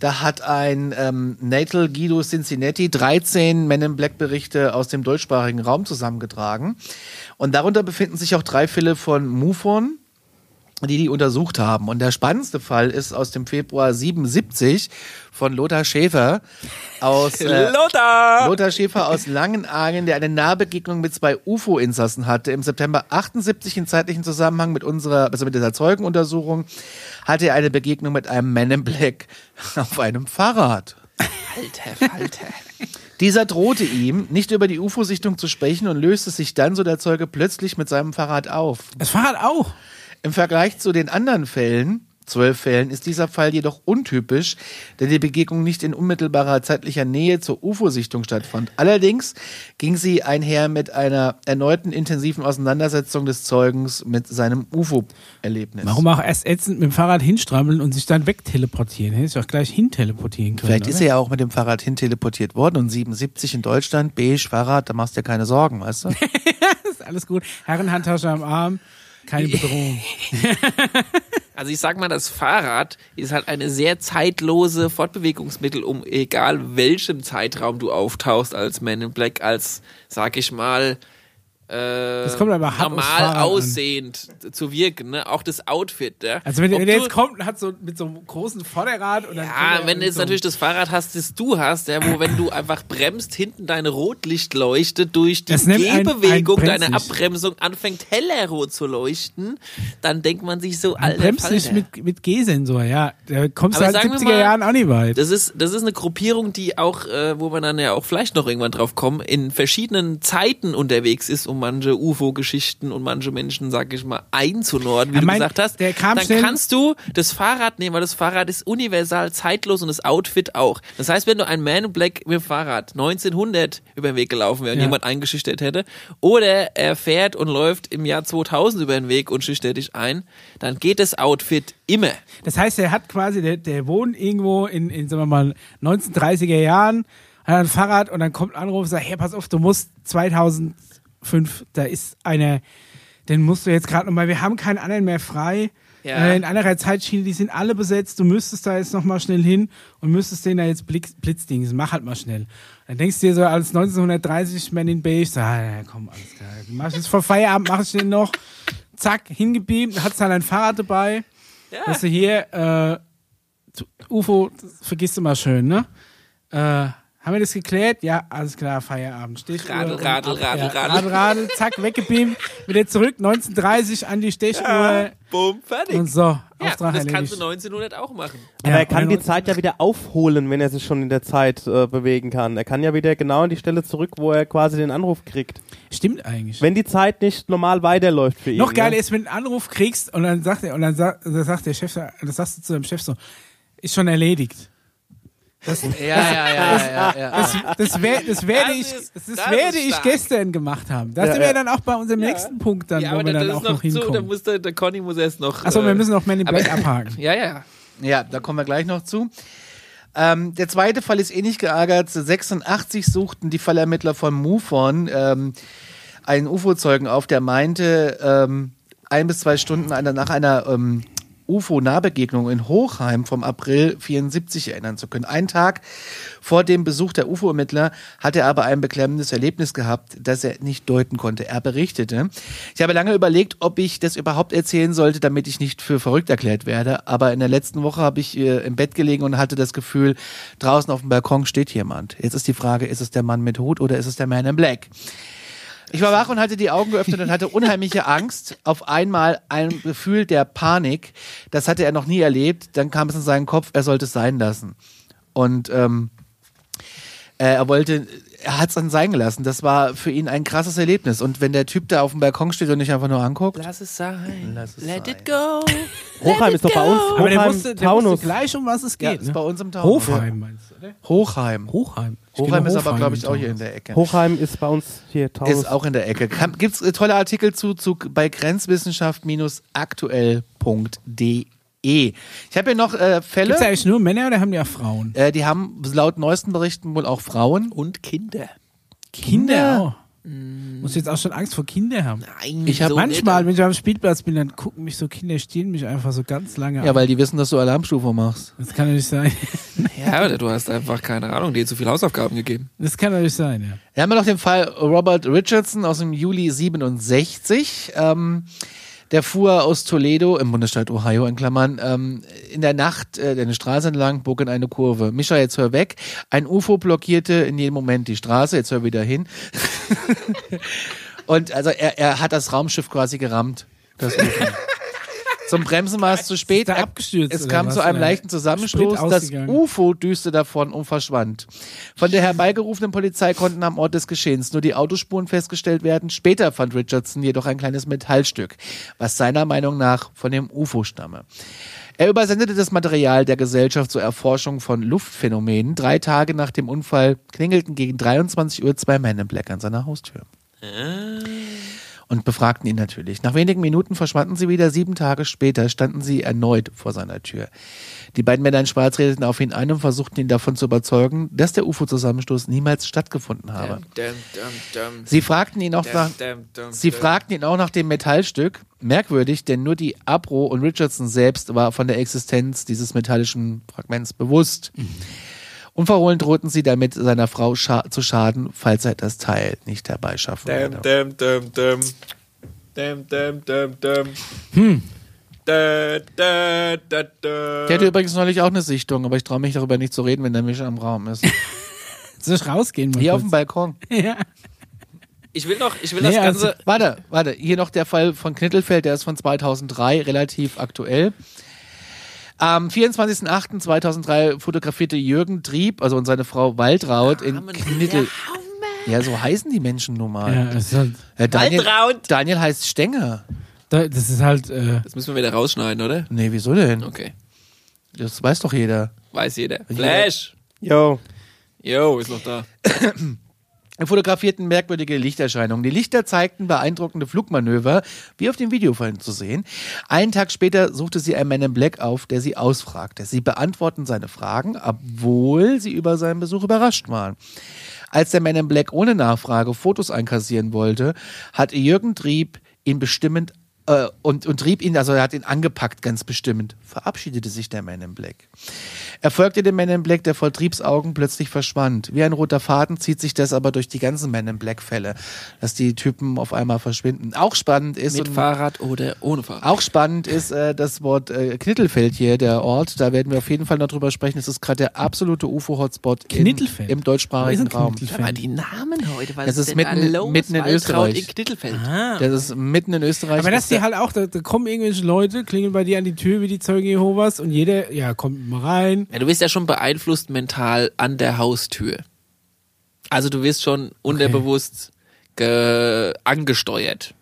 Speaker 1: da hat ein ähm, Natal Guido Cincinnati 13 Men in Black Berichte aus dem deutschsprachigen Raum zusammengetragen. Und darunter befinden sich auch drei Fälle von MUFON, die die untersucht haben. Und der spannendste Fall ist aus dem Februar 77 von Lothar Schäfer aus äh,
Speaker 3: Lothar!
Speaker 1: Lothar Schäfer aus Langenargen, der eine Nahbegegnung mit zwei UFO-Insassen hatte. Im September 78 in zeitlichen Zusammenhang mit unserer, also mit dieser Zeugenuntersuchung, hatte er eine Begegnung mit einem Man in Black [laughs] auf einem Fahrrad.
Speaker 3: Alter Falter.
Speaker 1: Dieser drohte ihm, nicht über die UFO-Sichtung zu sprechen und löste sich dann, so der Zeuge, plötzlich mit seinem Fahrrad auf.
Speaker 2: Das Fahrrad auch.
Speaker 1: Im Vergleich zu den anderen Fällen, zwölf Fällen, ist dieser Fall jedoch untypisch, denn die Begegnung nicht in unmittelbarer zeitlicher Nähe zur UFO-Sichtung stattfand. Allerdings ging sie einher mit einer erneuten intensiven Auseinandersetzung des Zeugens mit seinem UFO-Erlebnis.
Speaker 2: Warum auch erst ätzend mit dem Fahrrad hinstrampeln und sich dann wegteleportieren? Hätte ich auch gleich hinteleportieren können.
Speaker 1: Vielleicht
Speaker 2: oder?
Speaker 1: ist er ja auch mit dem Fahrrad hin teleportiert worden und 77 in Deutschland, beige Fahrrad, da machst du dir keine Sorgen, weißt du?
Speaker 2: ist alles gut. Herrenhandtasche am Arm, keine Bedrohung.
Speaker 3: Also ich sag mal, das Fahrrad ist halt eine sehr zeitlose Fortbewegungsmittel, um egal welchem Zeitraum du auftauchst als Man in Black, als, sag ich mal, äh, das
Speaker 2: kommt aber hart aufs Fahrrad
Speaker 3: normal
Speaker 2: an.
Speaker 3: aussehend zu wirken, ne? Auch das Outfit, ne?
Speaker 2: Also wenn,
Speaker 3: Ob
Speaker 2: wenn der
Speaker 3: du-
Speaker 2: jetzt kommt und hat so mit so einem großen Vorderrad und dann
Speaker 3: Ja,
Speaker 2: kommt er
Speaker 3: wenn du
Speaker 2: mit
Speaker 3: jetzt
Speaker 2: so einem-
Speaker 3: natürlich das Fahrrad hast, das du hast, ja, wo wenn du einfach bremst, hinten deine Rotlichtleuchte durch die
Speaker 2: Das nennt ein-
Speaker 3: Gehbewegung
Speaker 2: ein
Speaker 3: deiner
Speaker 2: Bremslicht.
Speaker 3: Abbremsung anfängt heller rot zu leuchten, dann denkt man sich so, alter
Speaker 2: Bremst dich
Speaker 3: Falter.
Speaker 2: mit, mit G-Sensor, ja. Da kommst
Speaker 3: Aber
Speaker 2: du halt
Speaker 3: sagen
Speaker 2: in
Speaker 3: wir
Speaker 2: 70er
Speaker 3: mal,
Speaker 2: Jahren auch nicht weit.
Speaker 3: Das ist, das ist eine Gruppierung, die auch, äh, wo man dann ja auch vielleicht noch irgendwann drauf kommen, in verschiedenen Zeiten unterwegs ist, um manche UFO-Geschichten und manche Menschen, sag ich mal, einzunorden, wie
Speaker 2: Er
Speaker 3: du
Speaker 2: meint,
Speaker 3: gesagt hast.
Speaker 2: der kam
Speaker 3: dann
Speaker 2: schnell-
Speaker 3: kannst du das Fahrrad nehmen, weil das Fahrrad ist universal zeitlos und das Outfit auch. Das heißt, wenn du ein Man in Black mit dem Fahrrad 1900 über den Weg gelaufen wäre und
Speaker 2: Ja.
Speaker 3: jemand eingeschüchtert hätte, oder er fährt und läuft im Jahr 2000 über den Weg und schüchtert dich ein, dann geht das Outfit immer.
Speaker 2: Das heißt, er hat quasi, der, der wohnt irgendwo in, in, sagen wir mal, 1930er Jahren, hat ein Fahrrad und dann kommt ein Anruf und sagt, hey, pass auf, du musst 2005, da ist einer, den musst du jetzt gerade nochmal, wir haben keinen anderen mehr frei.
Speaker 3: Ja.
Speaker 2: Äh, in anderer Zeitschiene, die sind alle besetzt, du müsstest da jetzt nochmal schnell hin und müsstest den da jetzt Blitz, Blitzdings, mach halt mal schnell. Dann denkst du dir so, als 1930 Man in Beige, so, ah, ja, komm, alles klar, mach ich jetzt vor Feierabend, mach ich den noch. Zack, hingebeamt, hat dann ein Fahrrad dabei. Weißt du, hier, äh, zu- UFO, das vergisst du mal schön, ne? Äh, haben wir das geklärt? Ja, alles klar, Feierabend. Stichuhr.
Speaker 3: Radel,
Speaker 2: und
Speaker 3: radel,
Speaker 2: ab-
Speaker 3: radel,
Speaker 2: ja,
Speaker 3: radel.
Speaker 2: radel. Radel, zack, weggebeamt, wieder zurück, 1930 an die Stechuhr
Speaker 3: Bumm, fertig.
Speaker 2: und so, Auftrag
Speaker 3: das kannst du
Speaker 2: erledigt.
Speaker 3: 1900 auch machen.
Speaker 2: Ja,
Speaker 4: Aber er kann
Speaker 2: und
Speaker 4: die
Speaker 2: dann-
Speaker 4: Zeit ja wieder aufholen, wenn er sich schon in der Zeit äh, bewegen kann. Er kann ja wieder genau an die Stelle zurück, wo er quasi den Anruf kriegt.
Speaker 2: Stimmt eigentlich.
Speaker 4: Wenn die Zeit nicht normal weiterläuft für ihn.
Speaker 2: Noch geiler
Speaker 4: ne?
Speaker 2: ist, wenn du einen Anruf kriegst und dann sagt er, und dann sagt, dann sagt der Chef, das sagst du zu deinem Chef so, ist schon erledigt.
Speaker 1: [laughs] Ja, ja, ja, ja, ja.
Speaker 2: Das, das, wer, das werde,
Speaker 3: Das
Speaker 2: ich,
Speaker 3: ist-
Speaker 2: das
Speaker 3: das
Speaker 2: werde
Speaker 3: ist
Speaker 2: ich
Speaker 3: stark.
Speaker 2: gestern gemacht haben. Das
Speaker 4: Ja,
Speaker 2: sind wir
Speaker 4: ja.
Speaker 2: dann auch bei unserem nächsten Punkt dann,
Speaker 3: Ja,
Speaker 2: wo
Speaker 3: aber
Speaker 2: wir
Speaker 3: das
Speaker 2: dann
Speaker 3: ist
Speaker 2: auch
Speaker 3: noch
Speaker 2: noch
Speaker 3: zu, da
Speaker 2: hinkommen.
Speaker 3: muss der, der Conny muss erst noch.
Speaker 2: Achso, wir
Speaker 3: äh,
Speaker 2: müssen noch Man in
Speaker 3: aber-
Speaker 2: Black abhaken.
Speaker 3: Ja, ja.
Speaker 1: Ja, da kommen wir gleich noch zu. Ähm, der zweite Fall ist ähnlich geärgert. 86 suchten die Fallermittler von MUFON ähm, einen UFO-Zeugen auf, der meinte, ähm, ein bis zwei Stunden einer, nach einer ähm, UFO-Nahbegegnung in Hochheim vom April 74 erinnern zu können. Einen Tag vor dem Besuch der UFO-Ermittler hat er aber ein beklemmendes Erlebnis gehabt, das er nicht deuten konnte. Er berichtete, ich habe lange überlegt, ob ich das überhaupt erzählen sollte, damit ich nicht für verrückt erklärt werde. Aber in der letzten Woche habe ich äh, im Bett gelegen und hatte das Gefühl, draußen auf dem Balkon steht jemand. Jetzt ist die Frage, ist es der Mann mit Hut oder ist es der Man in Black? Ich war wach und hatte die Augen geöffnet und hatte unheimliche Angst. Auf einmal ein Gefühl der Panik. Das hatte er noch nie erlebt. Dann kam es in seinen Kopf, er sollte es sein lassen. Und ähm, äh, er wollte, er hat es dann sein gelassen. Das war für ihn ein krasses Erlebnis. Und wenn der Typ da auf dem Balkon steht und nicht einfach nur anguckt,
Speaker 3: Lass es sein.
Speaker 1: Lass es
Speaker 3: Let
Speaker 1: sein.
Speaker 3: it go.
Speaker 4: Hochheim ist doch bei uns.
Speaker 2: Aber der
Speaker 4: Hochheim,
Speaker 2: wusste, der
Speaker 4: Taunus.
Speaker 2: wusste gleich, um was es
Speaker 1: ja,
Speaker 2: geht.
Speaker 1: ist
Speaker 2: ne?
Speaker 1: bei uns im Town.
Speaker 2: Hofheim meinst du, oder?
Speaker 1: Hochheim.
Speaker 2: Hochheim. Ich
Speaker 1: Hochheim
Speaker 2: kenne
Speaker 1: ist aber,
Speaker 2: Hofheim
Speaker 1: glaube ich,
Speaker 2: im
Speaker 1: auch hier in
Speaker 2: Taunus.
Speaker 1: der Ecke.
Speaker 4: Hochheim ist bei uns hier Taunus.
Speaker 1: Ist auch in der Ecke. Gibt es tolle Artikel zu, zu bei grenzwissenschaft-aktuell.de. E. Ich habe hier noch äh, Fälle,
Speaker 2: Gibt's da eigentlich nur Männer oder haben die auch Frauen?
Speaker 1: äh, die haben laut neuesten Berichten wohl auch Frauen.
Speaker 3: Und Kinder.
Speaker 2: Kinder auch. Muss jetzt auch schon Angst vor Kinder haben.
Speaker 3: Nein,
Speaker 1: Ich hab
Speaker 3: so
Speaker 2: Manchmal,
Speaker 3: nicht.
Speaker 2: wenn ich am Spielplatz bin, dann gucken mich so Kinder, stehen mich einfach so ganz lange
Speaker 1: Ja,
Speaker 2: an.
Speaker 1: weil die wissen, dass du Alarmstufe machst.
Speaker 2: Das kann doch nicht sein. [laughs]
Speaker 3: Ja, oder du hast einfach keine Ahnung, dir zu viele Hausaufgaben gegeben.
Speaker 2: Das kann doch nicht sein, ja.
Speaker 1: Wir haben ja noch den Fall Robert Richardson aus dem Juli 67. Ähm, der fuhr aus Toledo im Bundesstaat Ohio in Klammern ähm, in der Nacht äh, eine Straße entlang, bog in eine Kurve. Mischa, jetzt hör weg. Ein UFO blockierte in jedem Moment die Straße. Jetzt hör wieder hin. [laughs] Und also er, er hat das Raumschiff quasi gerammt. Das
Speaker 2: [laughs]
Speaker 1: UFO. Zum Bremsen war es zu spät.
Speaker 2: da
Speaker 1: Er-
Speaker 2: abgestürzt
Speaker 1: es
Speaker 2: oder
Speaker 1: kam
Speaker 2: was?
Speaker 1: zu einem
Speaker 2: Oder
Speaker 1: leichten Zusammenstoß.
Speaker 2: Sprit
Speaker 1: Das
Speaker 2: ausgegangen?
Speaker 1: UFO düste davon und verschwand. Von der herbeigerufenen Polizei konnten am Ort des Geschehens nur die Autospuren festgestellt werden. Später fand Richardson jedoch ein kleines Metallstück, was seiner Meinung nach von dem UFO stamme. Er übersendete das Material der Gesellschaft zur Erforschung von Luftphänomenen. Drei Tage nach dem Unfall klingelten gegen 23 Uhr zwei Men in Black an seiner Haustür. Und befragten ihn natürlich. Nach wenigen Minuten verschwanden sie wieder. Sieben Tage später standen sie erneut vor seiner Tür. Die beiden Männer in Schwarz redeten auf ihn ein und versuchten ihn davon zu überzeugen, dass der UFO-Zusammenstoß niemals stattgefunden habe. Sie fragten ihn auch nach, Sie fragten ihn auch nach dem Metallstück. Merkwürdig, denn nur die Abro und Richardson selbst war von der Existenz dieses metallischen Fragments bewusst. Unverhohlen drohten sie damit, seiner Frau scha zu schaden, falls er das Teil nicht herbeischaffen werde.
Speaker 3: dam, dam, dam. Dam, dam, dam, dam. Hm. Da, da, da, da.
Speaker 1: Der hatte übrigens neulich auch eine Sichtung, aber ich traue mich darüber nicht zu reden, wenn der Mischer im Raum ist.
Speaker 2: Soll ich rausgehen?
Speaker 1: [laughs]
Speaker 2: mal
Speaker 1: Hier auf
Speaker 2: kurz?
Speaker 1: dem Balkon.
Speaker 3: Ich will noch, ich will
Speaker 2: Nee,
Speaker 3: das Ganze.
Speaker 2: also-
Speaker 1: Warte, warte, hier noch der Fall von Knittelfeld, der ist von 2003, relativ aktuell. Am 24.08.2003 fotografierte Jürgen Trieb, also und seine Frau Waldraut in
Speaker 3: Amen.
Speaker 1: Knittel. Ja, so heißen die Menschen nun mal.
Speaker 2: Ja, das ist halt,
Speaker 1: Äh, Daniel,
Speaker 3: Waldraut.
Speaker 1: Daniel heißt Stenger.
Speaker 2: da- das ist halt äh,
Speaker 3: Das müssen wir wieder rausschneiden, oder?
Speaker 1: Nee, wieso denn?
Speaker 3: Okay.
Speaker 1: Das weiß doch jeder.
Speaker 3: Weiß jeder. Flash!
Speaker 4: Yo.
Speaker 3: Yo, ist noch da.
Speaker 1: Er fotografierten merkwürdige Lichterscheinungen. Die Lichter zeigten beeindruckende Flugmanöver, wie auf dem Videofilm zu sehen. Einen Tag später suchte sie einen Man in Black auf, der sie ausfragte. Sie beantworten seine Fragen, obwohl sie über seinen Besuch überrascht waren. Als der Man in Black ohne Nachfrage Fotos einkassieren wollte, hat Jürgen Trieb ihn bestimmend äh, und, und trieb ihn, also er hat ihn angepackt, ganz bestimmend. Verabschiedete sich der Man in Black. Er folgte dem Man in Black, der vor Triebsaugen plötzlich verschwand. Wie ein roter Faden zieht sich das aber durch die ganzen Man in Black-Fälle, dass die Typen auf einmal verschwinden. Auch spannend ist,
Speaker 3: Mit
Speaker 1: und
Speaker 3: Fahrrad oder ohne Fahrrad.
Speaker 1: auch spannend ist äh, das Wort äh, Knittelfeld hier, der Ort. Da werden wir auf jeden Fall noch drüber sprechen. Es ist gerade der absolute UFO-Hotspot in-
Speaker 2: Knittelfeld.
Speaker 1: im
Speaker 2: Wo
Speaker 1: deutschsprachigen
Speaker 2: ist denn
Speaker 1: Raum.
Speaker 2: Knittelfeld?
Speaker 3: Aber die Namen heute, weil
Speaker 1: Das ist mitten- mitten in Österreich.
Speaker 3: in Ah. Knittelfeld.
Speaker 1: Das ist mitten in Österreich.
Speaker 2: Aber das
Speaker 1: der-
Speaker 2: hier halt auch, da, da kommen irgendwelche Leute, klingeln bei dir an die Tür wie die Zeugen Jehovas und jeder, ja, kommt mal rein.
Speaker 3: Ja, du wirst ja schon beeinflusst mental an der Haustür. Also du wirst schon unterbewusst ge angesteuert.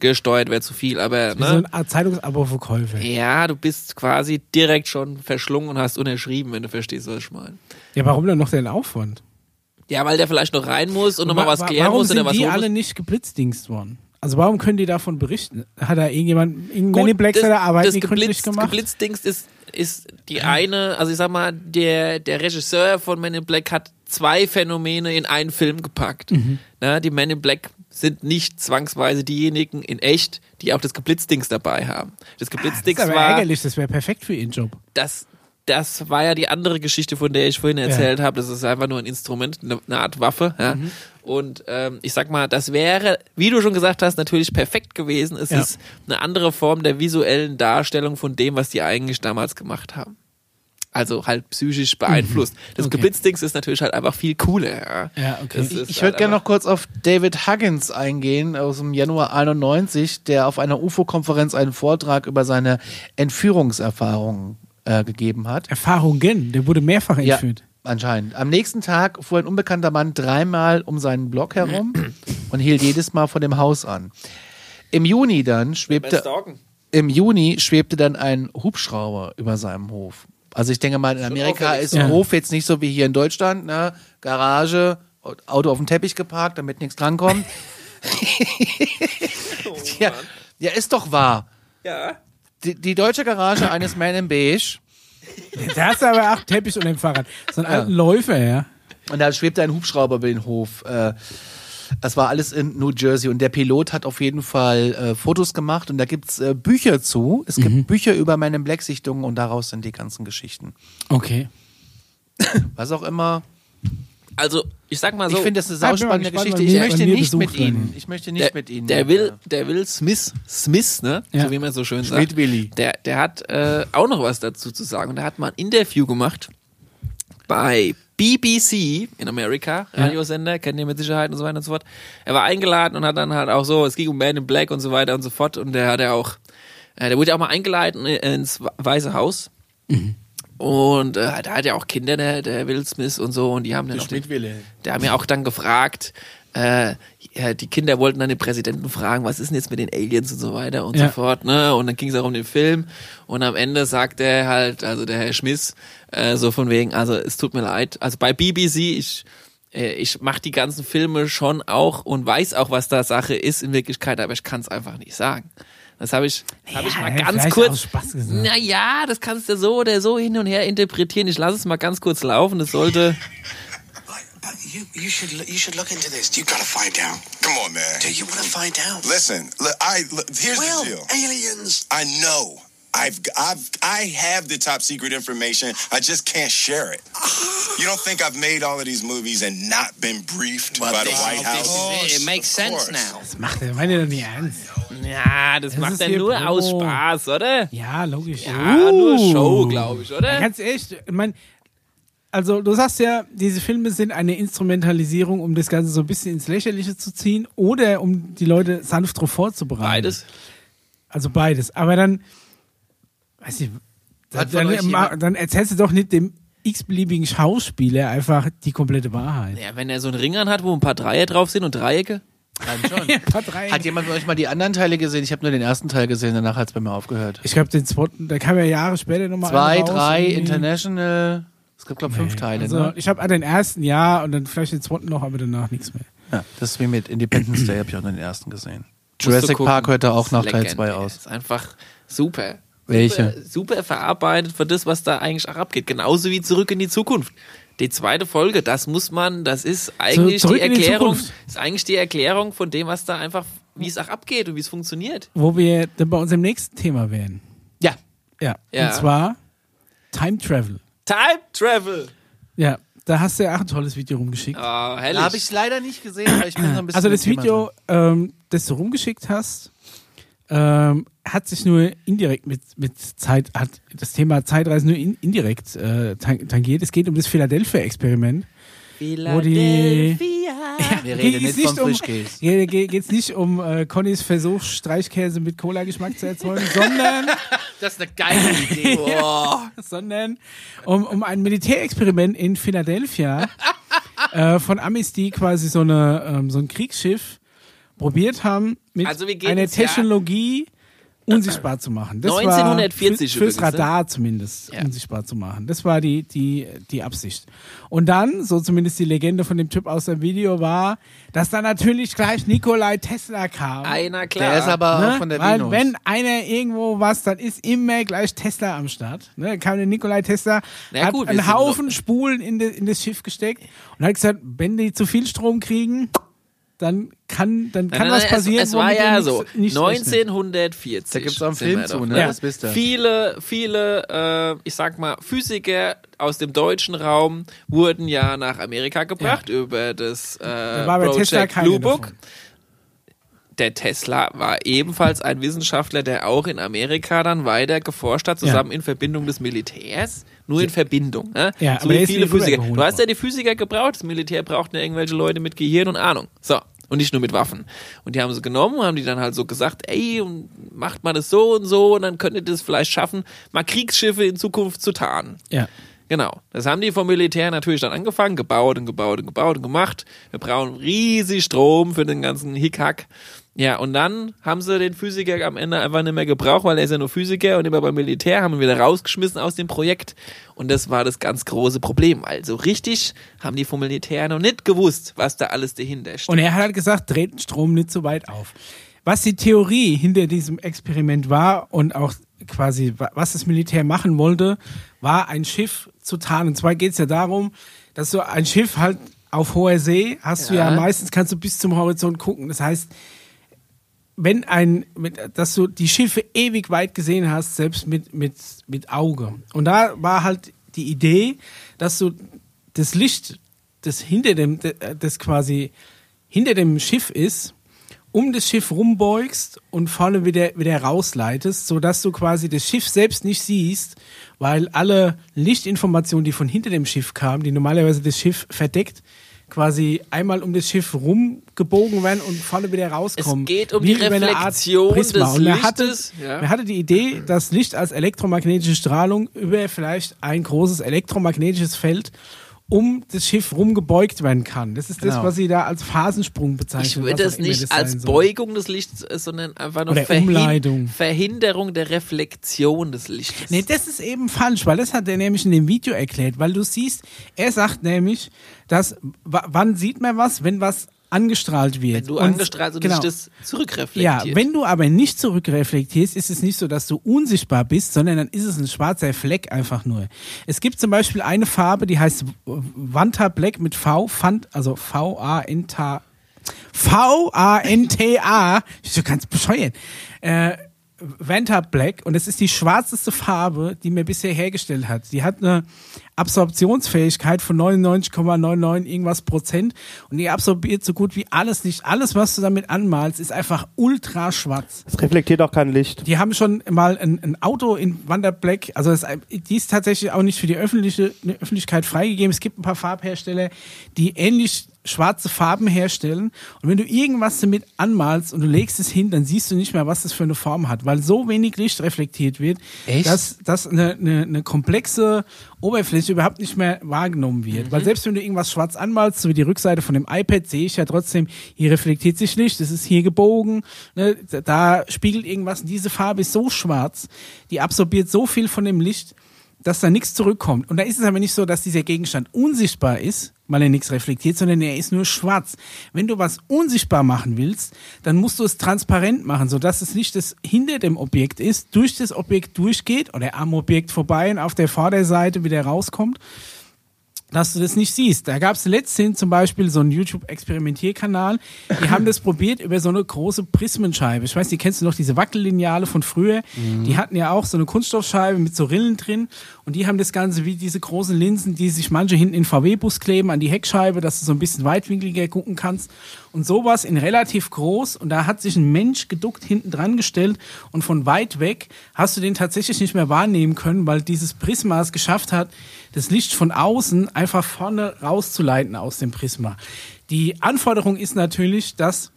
Speaker 3: gesteuert wäre zu viel, aber
Speaker 2: Wie so
Speaker 3: ne?
Speaker 2: ein Art Zeitungsabo für Käufe.
Speaker 3: ja, du bist quasi direkt schon verschlungen und hast unterschrieben, wenn du verstehst, was ich meine.
Speaker 2: Ja, warum dann noch den Aufwand?
Speaker 3: Ja, weil der vielleicht noch rein muss und nochmal
Speaker 2: Wa-
Speaker 3: was
Speaker 2: wa-
Speaker 3: klären
Speaker 2: warum
Speaker 3: muss oder
Speaker 2: sind
Speaker 3: was
Speaker 2: die
Speaker 3: holen
Speaker 2: alle
Speaker 3: muss.
Speaker 2: nicht geblitzdingst worden? Also warum können die davon berichten? Hat da irgendjemand, irgendein
Speaker 3: Gut,
Speaker 2: Manny Black
Speaker 3: das-
Speaker 2: seine Arbeit
Speaker 3: das
Speaker 2: nicht gründlich
Speaker 3: Geblitz-
Speaker 2: gemacht?
Speaker 3: Geblitzdings ist, ist die eine, also ich sag mal, der, der Regisseur von Men in Black hat zwei Phänomene in einen Film gepackt.
Speaker 2: Mhm.
Speaker 3: Na, die Men in Black sind nicht zwangsweise diejenigen in echt, die auch das Geblitzdings dabei haben. Das
Speaker 2: Ah, das
Speaker 3: Geblitzdings
Speaker 2: ist aber
Speaker 3: war,
Speaker 2: ärgerlich, das wäre perfekt für ihren Job.
Speaker 3: das, das war ja die andere Geschichte, von der ich vorhin erzählt habe. Das ist einfach nur ein Instrument, eine, eine Art Waffe. Ja?
Speaker 1: Mhm.
Speaker 3: Und ähm, ich sag mal, das wäre, wie du schon gesagt hast, natürlich perfekt gewesen. Es
Speaker 2: Ja.
Speaker 3: ist eine andere Form der visuellen Darstellung von dem, was die eigentlich damals gemacht haben. Also halt
Speaker 1: Mhm.
Speaker 3: psychisch beeinflusst. Das
Speaker 2: Okay.
Speaker 3: Geblitzdings ist natürlich halt einfach viel cooler. Ja,
Speaker 2: Ja, okay.
Speaker 3: Das ist
Speaker 1: Ich
Speaker 3: halt
Speaker 1: würde gerne
Speaker 3: einfach-
Speaker 1: noch kurz auf David Huggins eingehen aus dem Januar 91, der auf einer UFO-Konferenz einen Vortrag über seine Entführungserfahrungen äh, gegeben hat.
Speaker 2: Erfahrungen, der wurde mehrfach
Speaker 1: Ja,
Speaker 2: entführt.
Speaker 1: anscheinend. Am nächsten Tag fuhr ein unbekannter Mann dreimal um seinen Block herum und hielt jedes Mal vor dem Haus an. Im Juni dann schwebte
Speaker 3: Stalken.
Speaker 1: im Juni schwebte dann ein Hubschrauber über seinem Hof. Also ich denke mal, in Amerika
Speaker 3: auffällig.
Speaker 1: ist
Speaker 2: Ja.
Speaker 1: ein Hof jetzt nicht so wie hier in Deutschland, ne? Garage, Auto auf dem Teppich geparkt, damit nichts drankommt. ja, ja, ist doch wahr.
Speaker 3: Ja.
Speaker 1: Die, die deutsche Garage eines Man in Beige
Speaker 2: Da hast du aber acht Teppich unter dem Fahrrad. So einen alten Läufer, ja.
Speaker 1: Und da schwebte ein Hubschrauber über den Hof. Äh, Das war alles in New Jersey und der Pilot hat auf jeden Fall äh, Fotos gemacht und da gibt's äh, Bücher zu. Es gibt Bücher über meine Black-Sichtungen und daraus sind die ganzen Geschichten.
Speaker 2: Okay.
Speaker 1: Was auch immer.
Speaker 3: Also ich sag mal so.
Speaker 1: Ich finde das eine
Speaker 2: Ah, bin mal
Speaker 1: sauspannende
Speaker 2: gespannt,
Speaker 1: Geschichte.
Speaker 2: wann
Speaker 1: Ich
Speaker 2: wir-
Speaker 1: möchte
Speaker 2: wann wir
Speaker 1: nicht
Speaker 2: Besuch
Speaker 1: mit
Speaker 2: werden.
Speaker 1: Ihnen. Ich möchte nicht
Speaker 3: der,
Speaker 1: mit Ihnen.
Speaker 3: Der Will, der Will Smith, Smith, ne?
Speaker 2: Ja.
Speaker 3: So wie man so schön sagt.
Speaker 1: Schmidt Willi.
Speaker 3: Der, der hat äh, auch noch was dazu zu sagen. Und der hat mal ein Interview gemacht bei BBC in Amerika, Radiosender, kennt ihr mit Sicherheit und so weiter und so fort. Er war eingeladen und hat dann halt auch so, es ging um Man in Black und so weiter und so fort. Und der hat ja auch, äh, der wurde ja auch mal eingeladen ins Weiße Haus. Und äh, da hat ja auch Kinder, der, der Will Smith und so, und die haben dann auch den, der haben ja auch dann gefragt, äh, ja, die Kinder wollten dann den Präsidenten fragen, was ist denn jetzt mit den Aliens und so weiter und
Speaker 2: Ja.
Speaker 3: so fort, ne? Und dann ging es auch um den Film und am Ende sagt er halt, also der Herr Schmiss, äh, so von wegen, also es tut mir leid, also bei BBC, ich äh, ich mache die ganzen Filme schon auch und weiß auch, was da Sache ist in Wirklichkeit, aber ich kann es einfach nicht sagen. Das habe ich, hab ich
Speaker 2: Ja,
Speaker 3: mal
Speaker 2: ja,
Speaker 3: ganz
Speaker 2: vielleicht
Speaker 3: kurz
Speaker 2: aus Spaß gesagt.
Speaker 3: naja, das kannst du so oder so hin und her interpretieren. Ich lasse es mal ganz kurz laufen. Das sollte.
Speaker 6: But you, you should you should look into this. You gotta find out.
Speaker 7: Come on, man.
Speaker 6: Do you want to find out?
Speaker 7: Listen, look, I look, here's
Speaker 6: well,
Speaker 7: the deal.
Speaker 6: aliens.
Speaker 7: I know. I've I've I have the top secret information. I just can't share it. You don't think I've made all of these movies and not been briefed by the White House?
Speaker 3: it makes
Speaker 7: Of
Speaker 3: sense
Speaker 7: course.
Speaker 3: now.
Speaker 2: Das macht er, meint er doch nicht ernst.
Speaker 3: [laughs] Ja, das, macht
Speaker 2: ist
Speaker 3: er
Speaker 2: hier
Speaker 3: nur
Speaker 2: Promo.
Speaker 3: aus Spaß, oder?
Speaker 2: Ja, logisch. Uh.
Speaker 3: Ja, nur Show, glaube ich, oder?
Speaker 2: Ganz ehrlich, ich mein, also du sagst ja, diese Filme sind eine Instrumentalisierung, um das Ganze so ein bisschen ins Lächerliche zu ziehen oder um die Leute sanft drauf vorzubereiten.
Speaker 3: Beides.
Speaker 2: Also beides. Aber dann, weiß ich, dann,
Speaker 1: Hat von euch
Speaker 2: dann, ma-
Speaker 1: jemand-
Speaker 2: dann erzählst du doch nicht dem x-beliebigen Schauspieler einfach die komplette Wahrheit.
Speaker 3: Ja, wenn er so einen Ring an hat, wo ein paar Dreier drauf sind und Dreiecke.
Speaker 1: Dann schon.
Speaker 2: [laughs] Part drei.
Speaker 1: Hat jemand von euch mal die anderen Teile gesehen? Ich habe nur den ersten Teil gesehen, danach hat's bei mir aufgehört.
Speaker 2: ich glaube, den Spot, da kam ja Jahre später nochmal
Speaker 1: Zwei,
Speaker 2: einer raus,
Speaker 1: drei,
Speaker 2: irgendwie.
Speaker 1: International. Es gibt, glaube ich, fünf Teile.
Speaker 2: Also,
Speaker 1: ne?
Speaker 2: ich habe den ersten, ja, und dann vielleicht den zweiten noch, aber danach nichts mehr.
Speaker 1: Ja, das ist wie mit Independence Day, habe ich auch nur den ersten gesehen.
Speaker 3: Musst du
Speaker 1: Jurassic
Speaker 3: gucken.
Speaker 1: Park hörte auch
Speaker 3: Ist
Speaker 1: nach Teil
Speaker 3: legendär.
Speaker 1: 2 aus.
Speaker 3: Ist einfach super.
Speaker 1: Welche?
Speaker 3: Super, super verarbeitet für das, was da eigentlich auch abgeht. Genauso wie Zurück in die Zukunft. Die zweite Folge, das muss man, das ist eigentlich die
Speaker 2: Zurück in die
Speaker 3: Erklärung,
Speaker 2: Zukunft.
Speaker 3: ist eigentlich die Erklärung von dem, was da einfach, wie es auch abgeht und wie es funktioniert.
Speaker 2: Wo wir dann bei unserem nächsten Thema wären.
Speaker 1: Ja,
Speaker 2: Ja.
Speaker 3: Ja.
Speaker 2: Und zwar Time Travel.
Speaker 3: Time Travel.
Speaker 2: Ja, da hast du ja auch ein tolles Video rumgeschickt.
Speaker 3: Ah, herrlich.
Speaker 1: habe ich leider nicht gesehen, weil ich bin so ein bisschen.
Speaker 2: also das
Speaker 1: im Thema
Speaker 2: Video,
Speaker 1: drin.
Speaker 2: ähm, das du rumgeschickt hast, ähm, hat sich nur indirekt mit, mit Zeit, hat das Thema Zeitreisen nur in, indirekt äh, tan- tangiert. Es geht um das Philadelphia-Experiment. Wo die,
Speaker 1: Wir
Speaker 2: Geht
Speaker 1: reden
Speaker 2: es
Speaker 1: nicht vom
Speaker 2: um,
Speaker 1: Frischkäse.
Speaker 2: Ge- ge- Geht's nicht um äh, Connys Versuch, Streichkäse mit Cola-Geschmack
Speaker 1: [laughs]
Speaker 2: zu erzeugen, sondern,
Speaker 1: Das ist eine geile Idee.
Speaker 2: [laughs] sondern um, um ein Militärexperiment in
Speaker 3: [laughs]
Speaker 2: Philadelphia äh, von Amis, die quasi so, eine, ähm, so ein Kriegsschiff probiert haben, mit
Speaker 3: Also wir gehen
Speaker 2: einer
Speaker 3: ins Jahr-
Speaker 2: Technologie unsichtbar zu machen. Das
Speaker 3: 1940
Speaker 2: war für, fürs
Speaker 3: übrigens, ne?
Speaker 2: Radar zumindest
Speaker 3: Ja.
Speaker 2: unsichtbar zu machen. Das war die, die, die Absicht. Und dann, so zumindest die Legende von dem Typ aus dem Video war, dass dann natürlich gleich Nikolai Tesla kam.
Speaker 3: Einer klar.
Speaker 1: Der ist aber
Speaker 2: Ne?
Speaker 1: auch von der
Speaker 2: Weil
Speaker 1: Venus.
Speaker 2: wenn einer irgendwo was, dann ist immer gleich Tesla am Start. Ne? Da kam der Nikolai Tesla,
Speaker 3: Na
Speaker 2: hat
Speaker 3: gut, wir
Speaker 2: einen
Speaker 3: sind
Speaker 2: Haufen Spulen in, de, in das Schiff gesteckt und hat gesagt, wenn die zu viel Strom kriegen, dann kann, dann
Speaker 3: Nein,
Speaker 2: kann
Speaker 3: nein,
Speaker 2: was
Speaker 3: nein,
Speaker 2: passieren.
Speaker 3: Es, es war
Speaker 2: womit
Speaker 3: ja
Speaker 2: ihr
Speaker 3: so.
Speaker 2: nicht- nicht rechnet.
Speaker 3: 1940.
Speaker 1: Da gibt's auch einen
Speaker 3: sind
Speaker 1: Film
Speaker 3: wir
Speaker 1: zu,
Speaker 3: doch,
Speaker 1: ne? Das wisst ihr.
Speaker 3: Viele, viele, äh, ich sag mal, Physiker aus dem deutschen Raum wurden ja nach Amerika gebracht über das äh,
Speaker 2: war bei Tesla
Speaker 3: Project
Speaker 2: keiner
Speaker 3: Blue Book.
Speaker 2: davon.
Speaker 3: Der Tesla war ebenfalls ein Wissenschaftler, der auch in Amerika dann weiter geforscht hat, zusammen in Verbindung des Militärs. Nur in Verbindung. Ne?
Speaker 2: Ja,
Speaker 3: so
Speaker 2: aber der
Speaker 3: wie
Speaker 2: ist
Speaker 3: viele
Speaker 2: nie rübergeholt
Speaker 3: Physiker. Du hast
Speaker 2: worden.
Speaker 3: ja ja die Physiker gebraucht. Das Militär braucht ja irgendwelche Leute mit Gehirn und Ahnung. So. Und nicht nur mit Waffen. Und die haben sie genommen, haben die dann halt so gesagt, ey, und macht mal das so und so und dann könnt ihr das vielleicht schaffen, mal Kriegsschiffe in Zukunft zu tarnen.
Speaker 2: Ja.
Speaker 3: Genau. Das haben die vom Militär natürlich dann angefangen, gebaut und gebaut und gebaut und gemacht. Wir brauchen riesig Strom für den ganzen Hickhack. Ja, und dann haben sie den Physiker am Ende einfach nicht mehr gebraucht, weil er ist ja nur Physiker und immer beim Militär haben ihn wieder rausgeschmissen aus dem Projekt. Und das war das ganz große Problem. Also richtig haben die vom Militär noch nicht gewusst, was da alles dahinter steht.
Speaker 2: Und er hat halt gesagt, dreht den Strom nicht zu weit auf. Was die Theorie hinter diesem Experiment war und auch quasi, wa- was das Militär machen wollte, war ein Schiff zu tarnen. Und zwar geht es ja darum, dass so ein Schiff halt auf hoher See hast du ja meistens kannst du bis zum Horizont gucken. Das heißt, wenn ein, mit, dass du die Schiffe ewig weit gesehen hast, selbst mit, mit, mit Auge. Und da war halt die Idee, dass du das Licht, das hinter dem, das quasi hinter dem Schiff ist, um das Schiff rumbeugst und vorne wieder, wieder rausleitest, sodass du quasi das Schiff selbst nicht siehst, weil alle Lichtinformationen, die von hinter dem Schiff kamen, die normalerweise das Schiff verdeckt, quasi einmal um das Schiff rumgebogen werden und vorne wieder rauskommen.
Speaker 3: geht um
Speaker 2: Wie
Speaker 3: die
Speaker 2: über eine Art
Speaker 3: Reflexion
Speaker 2: Prisma.
Speaker 3: des
Speaker 2: und man hatte,
Speaker 3: Lichtes, ja.
Speaker 2: man hatte die Idee, dass Licht als elektromagnetische Strahlung über vielleicht ein großes elektromagnetisches Feld um das Schiff rumgebeugt werden kann. Das ist das,
Speaker 1: Genau.
Speaker 2: was sie da als Phasensprung bezeichnen.
Speaker 3: Ich würde
Speaker 2: was
Speaker 3: das
Speaker 2: auch immer
Speaker 3: nicht
Speaker 2: das sein
Speaker 3: als
Speaker 2: soll.
Speaker 3: Beugung des Lichts, äh, sondern einfach nur
Speaker 2: Oder
Speaker 3: Verhin-
Speaker 2: Umleitung.
Speaker 3: Verhinderung der Reflexion des Lichtes.
Speaker 2: Nee, das ist eben falsch, weil das hat er nämlich in dem Video erklärt, weil du siehst, er sagt nämlich, dass wa- wann sieht man was, wenn was angestrahlt wird.
Speaker 3: Wenn du
Speaker 2: Und- genau.
Speaker 3: angestrahlt und nicht das
Speaker 2: Ja,
Speaker 3: zurückreflektiert.
Speaker 2: wenn du aber nicht zurückreflektierst, ist es nicht so, dass du unsichtbar bist, sondern dann ist es ein schwarzer Fleck einfach nur. Es gibt zum Beispiel eine Farbe, die heißt Vanta Black mit V, Fant, also V-A-N-T-A. V-A-N-T-A. Ich so ganz bescheuert. Äh, Vanta Black und es ist die schwarzeste Farbe, die mir bisher hergestellt hat. Die hat eine Absorptionsfähigkeit von 99,99 irgendwas Prozent und die absorbiert so gut wie alles Licht. Alles, was du damit anmalst, ist einfach ultra schwarz.
Speaker 4: Es reflektiert auch kein Licht.
Speaker 2: Die haben schon mal ein, ein Auto in Vanta Black, also das, die ist tatsächlich auch nicht für die öffentliche eine Öffentlichkeit freigegeben. Es gibt ein paar Farbhersteller, die ähnlich schwarze Farben herstellen. Und wenn du irgendwas damit anmalst und du legst es hin, dann siehst du nicht mehr, was das für eine Form hat, weil so wenig Licht reflektiert wird,
Speaker 1: Echt?
Speaker 2: dass, dass eine, eine, eine komplexe Oberfläche überhaupt nicht mehr wahrgenommen wird. Weil selbst wenn du irgendwas schwarz anmalst, so wie die Rückseite von dem iPad, sehe ich ja trotzdem, hier reflektiert sich Licht, es ist hier gebogen, ne, da spiegelt irgendwas. Und diese Farbe ist so schwarz, die absorbiert so viel von dem Licht, dass da nichts zurückkommt. Und da ist es aber nicht so, dass dieser Gegenstand unsichtbar ist, weil er nichts reflektiert, sondern er ist nur schwarz. Wenn du was unsichtbar machen willst, dann musst du es transparent machen, sodass das Licht, das hinter dem Objekt ist, durch das Objekt durchgeht oder am Objekt vorbei und auf der Vorderseite wieder rauskommt dass du das nicht siehst. Da gab es letztens zum Beispiel so einen YouTube-Experimentierkanal, die haben das [laughs] probiert über so eine große Prismenscheibe. Ich weiß, die kennst du noch, diese Wackellineale von früher. Die hatten ja auch so eine Kunststoffscheibe mit so Rillen drin und die haben das Ganze wie diese großen Linsen, die sich manche hinten in VW-Bus kleben, an die Heckscheibe, dass du so ein bisschen weitwinkliger gucken kannst. Und sowas in relativ groß und da hat sich ein Mensch geduckt hinten dran gestellt und von weit weg hast du den tatsächlich nicht mehr wahrnehmen können, weil dieses Prisma es geschafft hat, das Licht von außen einfach vorne rauszuleiten aus dem Prisma. Die Anforderung ist natürlich, dass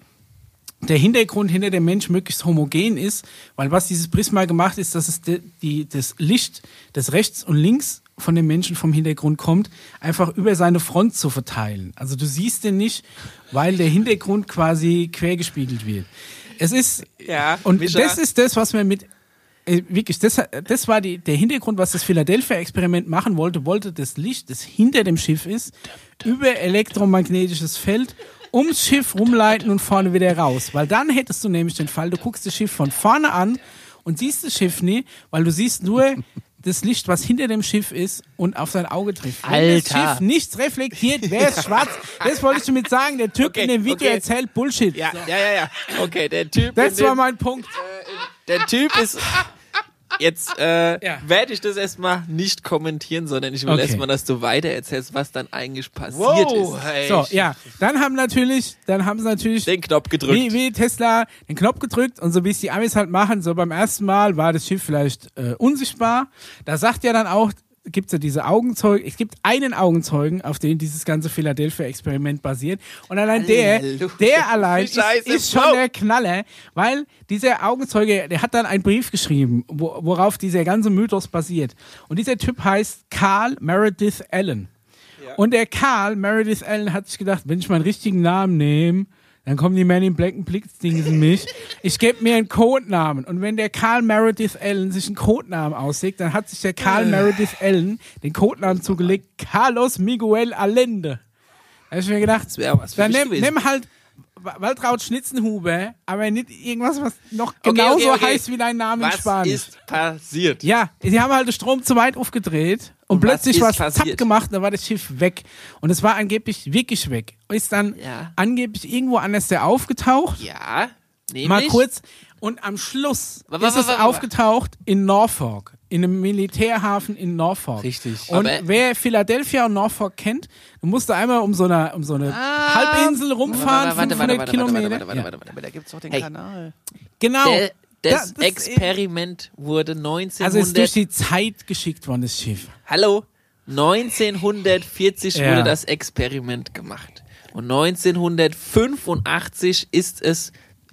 Speaker 2: der Hintergrund hinter dem Mensch möglichst homogen ist, weil was dieses Prisma gemacht ist, dass es de, die, das Licht des rechts und links von dem Menschen vom Hintergrund kommt, einfach über seine Front zu verteilen. Also du siehst den nicht, weil der Hintergrund quasi quergespiegelt wird. Es ist
Speaker 3: Ja,
Speaker 2: und
Speaker 3: Mischa.
Speaker 2: das ist das, was man mit äh, wirklich das, das war die, der Hintergrund, was das Philadelphia Experiment machen wollte, wollte das Licht, das hinter dem Schiff ist, über elektromagnetisches Feld ums Schiff rumleiten und vorne wieder raus, weil dann hättest du nämlich den Fall, du guckst das Schiff von vorne an und siehst das Schiff nie, weil du siehst nur das Licht, was hinter dem Schiff ist und auf sein Auge trifft. Wenn das
Speaker 1: Alter.
Speaker 2: Schiff nichts reflektiert, wäre es schwarz. Das wollte ich damit sagen. Der Typ
Speaker 3: Okay,
Speaker 2: in dem Video
Speaker 3: okay.
Speaker 2: erzählt Bullshit.
Speaker 3: Ja, ja, ja, ja. Okay, der Typ. in
Speaker 2: Das
Speaker 3: dem-
Speaker 2: war mein Punkt.
Speaker 3: Der Typ ist. Jetzt äh,
Speaker 2: Ja.
Speaker 3: werde ich das erstmal nicht kommentieren, sondern ich will
Speaker 2: Okay.
Speaker 3: erstmal, dass du weiter erzählst, was dann eigentlich passiert
Speaker 1: Wow,
Speaker 3: ist.
Speaker 1: hey.
Speaker 2: So, ja. Dann haben natürlich, dann haben sie natürlich
Speaker 3: Den Knopf gedrückt.
Speaker 2: wie, wie Tesla den Knopf gedrückt und so wie es die Amis halt machen, so beim ersten Mal war das Schiff vielleicht äh, unsichtbar. Da sagt ja dann auch, gibt's ja diese Augenzeugen, es gibt einen Augenzeugen, auf den dieses ganze Philadelphia-Experiment basiert. Und allein der,
Speaker 3: Halleluja.
Speaker 2: der
Speaker 3: [laughs]
Speaker 2: allein ist,
Speaker 3: Scheiße,
Speaker 2: ist schon
Speaker 3: Frau.
Speaker 2: der Knaller, weil dieser Augenzeuge, der hat dann einen Brief geschrieben, wo, worauf dieser ganze Mythos basiert. Und dieser Typ heißt Carl Meredith Allen. Und der Karl, Meredith Allen, hat sich gedacht, wenn ich meinen richtigen Namen nehme, dann kommen die Men in Black und blitzen mich. Ich gebe mir einen Codenamen. Und wenn der Karl Meredith Allen sich einen Codenamen auslegt, dann hat sich der
Speaker 3: Äh.
Speaker 2: Karl Meredith Allen den Codenamen zugelegt, Carlos Miguel Allende. Da hab ich mir gedacht,
Speaker 3: wär aber was für
Speaker 2: dann
Speaker 3: mich
Speaker 2: nimm,
Speaker 3: gewesen.
Speaker 2: nimm halt Wa- Waltraud Schnitzenhuber, aber nicht irgendwas, was noch
Speaker 3: Okay,
Speaker 2: genauso
Speaker 3: okay, okay.
Speaker 2: heißt wie dein Name
Speaker 3: was
Speaker 2: in Spanisch.
Speaker 3: ist passiert?
Speaker 2: Ja, sie haben halt den Strom zu weit aufgedreht und,
Speaker 3: Und was
Speaker 2: plötzlich
Speaker 3: ist
Speaker 2: war es zapp
Speaker 3: passiert?
Speaker 2: gemacht und dann war das Schiff weg. Und es war angeblich wirklich weg. Ist dann
Speaker 3: Ja.
Speaker 2: angeblich irgendwo anders der aufgetaucht.
Speaker 3: Ja, nämlich.
Speaker 2: Mal kurz. Und am Schluss
Speaker 3: Wa- wa-
Speaker 2: ist
Speaker 3: wa-
Speaker 2: es
Speaker 3: wa- wa-
Speaker 2: aufgetaucht in Norfolk. In einem Militärhafen in Norfolk.
Speaker 1: Richtig.
Speaker 2: Und
Speaker 3: Aber-
Speaker 2: wer Philadelphia und Norfolk kennt, du musst da einmal um so eine, um so eine
Speaker 3: Ah.
Speaker 2: Halbinsel rumfahren, 500 Kilometer.
Speaker 3: warte, warte,
Speaker 2: Ja.
Speaker 3: warte, warte, warte.
Speaker 1: Da gibt's doch den
Speaker 3: Hey.
Speaker 1: Kanal.
Speaker 2: Genau.
Speaker 3: Der, das,
Speaker 2: Da- das-
Speaker 3: Experiment wurde 1900.
Speaker 2: also ist durch die Zeit geschickt worden, das Schiff.
Speaker 3: Hallo, 1940
Speaker 2: Ja.
Speaker 3: wurde das Experiment gemacht. Und 1985 ist es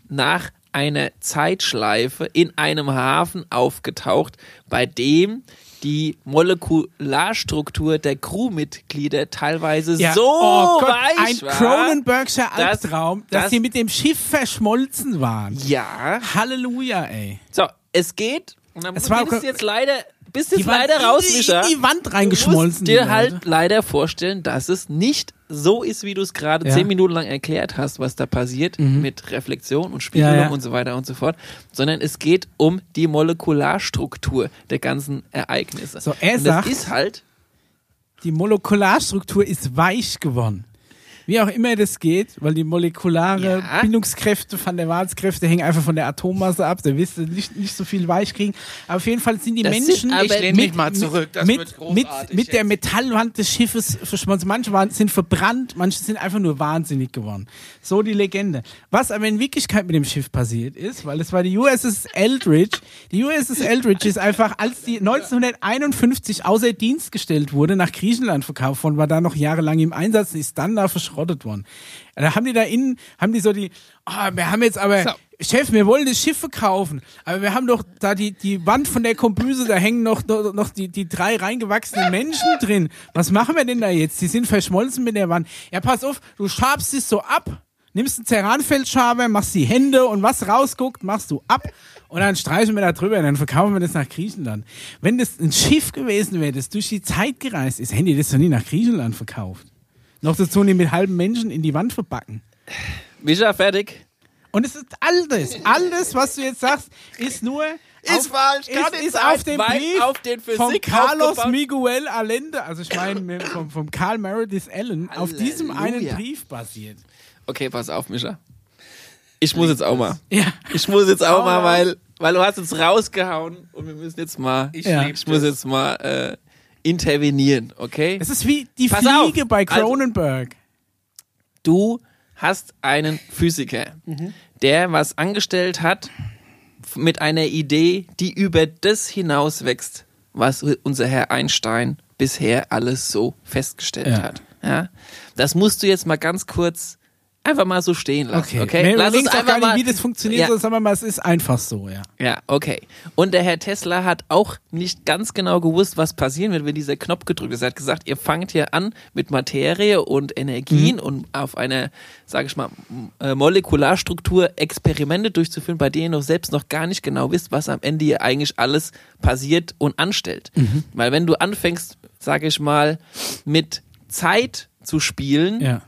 Speaker 3: nach einer Zeitschleife in einem Hafen aufgetaucht, bei dem die Molekularstruktur der Crewmitglieder teilweise
Speaker 2: Ja.
Speaker 3: so
Speaker 2: oh Gott,
Speaker 3: weich
Speaker 2: ein
Speaker 3: war.
Speaker 2: Cronenberg'scher
Speaker 3: dass-
Speaker 2: Albtraum, dass
Speaker 3: dass-
Speaker 2: sie mit dem Schiff verschmolzen waren.
Speaker 3: ja.
Speaker 2: Halleluja, ey.
Speaker 3: So, es geht. Und dann
Speaker 2: Es war-
Speaker 3: bist du jetzt leider, bist jetzt
Speaker 2: waren
Speaker 3: leider
Speaker 2: in
Speaker 3: raus,
Speaker 2: die-
Speaker 3: Mischa.
Speaker 2: in die Wand
Speaker 3: Du
Speaker 2: reingeschmolzen.
Speaker 3: musst
Speaker 2: die
Speaker 3: dir
Speaker 2: Leute.
Speaker 3: halt leider vorstellen, dass es nicht so ist, wie du es gerade
Speaker 2: Ja. Mhm.
Speaker 3: zehn Minuten lang erklärt hast, was da passiert mit Reflexion und Spiegelung
Speaker 2: Ja, ja.
Speaker 3: und so weiter und so fort, sondern es geht um die Molekularstruktur der ganzen Ereignisse.
Speaker 2: So, er
Speaker 3: und das
Speaker 2: sagt-
Speaker 3: ist halt,
Speaker 2: Die Molekularstruktur ist weich geworden. Wie auch immer das geht, weil die molekulare
Speaker 3: Ja.
Speaker 2: Bindungskräfte von der Wahlskräfte hängen einfach von der Atommasse ab. Da wirst du nicht, nicht so viel weich kriegen. Aber auf jeden Fall sind die
Speaker 3: Das sind
Speaker 2: Menschen
Speaker 3: aber- Ich lehn
Speaker 1: mich mal zurück. Das
Speaker 2: mit,
Speaker 1: wird
Speaker 2: mit,
Speaker 1: großartig
Speaker 2: mit der
Speaker 1: jetzt.
Speaker 2: Metallwand des Schiffes verschmolzen. Manche waren, sind verbrannt, manche sind einfach nur wahnsinnig geworden. So die Legende. Was aber in Wirklichkeit mit dem Schiff passiert ist, weil es war die USS Eldridge. Die USS Eldridge ist einfach, als die 1951 außer Dienst gestellt wurde, nach Griechenland verkauft worden, war da noch jahrelang im Einsatz, ist dann da verschrottet worden. Da haben die da innen, haben die so die, ah, wir haben jetzt aber, Chef, wir wollen das Schiff verkaufen, aber wir haben doch da die, die Wand von der Kombüse, da hängen noch, noch, noch die, die drei reingewachsenen Menschen drin. Was machen wir denn da jetzt? Die sind verschmolzen mit der Wand. Ja, pass auf, du schabst es so ab, nimmst einen Ceranfeldschaber, machst die Hände und was rausguckt, machst du ab und dann streichen wir da drüber und dann verkaufen wir das nach Griechenland. Wenn das ein Schiff gewesen wäre, das durch die Zeit gereist ist, hätten die das doch nie nach Griechenland verkauft. Noch dazu nicht mit halben Menschen in die Wand verbacken.
Speaker 3: Mischa, fertig.
Speaker 2: Und es ist all das, all das, was du jetzt sagst, ist nur
Speaker 3: Ist falsch,
Speaker 2: ist,
Speaker 3: kann nicht
Speaker 2: ist
Speaker 3: sein,
Speaker 2: auf dem
Speaker 3: weil
Speaker 2: Brief
Speaker 3: auf den
Speaker 2: von
Speaker 3: Physik
Speaker 2: Carlos
Speaker 3: aufgebaut-
Speaker 2: Miguel Allende, also ich meine vom, vom Carl Meredith Allen, auf diesem einen
Speaker 3: Halleluja.
Speaker 2: Brief basiert.
Speaker 3: Okay, pass auf, Mischa. Ich
Speaker 2: Äh,
Speaker 3: muss jetzt auch mal.
Speaker 2: Ja.
Speaker 3: Ich muss jetzt auch mal, weil, weil du hast jetzt rausgehauen und wir müssen jetzt mal, ich,
Speaker 2: Ja.
Speaker 3: ich muss jetzt mal äh, intervenieren, okay?
Speaker 2: Es ist wie die
Speaker 3: Pass auf.
Speaker 2: Fliege bei
Speaker 3: Also-
Speaker 2: Cronenberg.
Speaker 3: du hast einen Physiker, der was angestellt hat f- mit einer Idee, die über das hinaus wächst, was unser Herr Einstein bisher alles so festgestellt
Speaker 2: Ja.
Speaker 3: hat. Ja? Das musst du jetzt mal ganz kurz einfach mal so stehen lassen. Okay,
Speaker 2: Nee,
Speaker 3: lass uns
Speaker 2: überlegst auch
Speaker 3: einfach
Speaker 2: gar nicht,
Speaker 3: mal.
Speaker 2: wie das funktioniert,
Speaker 3: Ja.
Speaker 2: sondern sagen wir mal, es ist einfach so, ja.
Speaker 3: Ja, okay. Und der Herr Tesla hat auch nicht ganz genau gewusst, was passieren wird, wenn dieser Knopf gedrückt ist. Er hat gesagt, ihr fangt hier an mit Materie und Energien und auf einer, sage ich mal, m- äh, Molekularstruktur Experimente durchzuführen, bei denen ihr selbst noch gar nicht genau wisst, was am Ende hier eigentlich alles passiert und anstellt. Weil wenn du anfängst, sage ich mal, mit Zeit zu spielen,
Speaker 2: ja.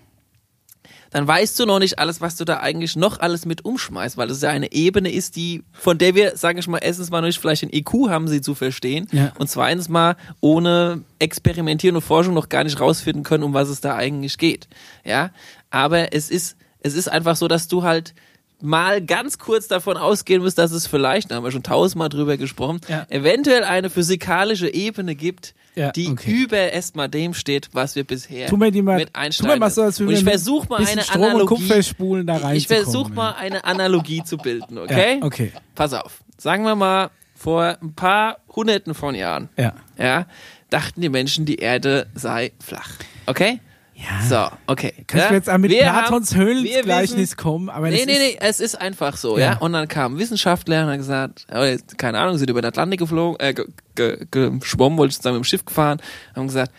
Speaker 3: dann weißt du noch nicht alles, was du da eigentlich noch alles mit umschmeißt, weil es ja eine Ebene ist, die, von der wir, sage ich mal, erstens mal noch nicht vielleicht den IQ haben, sie zu verstehen
Speaker 2: Ja.
Speaker 3: und zweitens mal ohne Experimentieren und Forschung noch gar nicht rausfinden können, um was es da eigentlich geht. Ja, aber es ist, es ist einfach so, dass du halt mal ganz kurz davon ausgehen musst, dass es vielleicht, da haben wir schon tausendmal drüber gesprochen,
Speaker 2: Ja.
Speaker 3: eventuell eine physikalische Ebene gibt,
Speaker 2: Ja,
Speaker 3: die
Speaker 2: okay.
Speaker 3: über erstmal dem steht, was wir bisher
Speaker 2: Tu mir die mal,
Speaker 3: Äh, mit
Speaker 2: tu mir
Speaker 3: einsteigen.
Speaker 2: mal so, als
Speaker 3: und
Speaker 2: würden
Speaker 3: ich
Speaker 2: wir mit
Speaker 3: versuche mal
Speaker 2: bisschen
Speaker 3: eine
Speaker 2: Strom
Speaker 3: Analogie.
Speaker 2: und Kupferspulen da
Speaker 3: ich
Speaker 2: reinzukommen.
Speaker 3: versuche mal eine Analogie zu bilden, okay?
Speaker 2: Ja, okay.
Speaker 3: Pass auf. Sagen wir mal, vor ein paar hunderten von Jahren,
Speaker 2: Ja.
Speaker 3: ja, dachten die Menschen, die Erde sei flach. Okay? Ja. So, okay.
Speaker 2: Kannst
Speaker 3: ja?
Speaker 2: du jetzt auch mit
Speaker 3: Wir
Speaker 2: Platons
Speaker 3: haben- wir wissen-
Speaker 2: Höhlengleichnis kommen, aber
Speaker 3: Nee,
Speaker 2: das
Speaker 3: nee,
Speaker 2: ist,
Speaker 3: nee, es ist einfach so, ja.
Speaker 2: Ja.
Speaker 3: Und dann kamen Wissenschaftler und haben gesagt, äh, keine Ahnung, sind über den Atlantik geflogen, äh, ge- ge- geschwommen, wollte ich sagen, mit dem Schiff gefahren, haben gesagt,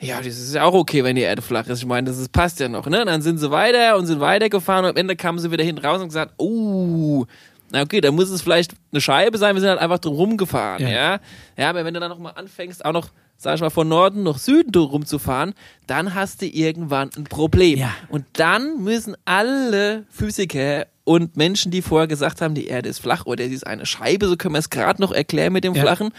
Speaker 3: ja, das ist ja auch okay, wenn die Erde flach ist. Ich meine, das ist, passt ja noch, ne? Und dann sind sie weiter und sind weitergefahren und am Ende kamen sie wieder hinten raus und gesagt, oh, na okay, dann muss es vielleicht eine Scheibe sein, wir sind halt einfach drum rumgefahren, ja.
Speaker 2: Ja.
Speaker 3: Ja, aber wenn du dann nochmal anfängst, auch noch, sag ich mal, von Norden nach Süden drum rumzufahren, dann hast du irgendwann ein Problem.
Speaker 2: Ja.
Speaker 3: Und dann müssen alle Physiker und Menschen, die vorher gesagt haben, die Erde ist flach oder sie ist eine Scheibe, so können wir es gerade noch erklären mit dem
Speaker 2: Ja.
Speaker 3: Flachen,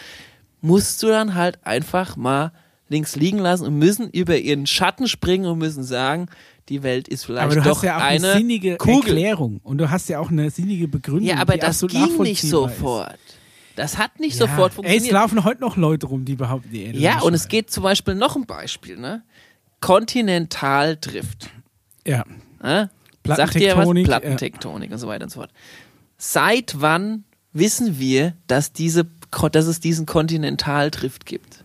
Speaker 3: musst du dann halt einfach mal links liegen lassen und müssen über ihren Schatten springen und müssen sagen, die Welt ist vielleicht
Speaker 2: aber du
Speaker 3: doch
Speaker 2: hast ja auch eine,
Speaker 3: eine
Speaker 2: sinnige
Speaker 3: Kugel.
Speaker 2: Erklärung und du hast ja auch eine sinnige Begründung.
Speaker 3: Ja, aber
Speaker 2: die
Speaker 3: das
Speaker 2: absolut
Speaker 3: ging nicht
Speaker 2: nachvollziehbar ist.
Speaker 3: sofort. Das hat nicht
Speaker 2: Ja.
Speaker 3: sofort
Speaker 2: Ey, es
Speaker 3: funktioniert.
Speaker 2: laufen heute noch Leute rum, die behaupten, die Erde
Speaker 3: Ja,
Speaker 2: ist
Speaker 3: und es
Speaker 2: scheiße.
Speaker 3: geht zum Beispiel noch ein Beispiel, ne? Kontinentaldrift.
Speaker 2: Ja.
Speaker 3: Ne? Sagt ihr was?
Speaker 2: Plattentektonik, ja.
Speaker 3: Plattentektonik und so weiter und so fort. Seit wann wissen wir, dass, diese, Ko- dass es diesen Kontinentaldrift gibt?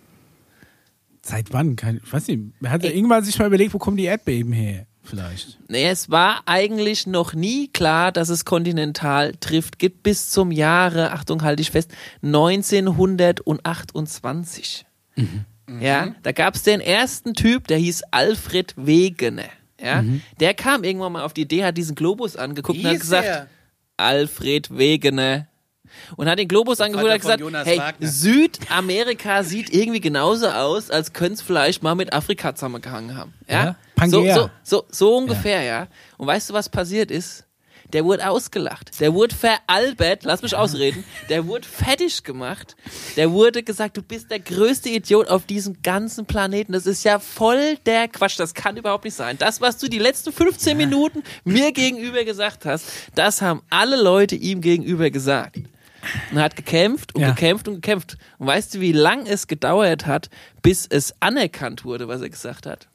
Speaker 2: Seit wann? Kein, ich weiß nicht. Man hat ja
Speaker 3: Ey.
Speaker 2: irgendwann sich mal überlegt, wo kommen die Erdbeben her? Vielleicht.
Speaker 3: Nee, es war eigentlich noch nie klar, dass es Kontinentaldrift gibt, bis zum Jahre, Achtung, halte ich fest, 1928.
Speaker 1: Mhm.
Speaker 3: Ja, da gab es den ersten Typ, der hieß Alfred Wegener. Ja,
Speaker 1: Mhm.
Speaker 3: der kam irgendwann mal auf die Idee, hat diesen Globus angeguckt und hat gesagt, Alfred Wegener. Und hat den Globus angeholt und hat
Speaker 1: Vater
Speaker 3: gesagt,
Speaker 1: von Jonas
Speaker 3: hey,
Speaker 1: Wagner.
Speaker 3: Südamerika sieht irgendwie genauso aus, als könnte es vielleicht mal mit Afrika zusammengehangen haben. Ja?
Speaker 2: Ja, Pangea.
Speaker 3: So, so, so, so ungefähr, ja. Und weißt du, was passiert ist? Der wurde ausgelacht. Der wurde veralbert. Lass mich ausreden. Der wurde fertig gemacht. Der wurde gesagt, du bist der größte Idiot auf diesem ganzen Planeten. Das ist ja voll der Quatsch. Das kann überhaupt nicht sein. Das, was du die letzten 15 Minuten mir gegenüber gesagt hast, das haben alle Leute ihm gegenüber gesagt. Und hat gekämpft und
Speaker 2: Ja.
Speaker 3: gekämpft und gekämpft. Und weißt du, wie lang es gedauert hat, bis es anerkannt wurde, was er gesagt hat?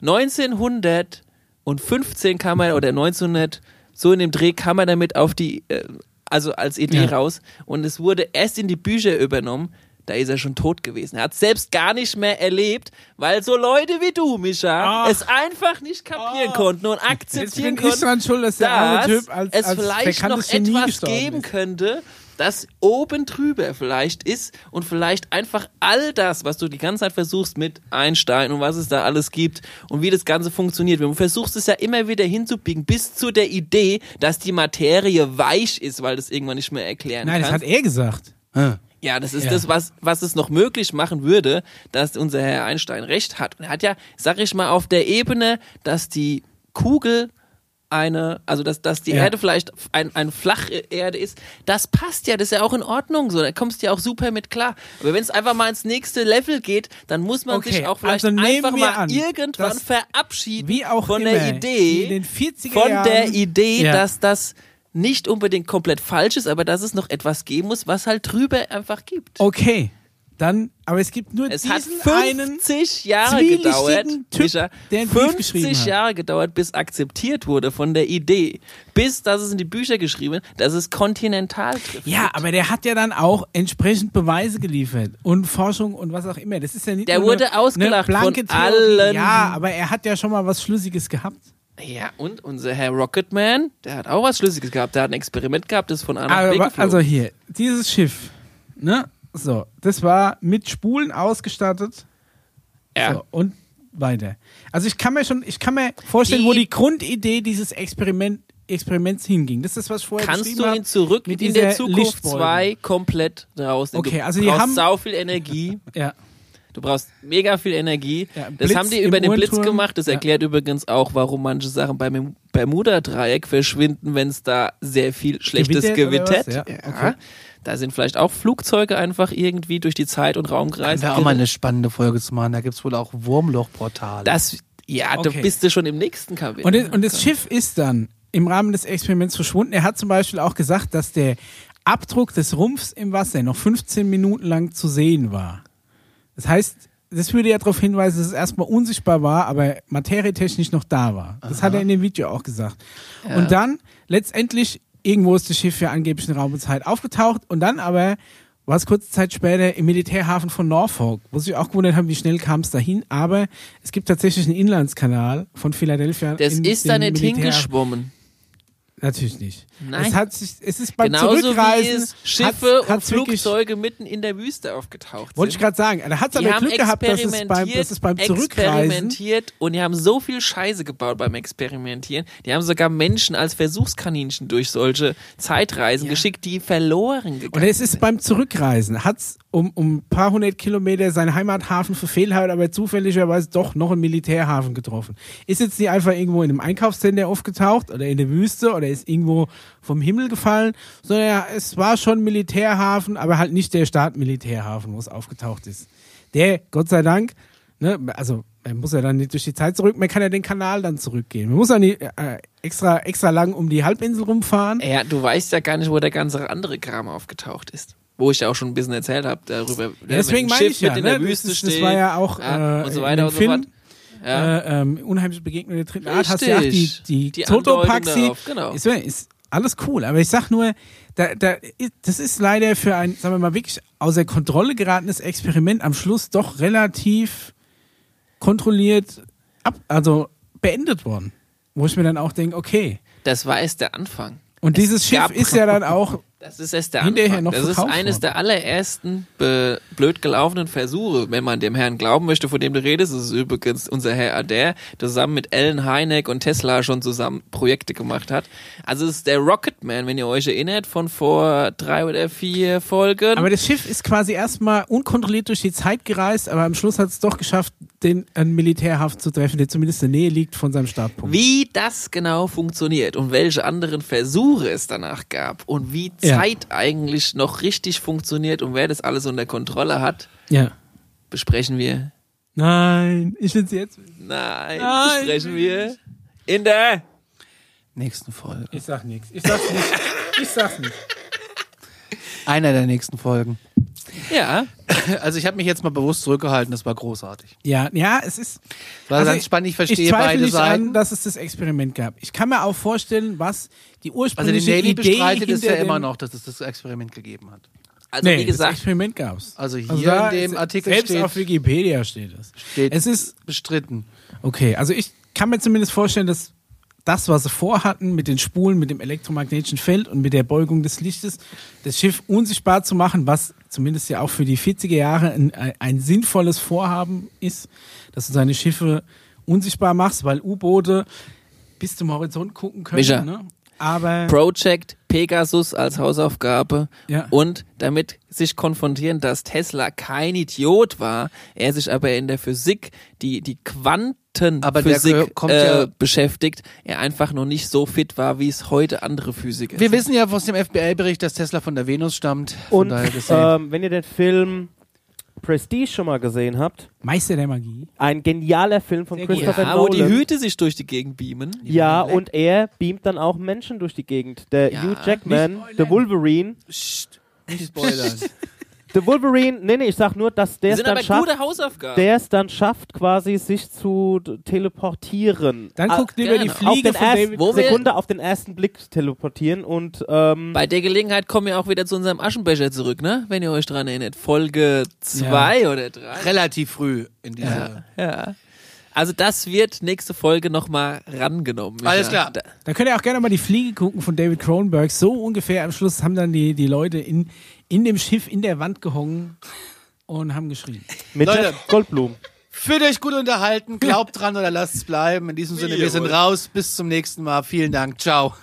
Speaker 3: 1915 kam er oder 1900 so in dem Dreh kam er damit auf die äh, also als Idee
Speaker 2: Ja.
Speaker 3: raus und es wurde erst in die Bücher übernommen. Da ist er schon tot gewesen. Er hat selbst gar nicht mehr erlebt, weil so Leute wie du, Micha,
Speaker 2: Ach.
Speaker 3: es einfach nicht kapieren konnten und
Speaker 2: Jetzt
Speaker 3: akzeptieren
Speaker 2: bin
Speaker 3: konnten,
Speaker 2: ich dran schuld, dass der
Speaker 3: dass
Speaker 2: arme Typ als,
Speaker 3: es
Speaker 2: als
Speaker 3: vielleicht noch
Speaker 2: verkanntes Genie
Speaker 3: etwas
Speaker 2: gestorben
Speaker 3: geben
Speaker 2: ist.
Speaker 3: könnte, das oben drüber vielleicht ist und vielleicht einfach all das, was du die ganze Zeit versuchst mit Einstein und was es da alles gibt und wie das Ganze funktioniert. Du versuchst es ja immer wieder hinzubiegen bis zu der Idee, dass die Materie weich ist, weil das irgendwann nicht mehr erklären
Speaker 2: Nein, das
Speaker 3: kannst.
Speaker 2: hat er gesagt.
Speaker 3: Ja, das ist
Speaker 2: Ja.
Speaker 3: das, was, was es noch möglich machen würde, dass unser Herr Einstein recht hat. Und er hat ja, sag ich mal, auf der Ebene, dass die Kugel eine, also dass, dass die
Speaker 2: Ja.
Speaker 3: Erde vielleicht ein, eine flache Erde ist, das passt ja, das ist ja auch in Ordnung so, da kommst du ja auch super mit klar. Aber wenn es einfach mal ins nächste Level geht, dann muss man
Speaker 2: Okay,
Speaker 3: sich auch vielleicht
Speaker 2: also nehmen
Speaker 3: einfach
Speaker 2: wir
Speaker 3: mal
Speaker 2: an,
Speaker 3: irgendwann
Speaker 2: dass-
Speaker 3: verabschieden
Speaker 2: wie auch
Speaker 3: von
Speaker 2: immer,
Speaker 3: der Idee,
Speaker 2: in den 40er
Speaker 3: von der
Speaker 2: Jahren-
Speaker 3: Idee,
Speaker 2: Ja.
Speaker 3: dass das nicht unbedingt komplett falsch ist, aber dass es noch etwas geben muss, was halt drüber einfach gibt.
Speaker 2: Okay, dann, aber es gibt nur
Speaker 3: Es
Speaker 2: Oh, diesen
Speaker 3: hat
Speaker 2: einen.
Speaker 3: 50 Jahre
Speaker 2: zwielichtigen
Speaker 3: gedauert,
Speaker 2: Typ,
Speaker 3: Micha,
Speaker 2: der einen Brief
Speaker 3: 50
Speaker 2: geschrieben hat.
Speaker 3: Jahre gedauert, bis akzeptiert wurde von der Idee, bis dass es in die Bücher geschrieben wird, dass es kontinental trifft.
Speaker 2: Ja, aber der hat ja dann auch entsprechend Beweise geliefert und Forschung und was auch immer. Das ist ja nicht
Speaker 3: Der
Speaker 2: nur
Speaker 3: wurde
Speaker 2: eine,
Speaker 3: ausgelacht
Speaker 2: eine blanke
Speaker 3: von
Speaker 2: Theorie.
Speaker 3: allen.
Speaker 2: Ja, aber er hat ja schon mal was Schlüssiges gehabt.
Speaker 3: Ja, und unser Herr Rocketman, der hat auch was Schlüssiges gehabt. Der hat ein Experiment gehabt, das von A nach B
Speaker 2: Aber,
Speaker 3: geflogen.
Speaker 2: also hier, dieses Schiff, ne? So, das war mit Spulen ausgestattet.
Speaker 3: ja.
Speaker 2: So, und weiter. Also ich kann mir schon, ich kann mir vorstellen,
Speaker 3: Die-
Speaker 2: wo die Grundidee dieses Experiment, Experiments hinging. Das ist das, was ich vorher
Speaker 3: Kannst
Speaker 2: beschrieben
Speaker 3: du
Speaker 2: hab,
Speaker 3: ihn zurück
Speaker 2: mit
Speaker 3: in
Speaker 2: dieser
Speaker 3: der Zukunft
Speaker 2: Lichtwolke.
Speaker 3: 2 komplett raus?
Speaker 2: Okay,
Speaker 3: du
Speaker 2: also die
Speaker 3: brauchst
Speaker 2: haben-
Speaker 3: sau viel
Speaker 2: [laughs]
Speaker 3: Energie.
Speaker 2: Ja.
Speaker 3: Du brauchst mega viel Energie.
Speaker 2: Ja,
Speaker 3: das
Speaker 2: Blitz
Speaker 3: haben die
Speaker 2: im
Speaker 3: über den Blitz
Speaker 2: Uhrenturm.
Speaker 3: gemacht. Das
Speaker 2: Ja.
Speaker 3: erklärt übrigens auch, warum manche Sachen beim Bermuda-Dreieck verschwinden, wenn es da sehr viel Schlechtes
Speaker 2: Gewittert
Speaker 3: gewittert.
Speaker 2: oder was? Ja, okay.
Speaker 3: Da sind vielleicht auch Flugzeuge einfach irgendwie durch die Zeit und Raum gereist.
Speaker 1: Um Da auch mal eine spannende Folge zu machen. Da gibt's wohl auch Wurmlochportale.
Speaker 3: das, ja, da
Speaker 2: Okay.
Speaker 3: bist du schon im nächsten Kapitel.
Speaker 2: Und, das- und das Schiff ist dann im Rahmen des Experiments verschwunden. Er hat zum Beispiel auch gesagt, dass der Abdruck des Rumpfs im Wasser noch 15 Minuten lang zu sehen war. Das heißt, das würde ja darauf hinweisen, dass es erstmal unsichtbar war, aber materietechnisch noch da war. Das hat er in dem Video auch gesagt. Und dann letztendlich, irgendwo ist das Schiff ja angeblich in Raum und Zeit aufgetaucht und dann aber war es kurze Zeit später im Militärhafen von Norfolk, wo sie auch gewundert haben, wie schnell kam es dahin. Aber es gibt tatsächlich einen Inlandskanal von Philadelphia.
Speaker 3: das
Speaker 2: in
Speaker 3: ist da
Speaker 2: den
Speaker 3: nicht
Speaker 2: Militär-
Speaker 3: hingeschwommen.
Speaker 2: Natürlich nicht.
Speaker 3: Nein.
Speaker 2: Es, hat sich, es ist beim
Speaker 3: Genauso wie
Speaker 2: Zurückreisen.
Speaker 3: es Schiffe
Speaker 2: hat's- hat's
Speaker 3: und
Speaker 2: wirklich-
Speaker 3: Flugzeuge mitten in der Wüste aufgetaucht
Speaker 2: Wollte
Speaker 3: sind.
Speaker 2: ich gerade sagen. Da hat es
Speaker 3: Die
Speaker 2: aber
Speaker 3: haben
Speaker 2: Glück gehabt, dass es
Speaker 3: experimentiert,
Speaker 2: beim, dass es beim Zurückreisen
Speaker 3: experimentiert und die haben so viel Scheiße gebaut beim Experimentieren. Die haben sogar Menschen als Versuchskaninchen durch solche Zeitreisen geschickt, die verloren
Speaker 2: Und
Speaker 3: gegangen
Speaker 2: es ist beim Zurückreisen, hat's um, um ein paar hundert Kilometer seinen Heimathafen verfehlt, hat aber zufälligerweise doch noch einen Militärhafen getroffen. Ist jetzt nicht einfach irgendwo in einem Einkaufscenter aufgetaucht oder in der Wüste oder ist irgendwo vom Himmel gefallen, sondern ja, es war schon Militärhafen, aber halt nicht der Staatmilitärhafen, wo es aufgetaucht ist. Der, Gott sei Dank, ne, also man muss ja dann nicht durch die Zeit zurück, man kann ja den Kanal dann zurückgehen. Man muss ja nicht äh, extra, extra lang um die Halbinsel rumfahren.
Speaker 3: Ja, du weißt ja gar nicht, wo der ganze andere Kram aufgetaucht ist. Wo ich ja auch schon ein bisschen erzählt habe darüber. wenn
Speaker 2: deswegen
Speaker 3: ein
Speaker 2: meine
Speaker 3: Schiff
Speaker 2: ich ja,
Speaker 3: mit in
Speaker 2: ne?
Speaker 3: der
Speaker 2: Das
Speaker 3: Wüste
Speaker 2: ist- das
Speaker 3: steht.
Speaker 2: war ja auch,
Speaker 3: ja, und
Speaker 2: äh,
Speaker 3: so
Speaker 2: in dem
Speaker 3: weiter und so
Speaker 2: Film.
Speaker 3: fort. Ja.
Speaker 2: äh, ähm, unheimliche Begegnung der dritten Art, hast du ja auch die,
Speaker 3: Richtig.
Speaker 2: die,
Speaker 3: Die Andeutung
Speaker 2: Toto-Paxi.
Speaker 3: darauf, genau.
Speaker 2: Ist, ist alles cool, aber ich sag nur, da, da, ist- das ist leider für ein, sagen wir mal, wirklich außer Kontrolle geratenes Experiment am Schluss doch relativ kontrolliert ab, also beendet worden. Wo ich mir dann auch denke, okay.
Speaker 3: Das war erst der Anfang.
Speaker 2: Und dieses Schiff
Speaker 3: gab-
Speaker 2: ist ja dann auch
Speaker 3: Das ist erst der
Speaker 2: Hinterher
Speaker 3: Anfang.
Speaker 2: noch
Speaker 3: das ist
Speaker 2: verkauft
Speaker 3: eines
Speaker 2: worden.
Speaker 3: der allerersten be- blöd gelaufenen Versuche, wenn man dem Herrn glauben möchte, von dem du redest. Das ist übrigens unser Herr Adair, der zusammen mit Alan Hynek und Tesla schon zusammen Projekte gemacht hat. Also es ist der Rocketman, wenn ihr euch erinnert, von vor drei oder vier Folgen.
Speaker 2: Aber das Schiff ist quasi erstmal unkontrolliert durch die Zeit gereist, aber am Schluss hat es doch geschafft, den einen Militärhafen zu treffen, der zumindest in der Nähe liegt von seinem Startpunkt.
Speaker 3: wie das genau funktioniert und welche anderen Versuche es danach gab und wie
Speaker 2: Ja.
Speaker 3: Zeit eigentlich noch richtig funktioniert und wer das alles unter Kontrolle hat,
Speaker 2: Ja.
Speaker 3: besprechen wir
Speaker 2: Nein, ich will's jetzt.
Speaker 3: Nein,
Speaker 2: Nein,
Speaker 3: sprechen wir in der.
Speaker 1: nächsten Folge.
Speaker 2: Ich sag nichts. Ich sag's nicht. Ich sag's nicht.
Speaker 1: Einer der nächsten Folgen.
Speaker 3: Ja,
Speaker 1: [laughs] Also ich habe mich jetzt mal bewusst zurückgehalten, das war großartig.
Speaker 2: Ja, ja, es ist. also
Speaker 1: War ganz spannend, ich verstehe
Speaker 2: zweifle
Speaker 1: beide
Speaker 2: nicht
Speaker 1: Seiten.
Speaker 2: An, dass es das Experiment gab. Ich kann mir auch vorstellen, was die
Speaker 1: Also
Speaker 2: ursprüngliche
Speaker 1: den Daily
Speaker 2: Idee
Speaker 1: bestreitet es ja
Speaker 2: hinter dem-
Speaker 1: immer noch, dass es das Experiment gegeben hat.
Speaker 3: also
Speaker 2: Nee,
Speaker 3: wie
Speaker 2: das
Speaker 3: gesagt,
Speaker 2: Experiment gab's.
Speaker 1: Also hier
Speaker 2: da
Speaker 1: in dem
Speaker 2: ist-
Speaker 1: Artikel
Speaker 2: selbst
Speaker 1: steht-
Speaker 2: auf Wikipedia steht es.
Speaker 1: Steht
Speaker 2: es ist
Speaker 1: bestritten.
Speaker 2: Okay, also ich kann mir zumindest vorstellen, dass das, was sie vorhatten, mit den Spulen, mit dem elektromagnetischen Feld und mit der Beugung des Lichtes, das Schiff unsichtbar zu machen, was zumindest ja auch für die 40er Jahre ein, ein sinnvolles Vorhaben ist, dass du deine Schiffe unsichtbar machst, weil U-Boote bis zum Horizont gucken können.
Speaker 3: Micha.
Speaker 2: Ne? Aber
Speaker 3: Project Pegasus als Hausaufgabe
Speaker 2: Ja.
Speaker 3: und damit sich konfrontieren, dass Tesla kein Idiot war, er sich aber in der Physik, die, die Quantenphysik
Speaker 1: Aber der gehö- kommt
Speaker 3: äh,
Speaker 1: ja-
Speaker 3: beschäftigt, er einfach noch nicht so fit war, wie es heute andere Physiker
Speaker 1: Wir
Speaker 3: sind.
Speaker 1: wissen ja aus dem FBI-Bericht, dass Tesla von der Venus stammt. Von
Speaker 4: Und
Speaker 1: daher gesehen.
Speaker 4: ähm, wenn ihr den Film Prestige schon mal gesehen habt,
Speaker 2: Meister der Magie.
Speaker 4: ein genialer Film von
Speaker 2: Sehr gut.
Speaker 4: Christopher
Speaker 3: ja, wo die
Speaker 4: Nolan.
Speaker 3: Hüte sich durch die Gegend beamen.
Speaker 4: Ja, und er beamt dann auch Menschen durch die Gegend. Der
Speaker 3: Ja.
Speaker 4: Hugh Jackman, The Wolverine.
Speaker 1: Nicht spoilern.
Speaker 4: The Wolverine, nee, nee, ich sag nur, dass der
Speaker 3: Das
Speaker 4: es
Speaker 3: sind
Speaker 4: dann
Speaker 3: aber
Speaker 4: schafft,
Speaker 3: gute Hausaufgaben.
Speaker 4: der es dann schafft, quasi sich zu d- teleportieren.
Speaker 2: Dann
Speaker 4: Ah,
Speaker 2: guckt lieber die
Speaker 3: gerne. Auf
Speaker 4: auf
Speaker 2: Fliege
Speaker 4: den
Speaker 2: von
Speaker 4: ersten,
Speaker 2: David.
Speaker 3: Wo wir-
Speaker 4: Sekunde auf den ersten Blick teleportieren und ähm,
Speaker 3: Bei der Gelegenheit kommen wir auch wieder zu unserem Aschenbecher zurück, ne? Wenn ihr euch
Speaker 1: äh,
Speaker 3: dran erinnert. Folge 2 oder 3.
Speaker 1: Relativ früh in dieser.
Speaker 3: Ja. Also das wird nächste Folge nochmal rangenommen.
Speaker 1: Alles
Speaker 3: Micha.
Speaker 1: klar.
Speaker 3: Da,
Speaker 2: Da könnt ihr auch gerne mal die Fliege gucken von David Cronenberg. So ungefähr am Schluss haben dann die, die Leute in, in dem Schiff in der Wand gehongen und haben geschrien.
Speaker 4: Mit
Speaker 1: Leute.
Speaker 4: Jeff Goldblum.
Speaker 1: Fühlt euch gut unterhalten, glaubt dran oder lasst es bleiben. In diesem Sinne, wir sind raus. Bis zum nächsten Mal. Vielen Dank. Ciao.